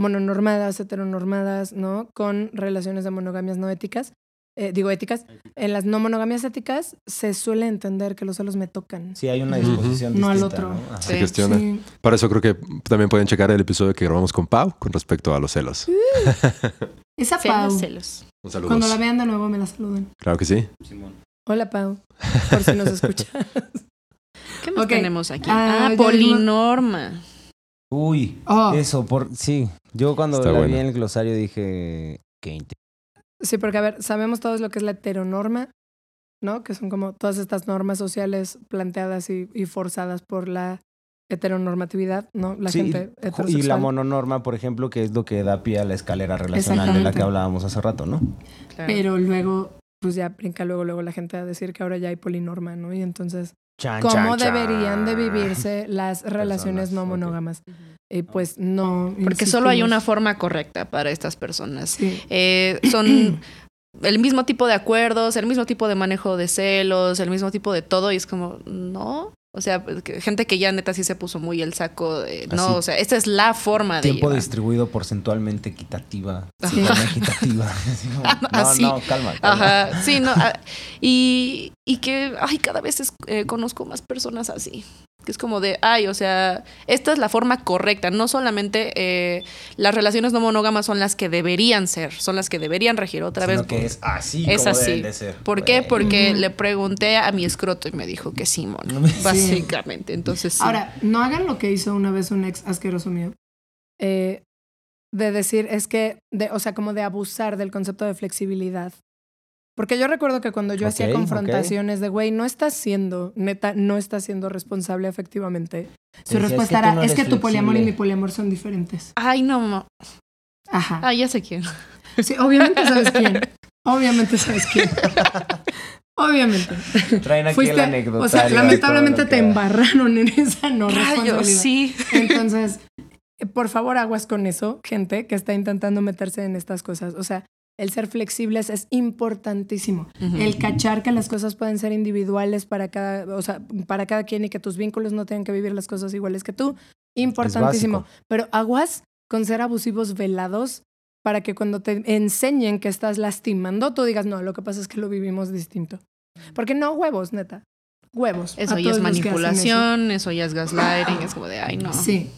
[SPEAKER 4] mononormadas, heteronormadas, ¿no? Con relaciones de monogamias no éticas, eh, digo éticas. En las no monogamias éticas se suele entender que los celos me tocan.
[SPEAKER 7] Sí, hay una
[SPEAKER 4] Ujú.
[SPEAKER 7] disposición
[SPEAKER 4] No al
[SPEAKER 7] distinta,
[SPEAKER 4] otro.
[SPEAKER 7] ¿no? Ajá.
[SPEAKER 3] Se cuestiona.
[SPEAKER 4] Sí.
[SPEAKER 3] Para eso creo que también pueden checar el episodio que grabamos con Pau con respecto a los celos.
[SPEAKER 4] Esa
[SPEAKER 6] Celos,
[SPEAKER 4] Pau.
[SPEAKER 6] celos.
[SPEAKER 3] [LAUGHS] Un saludo.
[SPEAKER 4] Uh. Cuando la vean de nuevo me la saludan.
[SPEAKER 3] Claro que sí.
[SPEAKER 4] Hola Pau, por si nos escuchas.
[SPEAKER 7] [LAUGHS]
[SPEAKER 6] ¿Qué más
[SPEAKER 4] Ok.
[SPEAKER 6] tenemos aquí?
[SPEAKER 4] Ah,
[SPEAKER 6] Ah,
[SPEAKER 4] ya
[SPEAKER 6] polinorma.
[SPEAKER 7] Uy,
[SPEAKER 4] Oh, Ah.
[SPEAKER 7] eso, por, sí. Yo cuando
[SPEAKER 3] Está
[SPEAKER 7] la
[SPEAKER 3] buena.
[SPEAKER 7] vi en el glosario dije, qué inte-
[SPEAKER 4] Sí, porque a ver, sabemos todos lo que es la heteronorma, ¿no? Que son como todas estas normas sociales planteadas y, y forzadas por la heteronормatividad, ¿no? La
[SPEAKER 7] Sí,
[SPEAKER 4] gente
[SPEAKER 7] y-
[SPEAKER 4] heterosexual.
[SPEAKER 7] y la mononorma, por ejemplo, que es lo que da pie a la escalera relacional de la que
[SPEAKER 4] Exactamente.
[SPEAKER 7] hablábamos hace rato, ¿no?
[SPEAKER 4] Pero luego, pues ya brinca luego, luego la gente a decir que ahora ya hay polinorma, ¿no? Y entonces,
[SPEAKER 7] Chan,
[SPEAKER 4] ¿cómo
[SPEAKER 7] chan, chan.
[SPEAKER 4] deberían de vivirse las relaciones no monógamas? Y pues no.
[SPEAKER 6] Porque solo hay
[SPEAKER 4] insistimos.
[SPEAKER 6] una forma correcta para estas personas.
[SPEAKER 4] Sí.
[SPEAKER 6] Eh,
[SPEAKER 4] [CLEARS THROAT]
[SPEAKER 6] son el mismo tipo de acuerdos, el mismo tipo de manejo de celos, el mismo tipo de todo, y es como, no. O sea, que- gente que ya neta sí se puso muy el saco de, no,
[SPEAKER 7] Así.
[SPEAKER 6] o sea, esta es la forma de.
[SPEAKER 7] Tiempo
[SPEAKER 6] llevar.
[SPEAKER 7] distribuido porcentualmente equitativa.
[SPEAKER 6] Ajá.
[SPEAKER 7] Sí, equitativa. [LAUGHS] Así como,
[SPEAKER 4] Ah,
[SPEAKER 6] Así.
[SPEAKER 7] No, no, calma. calma.
[SPEAKER 6] Ajá, sí, no. ah, y, y que, ay, cada vez es- eh, conozco más personas así. Que es como de, ay, o sea, esta es la forma correcta. No solamente eh, las relaciones no monógamas son las que deberían ser, son las que deberían regir otra
[SPEAKER 7] Sino
[SPEAKER 6] vez.
[SPEAKER 7] que es así
[SPEAKER 6] es
[SPEAKER 7] como
[SPEAKER 6] así.
[SPEAKER 7] deben de ser.
[SPEAKER 6] ¿Por qué?
[SPEAKER 7] Güey.
[SPEAKER 6] Porque le pregunté a mi escroto y me dijo que sí, mono.
[SPEAKER 7] [LAUGHS] Sí.
[SPEAKER 6] Básicamente. Entonces, sí.
[SPEAKER 4] Ahora, no hagan lo que hizo una vez un ex asqueroso mío. eh, de decir, es que, de, o sea, como de abusar del concepto de flexibilidad. Porque yo recuerdo que cuando yo
[SPEAKER 8] Ok,
[SPEAKER 4] hacía
[SPEAKER 8] ok.
[SPEAKER 4] confrontaciones de, güey, no estás siendo, neta, no estás siendo responsable afectivamente. Su
[SPEAKER 8] decía, "Es
[SPEAKER 4] respuesta
[SPEAKER 8] que tú
[SPEAKER 4] era,
[SPEAKER 8] no
[SPEAKER 4] es
[SPEAKER 8] eres
[SPEAKER 4] que tu poliamor y
[SPEAKER 8] flexible".
[SPEAKER 4] mi poliamor son diferentes.
[SPEAKER 6] Ay, no, mo-
[SPEAKER 4] Ajá.
[SPEAKER 6] Ah, ya sé quién.
[SPEAKER 8] Ah.
[SPEAKER 4] Sí, obviamente sabes quién. Obviamente sabes
[SPEAKER 8] [LAUGHS]
[SPEAKER 4] quién. Obviamente.
[SPEAKER 7] Traen aquí
[SPEAKER 4] Fuiste-
[SPEAKER 7] el anecdotario.
[SPEAKER 4] O sea,
[SPEAKER 7] de todo
[SPEAKER 4] lamentablemente
[SPEAKER 7] lo
[SPEAKER 4] te
[SPEAKER 7] que-
[SPEAKER 4] embarraron en esa no responsabilidad.
[SPEAKER 6] sí.
[SPEAKER 4] Entonces, eh, por favor, aguas con eso, gente que está intentando meterse en estas cosas. O sea, el ser flexibles es importantísimo.
[SPEAKER 8] Ujú.
[SPEAKER 4] El cachar que las cosas pueden ser individuales para cada, o sea, para cada quien y que tus vínculos no tengan que vivir las cosas iguales que tú, importantísimo. Pero aguas con ser abusivos velados para que cuando te enseñen que estás lastimando, tú digas, no, lo que pasa es que lo vivimos distinto. Porque no huevos, neta. Huevos.
[SPEAKER 6] Eso
[SPEAKER 4] a
[SPEAKER 6] ya es
[SPEAKER 4] todos los que hacen eso.
[SPEAKER 6] manipulación, eso. ya es gaslighting, es como de, ay, no.
[SPEAKER 4] Sí.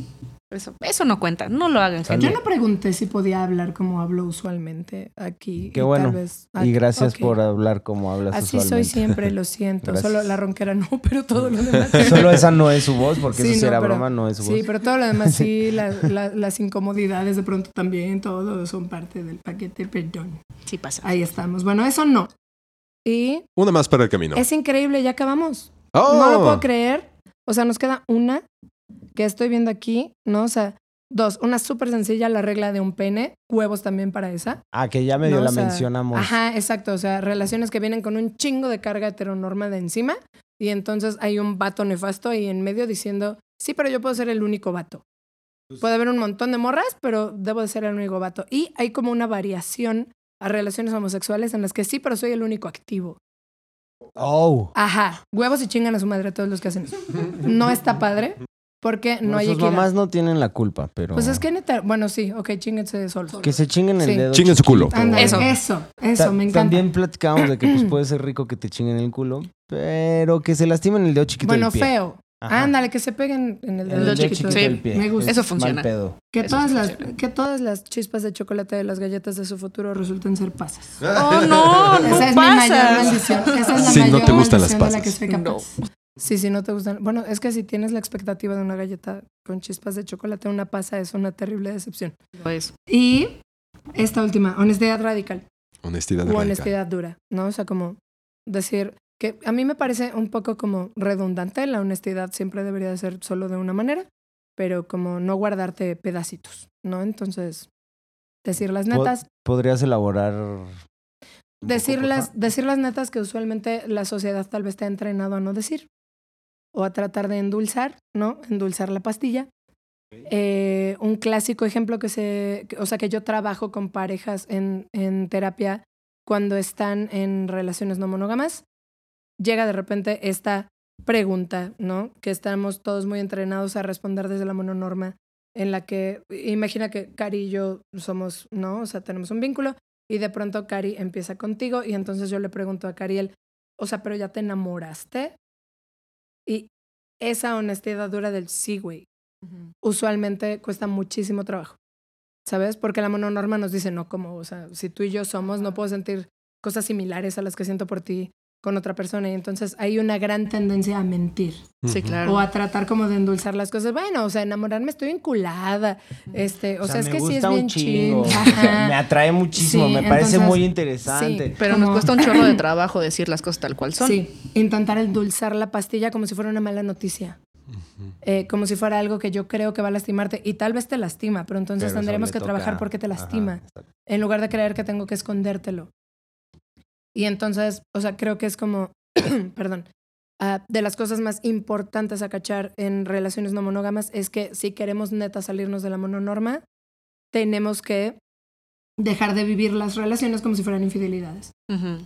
[SPEAKER 6] Eso, eso no cuenta, no lo hagan,
[SPEAKER 4] Yo
[SPEAKER 6] gente.
[SPEAKER 4] no pregunté si podía hablar como hablo usualmente aquí. y
[SPEAKER 7] Qué
[SPEAKER 4] tal
[SPEAKER 7] bueno.
[SPEAKER 4] vez-
[SPEAKER 7] y gracias
[SPEAKER 4] Ok.
[SPEAKER 7] por hablar como hablas
[SPEAKER 4] Así
[SPEAKER 7] usualmente.
[SPEAKER 4] soy siempre, lo siento.
[SPEAKER 7] Gracias.
[SPEAKER 4] Solo la ronquera no, [LAUGHS] pero todo lo demás.
[SPEAKER 7] [LAUGHS] Solo esa no es su voz, porque
[SPEAKER 4] Sí,
[SPEAKER 7] eso sí
[SPEAKER 4] no,
[SPEAKER 7] era
[SPEAKER 4] pero-
[SPEAKER 7] broma, no es su voz.
[SPEAKER 4] Sí, pero todo lo
[SPEAKER 7] [LAUGHS]
[SPEAKER 4] demás sí, la- la- las incomodidades de pronto también, todo son parte del paquete, perdón.
[SPEAKER 6] Sí pasa.
[SPEAKER 4] Ahí estamos. Bueno, eso no. Y
[SPEAKER 3] Una más para el camino.
[SPEAKER 4] es increíble, ya acabamos.
[SPEAKER 3] ¡Oh!
[SPEAKER 4] No lo puedo creer. O sea, nos queda una que estoy viendo aquí, ¿no? O sea, dos, una súper sencilla, la regla de un pene, huevos también para esa.
[SPEAKER 7] Ah, que ya medio
[SPEAKER 4] ¿no? O
[SPEAKER 7] la
[SPEAKER 4] sea,
[SPEAKER 7] mencionamos.
[SPEAKER 4] Ajá, exacto. O sea, relaciones que vienen con un chingo de carga heteronorma de encima. Y entonces hay un vato nefasto ahí en medio diciendo, sí, pero yo puedo ser el único vato.
[SPEAKER 7] Pues
[SPEAKER 4] Puede haber un montón de morras, pero debo de ser el único vato. Y hay como una variación a relaciones homosexuales en las que sí, pero soy el único activo.
[SPEAKER 7] Oh.
[SPEAKER 4] Ajá, huevos y chingan a su madre todos los que hacen eso. No está padre porque no,
[SPEAKER 7] No,
[SPEAKER 4] hay
[SPEAKER 7] sus
[SPEAKER 4] equidad.
[SPEAKER 7] mamás no tienen la culpa, pero.
[SPEAKER 4] Pues es que neta, bueno, sí, ok, chinguense solos.
[SPEAKER 7] Que se chinguen el
[SPEAKER 4] Sí.
[SPEAKER 7] dedo.
[SPEAKER 3] Chinguen su culo.
[SPEAKER 4] Ándale,
[SPEAKER 7] Eso.
[SPEAKER 4] eso, eso, me encanta.
[SPEAKER 7] También platicábamos de que
[SPEAKER 4] [CLEARS THROAT]
[SPEAKER 7] pues, puede ser rico que te chinguen el culo, pero que se lastimen el dedo chiquito
[SPEAKER 4] Bueno,
[SPEAKER 7] del pie.
[SPEAKER 4] feo.
[SPEAKER 7] Ajá.
[SPEAKER 4] Ándale, que se peguen en el
[SPEAKER 7] El
[SPEAKER 4] dedo
[SPEAKER 7] dedo
[SPEAKER 4] chiquito.
[SPEAKER 7] chiquito Sí. del pie.
[SPEAKER 4] Me gusta.
[SPEAKER 7] Eso Es funciona. mal pedo.
[SPEAKER 4] Que,
[SPEAKER 7] Eso
[SPEAKER 4] todas las, que todas las chispas de chocolate de las galletas de su futuro resulten ser pasas.
[SPEAKER 6] Oh,
[SPEAKER 3] [LAUGHS]
[SPEAKER 6] no, no
[SPEAKER 4] Esa es mi mayor
[SPEAKER 6] pasas.
[SPEAKER 4] maldición. Esa es la
[SPEAKER 3] Si no
[SPEAKER 4] mayor
[SPEAKER 3] te gustan las
[SPEAKER 4] maldición de la que
[SPEAKER 3] pasas.
[SPEAKER 4] soy capaz. Sí, sí, no te gustan. Bueno, es que si tienes la expectativa de una galleta con chispas de chocolate, una pasa es una terrible decepción.
[SPEAKER 6] Pues.
[SPEAKER 4] Y esta última, honestidad radical
[SPEAKER 3] Honestidad.
[SPEAKER 4] o
[SPEAKER 3] radical.
[SPEAKER 4] honestidad dura, ¿no? O sea, como decir, que a mí me parece un poco como redundante, la honestidad siempre debería de ser solo de una manera, pero como no guardarte pedacitos, ¿no? Entonces, decir las netas,
[SPEAKER 7] ¿Podrías elaborar?
[SPEAKER 4] decir las, decir las netas que usualmente la sociedad tal vez te ha entrenado a no decir, o a tratar de endulzar, ¿no? Endulzar la pastilla. Eh, un clásico ejemplo que se, que- o sea, que yo trabajo con parejas en, en terapia cuando están en relaciones no monógamas, llega de repente esta pregunta, ¿no? Que estamos todos muy entrenados a responder desde la mononorma, en la que imagina que Cari y yo somos, ¿no? O sea, tenemos un vínculo y de pronto Cari empieza contigo y entonces yo le pregunto a Cariel, o sea, pero ya te enamoraste. Y esa honestidad dura del sí, güey, usualmente cuesta muchísimo trabajo. ¿Sabes? Porque la mononorma nos dice, no, como, o sea, si tú y yo somos, no puedo sentir cosas similares a las que siento por ti con otra persona. Y entonces hay una gran tendencia a mentir.
[SPEAKER 6] Sí, Ujú. claro.
[SPEAKER 4] O a tratar como de endulzar las cosas. Bueno, o sea, enamorarme estoy enculada. Este, o, sea, es
[SPEAKER 7] me
[SPEAKER 4] que sí es
[SPEAKER 7] gusta un
[SPEAKER 4] bien
[SPEAKER 7] chingo.
[SPEAKER 4] chido.
[SPEAKER 7] [LAUGHS]
[SPEAKER 4] Ajá.
[SPEAKER 7] Me atrae muchísimo,
[SPEAKER 4] Sí,
[SPEAKER 7] me parece
[SPEAKER 4] entonces,
[SPEAKER 7] muy
[SPEAKER 4] sí,
[SPEAKER 7] interesante.
[SPEAKER 6] Pero nos
[SPEAKER 4] Como-
[SPEAKER 6] cuesta un
[SPEAKER 4] [CLEARS THROAT]
[SPEAKER 6] chorro de trabajo decir las cosas tal cual son.
[SPEAKER 4] Sí, intentar endulzar la pastilla como si fuera una mala noticia. Eh, como si fuera algo que yo creo que va a lastimarte y tal vez te lastima, pero entonces
[SPEAKER 7] Pero eso
[SPEAKER 4] tendremos
[SPEAKER 7] le
[SPEAKER 4] que
[SPEAKER 7] toca.
[SPEAKER 4] trabajar porque te
[SPEAKER 7] Ajá,
[SPEAKER 4] lastima, en lugar de creer que tengo que escondértelo. Y entonces, o sea, creo que es como, [CLEARS THROAT] perdón, ah, de las cosas más importantes a cachar en relaciones no monógamas es que si queremos neta salirnos de la mononorma, tenemos que dejar de vivir las relaciones como si fueran infidelidades.
[SPEAKER 6] Ujú.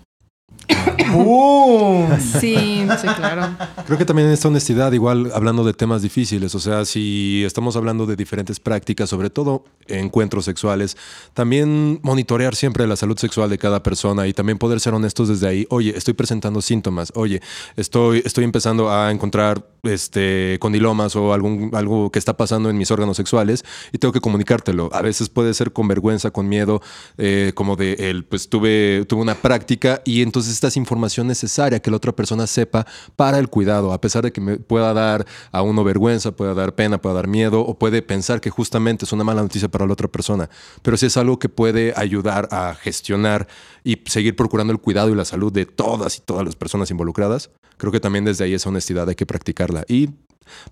[SPEAKER 7] ¡Bum!
[SPEAKER 4] Sí,
[SPEAKER 6] [LAUGHS] Sí, claro.
[SPEAKER 3] Creo que también en esta honestidad, igual hablando de temas difíciles, o sea, si estamos hablando de diferentes prácticas, sobre todo encuentros sexuales, también monitorear siempre la salud sexual de cada persona y también poder ser honestos desde ahí. Oye, estoy presentando síntomas. Oye, estoy, estoy empezando a encontrar este, condilomas o algún, algo que está pasando en mis órganos sexuales y tengo que comunicártelo. A veces puede ser con vergüenza, con miedo, eh, como de el, pues tuve, tuve una práctica y entonces esta es información necesaria que la otra persona sepa para el cuidado, a pesar de que me pueda dar a uno vergüenza, pueda dar pena, pueda dar miedo o puede pensar que justamente es una mala noticia para la otra persona. Pero sí es algo que puede ayudar a gestionar y seguir procurando el cuidado y la salud de todas y todas las personas involucradas. Creo que también desde ahí esa honestidad hay que practicarla y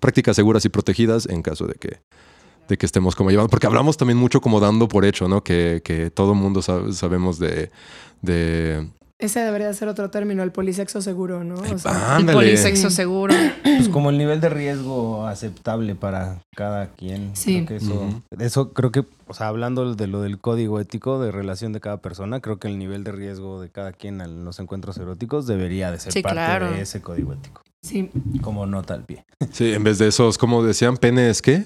[SPEAKER 3] prácticas seguras y protegidas en caso de que de que estemos como llevando, porque hablamos también mucho como dando por hecho, ¿no? Que, que todo mundo sabe- sabemos de, de...
[SPEAKER 4] Ese debería ser otro término, el polisexo seguro, ¿no? O sea,
[SPEAKER 6] El
[SPEAKER 3] ándale.
[SPEAKER 6] polisexo seguro.
[SPEAKER 7] Pues como el nivel de riesgo aceptable para cada quien. Creo
[SPEAKER 4] Sí.
[SPEAKER 7] que eso,
[SPEAKER 3] Ujú.
[SPEAKER 7] eso creo que, o sea, hablando de lo del código ético de relación de cada persona, creo que el nivel de riesgo de cada quien en los encuentros eróticos debería de ser
[SPEAKER 6] Sí,
[SPEAKER 7] parte
[SPEAKER 6] claro.
[SPEAKER 7] de ese código ético.
[SPEAKER 4] sí,
[SPEAKER 7] Como nota al pie.
[SPEAKER 3] Sí, en vez de esos, como decían, penes, ¿qué?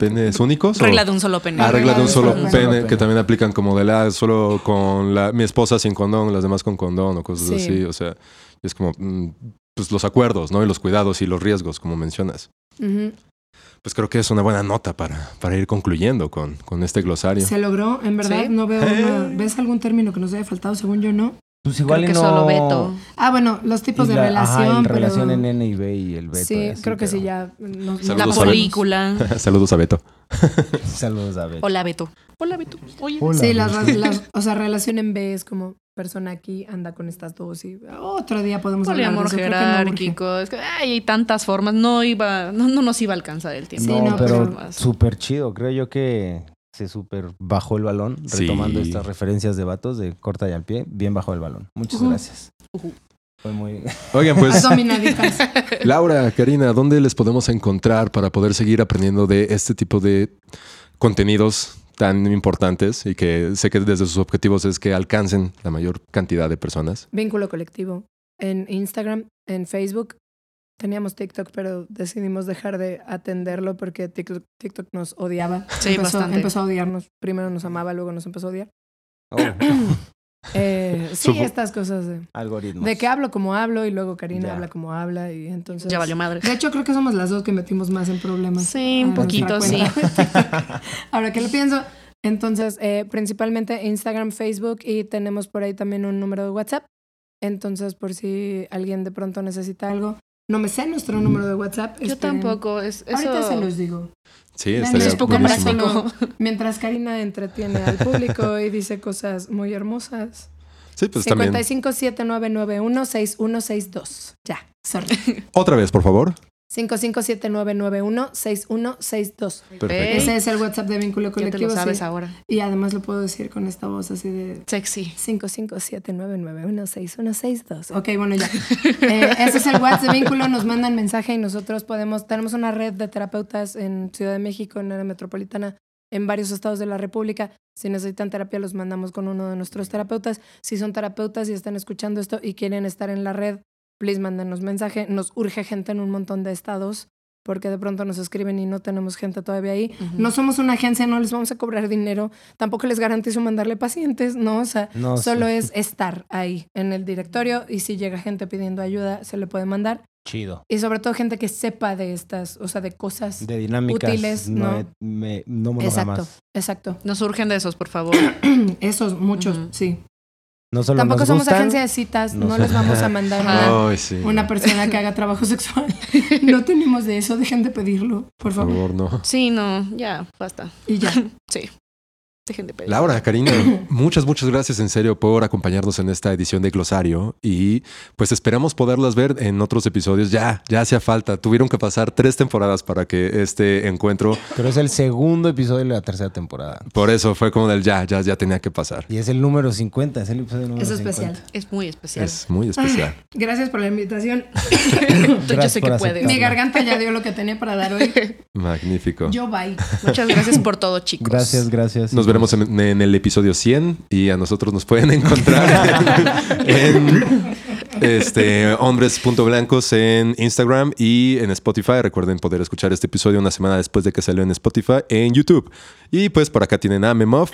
[SPEAKER 3] ¿Penes únicos? o-
[SPEAKER 6] [CLEARS THROAT] Regla de un solo pene.
[SPEAKER 3] Ah, regla de un solo
[SPEAKER 4] Un
[SPEAKER 3] pene,
[SPEAKER 7] solo pene.
[SPEAKER 3] que también aplican como de la, solo con la, mi esposa sin condón, las demás con condón o cosas
[SPEAKER 4] Sí.
[SPEAKER 3] así, o sea, es como, mm, pues los acuerdos, ¿no? Y los cuidados y los riesgos, como mencionas.
[SPEAKER 4] ujú.
[SPEAKER 3] Pues creo que es una buena nota para, para ir concluyendo con, con este glosario.
[SPEAKER 4] Se logró, en verdad,
[SPEAKER 6] Sí.
[SPEAKER 4] no veo una- ¿Ves algún término que nos haya faltado? Según yo, no.
[SPEAKER 7] Pues
[SPEAKER 6] Creo
[SPEAKER 7] igual y
[SPEAKER 6] que
[SPEAKER 7] no...
[SPEAKER 6] solo Beto.
[SPEAKER 4] Ah, bueno, los tipos
[SPEAKER 7] y
[SPEAKER 4] de
[SPEAKER 7] la-
[SPEAKER 4] relación.
[SPEAKER 7] Ajá, en
[SPEAKER 4] pero-
[SPEAKER 7] relación en N y B y el Beto.
[SPEAKER 4] sí,
[SPEAKER 7] y así,
[SPEAKER 4] creo que sí,
[SPEAKER 7] pero-
[SPEAKER 4] ya. nos-
[SPEAKER 6] La
[SPEAKER 3] Saludos a Beto. [LAUGHS]
[SPEAKER 6] película.
[SPEAKER 3] [LAUGHS] Saludos a Beto.
[SPEAKER 7] Saludos a Beto.
[SPEAKER 6] Hola, Beto. Hola, Beto. Oye.
[SPEAKER 4] Sí, las,
[SPEAKER 7] [LAUGHS]
[SPEAKER 4] las- o sea, relación en B es como persona aquí anda con estas dos y otro día podemos hablar
[SPEAKER 6] Poliamor
[SPEAKER 4] de eso. creo que no urge.
[SPEAKER 6] jerárquico. Es que ay, hay tantas formas. No iba, no, no nos iba a alcanzar el tiempo.
[SPEAKER 4] Sí, no,
[SPEAKER 7] no, pero
[SPEAKER 6] más.
[SPEAKER 7] súper chido. Creo yo que se súper bajó el balón,
[SPEAKER 3] Sí.
[SPEAKER 7] retomando estas referencias de vatos de corta y al pie, bien bajo el balón. Muchas
[SPEAKER 4] Ujú.
[SPEAKER 7] gracias.
[SPEAKER 6] Ujú.
[SPEAKER 7] Fue muy... [LAUGHS]
[SPEAKER 3] Oigan, pues...
[SPEAKER 4] Abdominaditas.
[SPEAKER 3] Laura, Karina, ¿dónde les podemos encontrar para poder seguir aprendiendo de este tipo de contenidos tan importantes y que sé que desde sus objetivos es que alcancen la mayor cantidad de personas?
[SPEAKER 4] Vínculo colectivo. En Instagram, en Facebook. Teníamos TikTok, pero decidimos dejar de atenderlo porque TikTok, TikTok nos odiaba.
[SPEAKER 6] Sí,
[SPEAKER 4] empezó,
[SPEAKER 6] bastante.
[SPEAKER 4] empezó a odiarnos. Primero nos amaba, luego nos empezó a odiar.
[SPEAKER 7] Oh,
[SPEAKER 4] Eh, sí,
[SPEAKER 3] Supo-
[SPEAKER 4] estas cosas de,
[SPEAKER 7] algoritmos.
[SPEAKER 4] de que hablo como hablo y luego Karina
[SPEAKER 7] Ya.
[SPEAKER 4] habla como habla y entonces...
[SPEAKER 6] Ya valió madre.
[SPEAKER 4] De hecho, creo que somos las dos que metimos más en problemas.
[SPEAKER 6] Sí,
[SPEAKER 4] a
[SPEAKER 6] un
[SPEAKER 4] nuestra
[SPEAKER 6] poquito, sí.
[SPEAKER 4] [LAUGHS] cuenta. Ahora que lo pienso, entonces, eh, principalmente Instagram, Facebook y tenemos por ahí también un número de WhatsApp. Entonces, por si alguien de pronto necesita algo. No me sé nuestro número de WhatsApp.
[SPEAKER 6] Yo
[SPEAKER 4] esperen.
[SPEAKER 6] tampoco. Es, eso
[SPEAKER 4] Este, Ahorita se los digo.
[SPEAKER 3] Sí,
[SPEAKER 4] Denme
[SPEAKER 3] estaría
[SPEAKER 6] es poco
[SPEAKER 3] buenísimo.
[SPEAKER 4] práctico.
[SPEAKER 6] [LAUGHS] buenísimo.
[SPEAKER 4] Mientras Karina entretiene al público y dice cosas muy hermosas.
[SPEAKER 3] Sí, pues también.
[SPEAKER 4] 55 7991 6162. Ya, sorry.
[SPEAKER 3] Otra vez, por favor.
[SPEAKER 4] 557991-6162.
[SPEAKER 3] Perfecto.
[SPEAKER 4] Ese es el WhatsApp de Vínculo
[SPEAKER 6] te lo
[SPEAKER 4] Colectivo.
[SPEAKER 6] sabes
[SPEAKER 4] sí.
[SPEAKER 6] ahora.
[SPEAKER 4] Y además lo puedo decir con esta voz así de...
[SPEAKER 6] Sexy.
[SPEAKER 4] 557991-6162. Ok, bueno, ya. Eh, ese es el WhatsApp de Vínculo. Nos mandan mensaje y nosotros podemos... Tenemos una red de terapeutas en Ciudad de México, en área metropolitana, en varios estados de la República. Si necesitan terapia, los mandamos con uno de nuestros terapeutas. Si son terapeutas y están escuchando esto y quieren estar en la red, please mándenos mensaje. Nos urge gente en un montón de estados porque de pronto nos escriben y no tenemos gente todavía ahí.
[SPEAKER 6] Ujú.
[SPEAKER 4] No somos una agencia, no les vamos a cobrar dinero, tampoco les garantizo mandarle pacientes, no, o sea,
[SPEAKER 7] [LAUGHS] No, sí.
[SPEAKER 4] solo es estar ahí en el directorio y si llega gente pidiendo ayuda, se le puede mandar.
[SPEAKER 7] Chido.
[SPEAKER 4] Y sobre todo gente que sepa de estas, o sea, de cosas.
[SPEAKER 7] De dinámicas.
[SPEAKER 4] Útiles,
[SPEAKER 7] no.
[SPEAKER 4] ¿no?
[SPEAKER 7] me- no
[SPEAKER 4] exacto,
[SPEAKER 7] monógamas.
[SPEAKER 4] exacto.
[SPEAKER 6] Nos surgen de esos, por favor.
[SPEAKER 4] Esos, muchos, sí.
[SPEAKER 7] No solo
[SPEAKER 4] Tampoco
[SPEAKER 7] nos
[SPEAKER 4] somos
[SPEAKER 7] gustan,
[SPEAKER 4] agencia de citas,
[SPEAKER 7] nos-
[SPEAKER 4] no les vamos a mandar una,
[SPEAKER 3] Ay, sí.
[SPEAKER 4] una persona que haga trabajo sexual. No tenemos de eso, dejen de pedirlo,
[SPEAKER 3] Por
[SPEAKER 4] por favor.
[SPEAKER 3] favor, no.
[SPEAKER 6] Sí, no, ya, basta.
[SPEAKER 4] Y ya.
[SPEAKER 6] Sí. Dejen de pedir.
[SPEAKER 3] Laura, Karina, muchas, muchas gracias en serio por acompañarnos en esta edición de Glosario y pues esperamos poderlas ver en otros episodios. Ya, ya hacía falta. Tuvieron que pasar tres temporadas para que este encuentro,
[SPEAKER 7] Pero es el segundo episodio de la tercera temporada.
[SPEAKER 3] por eso fue como del ya, ya, ya tenía que pasar.
[SPEAKER 7] Y es el número 50, es el episodio número
[SPEAKER 4] Es
[SPEAKER 7] 50.
[SPEAKER 4] especial.
[SPEAKER 6] Es muy especial.
[SPEAKER 3] Es muy especial.
[SPEAKER 4] Gracias por
[SPEAKER 7] [LAUGHS]
[SPEAKER 4] la invitación.
[SPEAKER 6] Yo
[SPEAKER 7] Gracias
[SPEAKER 6] sé
[SPEAKER 7] por
[SPEAKER 6] que
[SPEAKER 7] aceptar.
[SPEAKER 6] puedes.
[SPEAKER 4] Mi garganta ya dio lo que tenía para dar hoy.
[SPEAKER 3] Magnífico.
[SPEAKER 7] [LAUGHS]
[SPEAKER 4] Yo bye.
[SPEAKER 6] Muchas gracias por todo, chicos.
[SPEAKER 7] Gracias, gracias.
[SPEAKER 3] Nos veremos en, en el episodio 100 y a nosotros nos pueden encontrar en, este, hombres.blancos en Instagram y en Spotify. Recuerden poder escuchar este episodio una semana después de que salió en Spotify en YouTube. Y pues por acá tienen a Memov,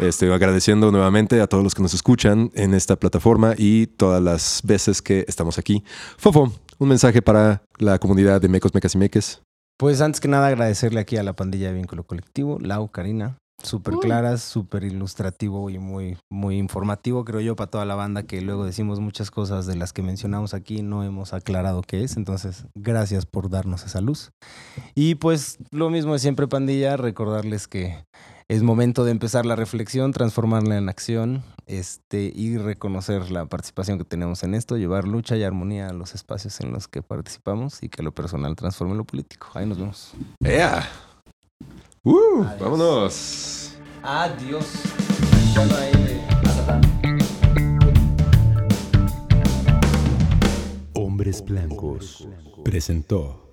[SPEAKER 3] este, agradeciendo nuevamente a todos los que nos escuchan en esta plataforma y todas las veces que estamos aquí. Fofo, un mensaje para la comunidad de Mecos, Mecas y Meques.
[SPEAKER 7] Pues antes que nada agradecerle aquí a la pandilla de Vínculo Colectivo, Lau, Karina, súper claras, súper ilustrativo y muy, muy informativo, creo yo, para toda la banda que luego decimos muchas cosas de las que mencionamos aquí y no hemos aclarado qué es. Entonces, gracias por darnos esa luz. Y pues lo mismo de siempre, pandilla, recordarles que es momento de empezar la reflexión, transformarla en acción este, y reconocer la participación que tenemos en esto, llevar lucha y armonía a los espacios en los que participamos y que lo personal transforme lo político. Ahí nos vemos.
[SPEAKER 3] ¡Ea! ¡Uh! ¡Vámonos!
[SPEAKER 7] Adiós.
[SPEAKER 11] Hombres Blancos presentó